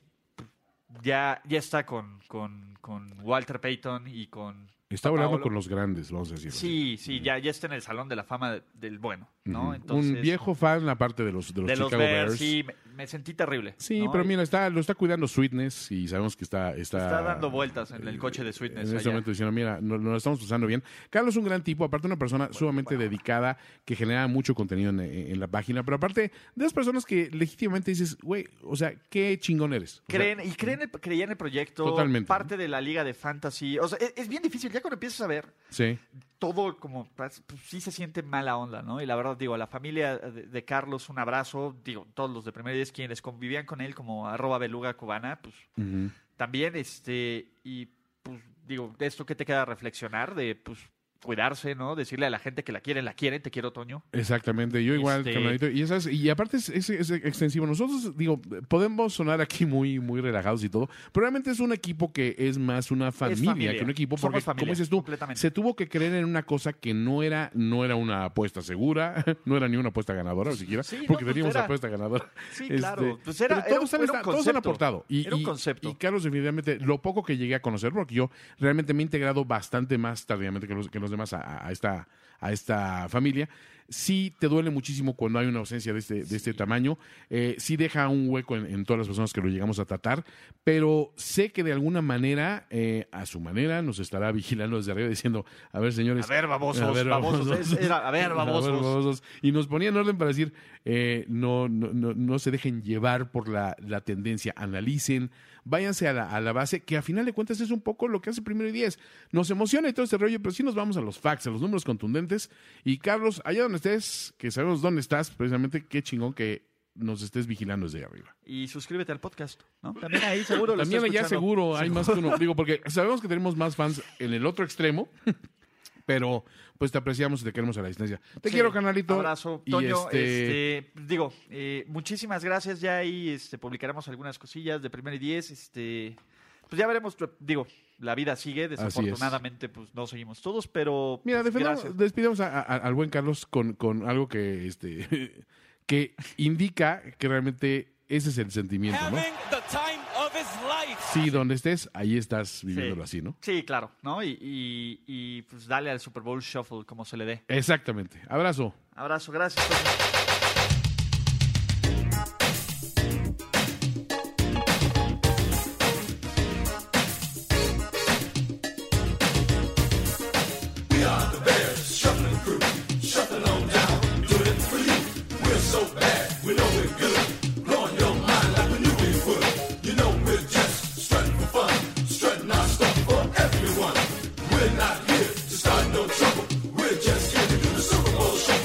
[SPEAKER 1] ya, ya está con, con, con Walter Payton y con
[SPEAKER 2] Está hablando
[SPEAKER 1] Paolo.
[SPEAKER 2] con los grandes, vamos a decir.
[SPEAKER 1] Sí, sí, ya, ya está en el Salón de la Fama de- del Bueno, ¿no?
[SPEAKER 2] un viejo fan, aparte de los, de los
[SPEAKER 1] de los
[SPEAKER 2] Chicago
[SPEAKER 1] Bears,
[SPEAKER 2] Bears.
[SPEAKER 1] sí, me, me sentí terrible.
[SPEAKER 2] Sí,
[SPEAKER 1] ¿no?
[SPEAKER 2] pero
[SPEAKER 1] Y
[SPEAKER 2] mira, está, lo está cuidando Sweetness y sabemos que está... Está,
[SPEAKER 1] Está dando vueltas en el coche de Sweetness.
[SPEAKER 2] eh, En ese
[SPEAKER 1] allá.
[SPEAKER 2] momento diciendo, mira, no, no lo estamos usando bien. Carlos es un gran tipo, aparte una persona sumamente dedicada, que genera mucho contenido en, en la página, pero aparte de las personas que legítimamente dices, güey, o sea, qué chingón eres. O sea,
[SPEAKER 1] Creen, y creen el- creía en el proyecto,
[SPEAKER 2] Totalmente.
[SPEAKER 1] parte de la liga de fantasy. O sea, es, es bien difícil, ya cuando empiezas a ver
[SPEAKER 2] sí,
[SPEAKER 1] todo como, pues, pues, sí se siente mala onda, ¿no? Y la verdad, digo, a la familia de, de Carlos, un abrazo, digo, todos los de primer 10 quienes convivían con él como arroba beluga cubana, pues
[SPEAKER 2] ujú,
[SPEAKER 1] también, este, y pues digo, de esto que te queda reflexionar, de pues cuidarse, ¿no? Decirle a la gente que la quieren, la quieren, te quiero, Toño.
[SPEAKER 2] exactamente. Yo igual,
[SPEAKER 1] Este-
[SPEAKER 2] carnalito. Y, esas, y aparte es, es- es extensivo. Nosotros, digo, podemos sonar aquí muy, muy relajados y todo, pero realmente es un equipo que es más una familia,
[SPEAKER 1] familia.
[SPEAKER 2] que un equipo,
[SPEAKER 1] Somos
[SPEAKER 2] porque,
[SPEAKER 1] familia,
[SPEAKER 2] como dices tú,
[SPEAKER 1] completamente.
[SPEAKER 2] se tuvo que creer en una cosa que no era, no era una apuesta segura, no era ni una apuesta ganadora, ni siquiera,
[SPEAKER 1] Sí, no,
[SPEAKER 2] porque
[SPEAKER 1] pues
[SPEAKER 2] teníamos
[SPEAKER 1] era-
[SPEAKER 2] apuesta ganadora. Este,
[SPEAKER 1] Sí, claro. Pues era-
[SPEAKER 2] pero
[SPEAKER 1] era
[SPEAKER 2] todos,
[SPEAKER 1] un-
[SPEAKER 2] han,
[SPEAKER 1] era un
[SPEAKER 2] esta- todos han
[SPEAKER 1] concepto.
[SPEAKER 2] aportado. Y,
[SPEAKER 1] Era un
[SPEAKER 2] y-
[SPEAKER 1] concepto.
[SPEAKER 2] Y, Carlos, definitivamente, lo poco que llegué a conocer, porque yo realmente me he integrado bastante más tardíamente que los, que los demás a, a esta, a esta familia, sí te duele muchísimo cuando hay una ausencia de este, de este tamaño. eh, sí deja un hueco en, en todas las personas que lo llegamos a tratar, pero sé que de alguna manera, eh, a su manera, nos estará vigilando desde arriba diciendo, a ver, señores.
[SPEAKER 1] A ver, babosos, babosos, es- era, a ver, babosos.
[SPEAKER 2] Y nos ponía en orden para decir, eh, no, no, no, no se dejen llevar por la, la tendencia, analicen, váyanse a la, a la base, que a final de cuentas es un poco lo que hace primero y diez. Nos emociona y todo este rollo, pero sí nos vamos a los facts, a los números contundentes. Y Carlos, allá donde estés, que sabemos dónde estás, precisamente qué chingón que nos estés vigilando desde arriba.
[SPEAKER 1] Y suscríbete al podcast, ¿no? También ahí seguro lo
[SPEAKER 2] También
[SPEAKER 1] está
[SPEAKER 2] allá
[SPEAKER 1] escuchando.
[SPEAKER 2] seguro hay más que uno. Digo, porque sabemos que tenemos más fans en el otro extremo. Pero, pues te apreciamos y te queremos a la distancia. Te
[SPEAKER 1] Sí.
[SPEAKER 2] quiero, canalito.
[SPEAKER 1] Abrazo,
[SPEAKER 2] Y
[SPEAKER 1] Toño. Este... digo, eh, muchísimas gracias. Ya ahí este, publicaremos algunas cosillas de primer y diez. Este, pues ya veremos. Digo, la vida sigue.
[SPEAKER 2] es.
[SPEAKER 1] Desafortunadamente, pues no seguimos todos, pero.
[SPEAKER 2] Mira,
[SPEAKER 1] pues,
[SPEAKER 2] defendamos-
[SPEAKER 1] gracias.
[SPEAKER 2] despidamos a- a- al buen Carlos con, con algo que, este, que indica que realmente ese es el sentimiento, ¿no?
[SPEAKER 5] having the time of his life.
[SPEAKER 2] Sí, donde estés, ahí estás viviéndolo así, ¿no?
[SPEAKER 1] Sí, claro, ¿no? Y, y- y, pues dale al Super Bowl Shuffle como se le dé.
[SPEAKER 2] Exactamente. Abrazo.
[SPEAKER 1] Abrazo, gracias. Toño.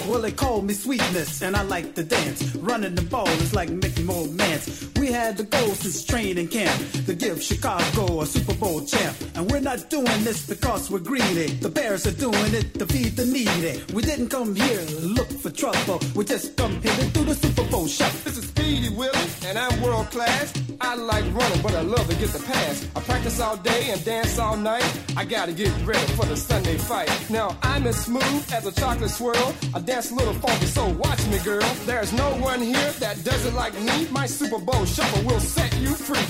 [SPEAKER 6] Well, they call me sweetness, and I like to dance. Running the ball is like making more mans. We had the goal since training camp to give Chicago a Super Bowl champ. And we're not doing this because we're greedy. The Bears are doing it to feed the needy. We didn't come here to look for trouble. We just come here to do the Super Bowl shuffle.
[SPEAKER 7] This is Speedy Willie, and I'm world class. I like running, but I love to get the pass. I practice all day and dance all night. I gotta get ready for the Sunday fight. Now I'm as smooth as a chocolate swirl. I dance a little funky, so watch me, girl. There's no one here that does it like me. My Super Bowl shuffle will set you free.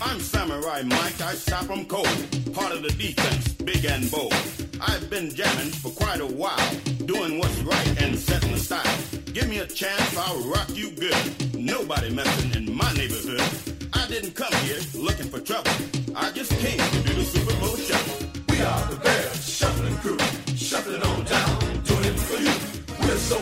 [SPEAKER 8] I'm Samurai Mike, I stop 'em cold. Part of the defense, big and bold. I've been jamming for quite a while, doing what's right and setting the style. Give me a chance, I'll rock you good. Nobody messing in my neighborhood. I didn't come here looking for trouble. I just came to do the Super Bowl shuffle. We are the Bears Shuffling Crew, shuffling on down, doing it for you. We're so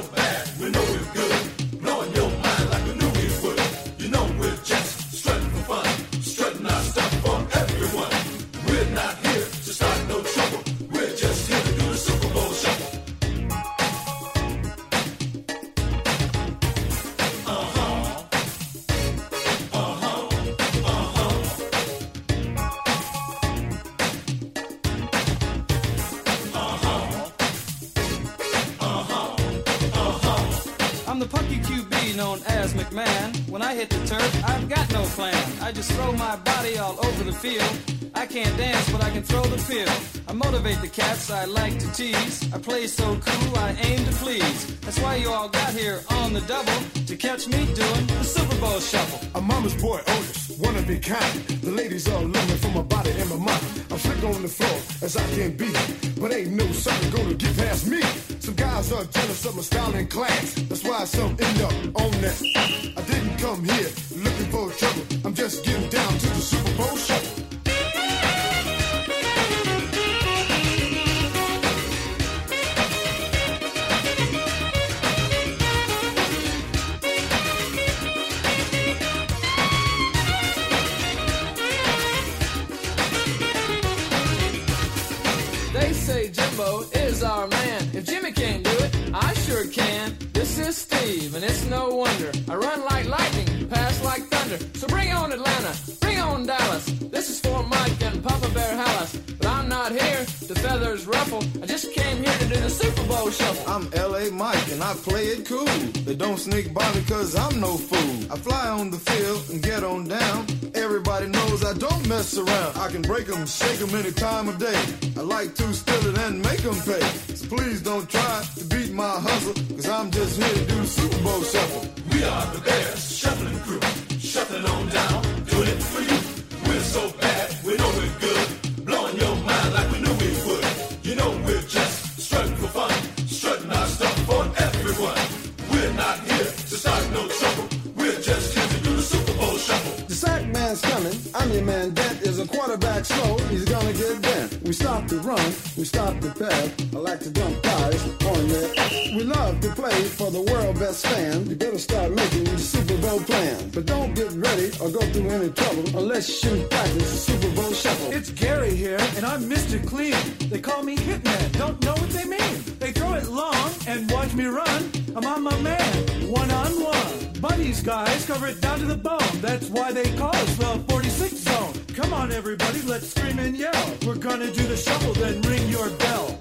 [SPEAKER 5] I'm the punky QB known as McMahon. When I hit the turf, I've got no plan. I just throw my body all over the field. I can't dance, but I can throw the pill. I motivate the cats I like to tease. I play so cool, I aim to please. That's why you all got here on the double to catch me doing the Super Bowl shuffle.
[SPEAKER 7] I'm mama's boy, Otis, one of a kind. The ladies all love me for my body and my mind. I'm slick on the floor as I can be, but ain't no sucker gonna get past me. Some guys are jealous of my style and class. That's why some end up on that. I didn't come here looking for trouble. I'm just getting down to the Super Bowl shuffle.
[SPEAKER 5] They say Jimbo is our man. If Jimmy can't do it, I sure can. This is Steve, and it's no wonder. I run like lightning, pass like thunder. So bring on Atlanta, bring on Dallas. This is for Mike and Papa Bear Hallis. But I'm not here to feathers ruffle. I just came here to do the Super Bowl shuffle.
[SPEAKER 7] I'm LA Mike and I play it cool. They don't sneak by because I'm no fool. I fly on the field and get on down. Everybody knows I don't mess around. I can break 'em, shake 'em any time of day. I like to steal it and make 'em pay. So please don't try to beat my hustle because I'm just here to do the Super Bowl shuffle.
[SPEAKER 8] We are the Bears, shuffling crew, shuffling on down, doing it for you. We're so bad, we know we're good, blowing your mind like we knew we would. You know we're just strutting for fun, strutting our stuff for everyone. We're not here to start no trouble, we're just here to do the Super Bowl shuffle.
[SPEAKER 7] The sack man's coming. I'm your man. That is a quarterback slow. He's gonna get bent. We stop the run. We stop the pass. I like to dump thighs on that. We love to play for the world best fan. You better start making your Super Bowl plan. But don't get ready or go through any trouble unless you practice the Super Bowl shuffle.
[SPEAKER 6] It's Gary here, and I'm Mr. Clean. They call me Hitman, don't know what they mean. They throw it long and watch me run. I'm on my man, one on one. Buddies, guys, cover it down to the bone. That's why they call us the 46 zone. Come on, everybody, let's scream and yell. We're gonna do the shuffle, then ring your bell.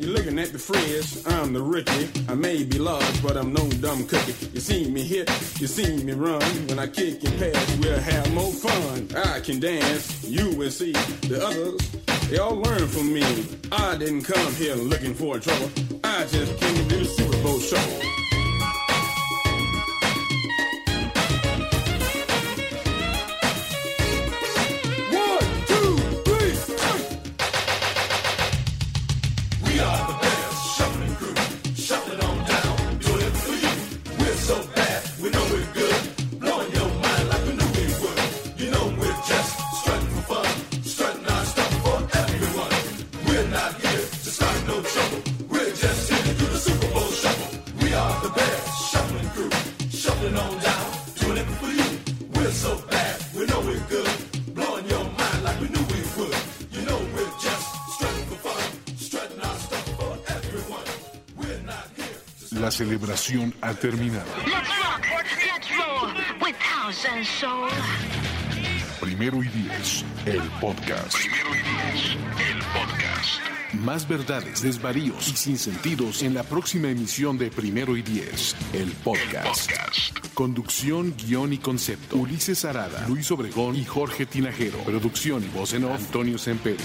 [SPEAKER 8] You're looking at the frizz, I'm the rookie. I may be large, but I'm no dumb cookie. You seen me hit, you seen me run. When I kick and pass, we'll have more fun. I can dance, you will see. The others, they all learn from me. I didn't come here looking for trouble. I just came to do the Super Bowl show.
[SPEAKER 7] One, two, three.
[SPEAKER 8] We are the Bears, shuffling crew, shuffling on down, doing it for you. We're so bad, we know we're good, blowing your mind like we knew we would. You know we're just strutting for fun, strutting our stuff for everyone. We're not here to start no trouble, we're just here to do the Super Bowl shuffle. We are the Bears, shuffling crew, shuffling on down, doing it for you. We're so bad, we know we're good, blowing your mind like we knew we would. You know we're just strutting for fun, strutting our stuff for everyone. We're not here to
[SPEAKER 3] La celebración ha terminado.
[SPEAKER 9] Let's rock, let's roll with house and soul.
[SPEAKER 3] Primero y diez, el podcast. Primero y diez, el podcast. Más verdades, desvaríos y sinsentidos en la próxima emisión de Primero y Diez, el podcast. Conducción, guión y concepto. Ulises Arada, Luis Obregón y Jorge Tinajero. Producción y voz en off, Antonio Sempere.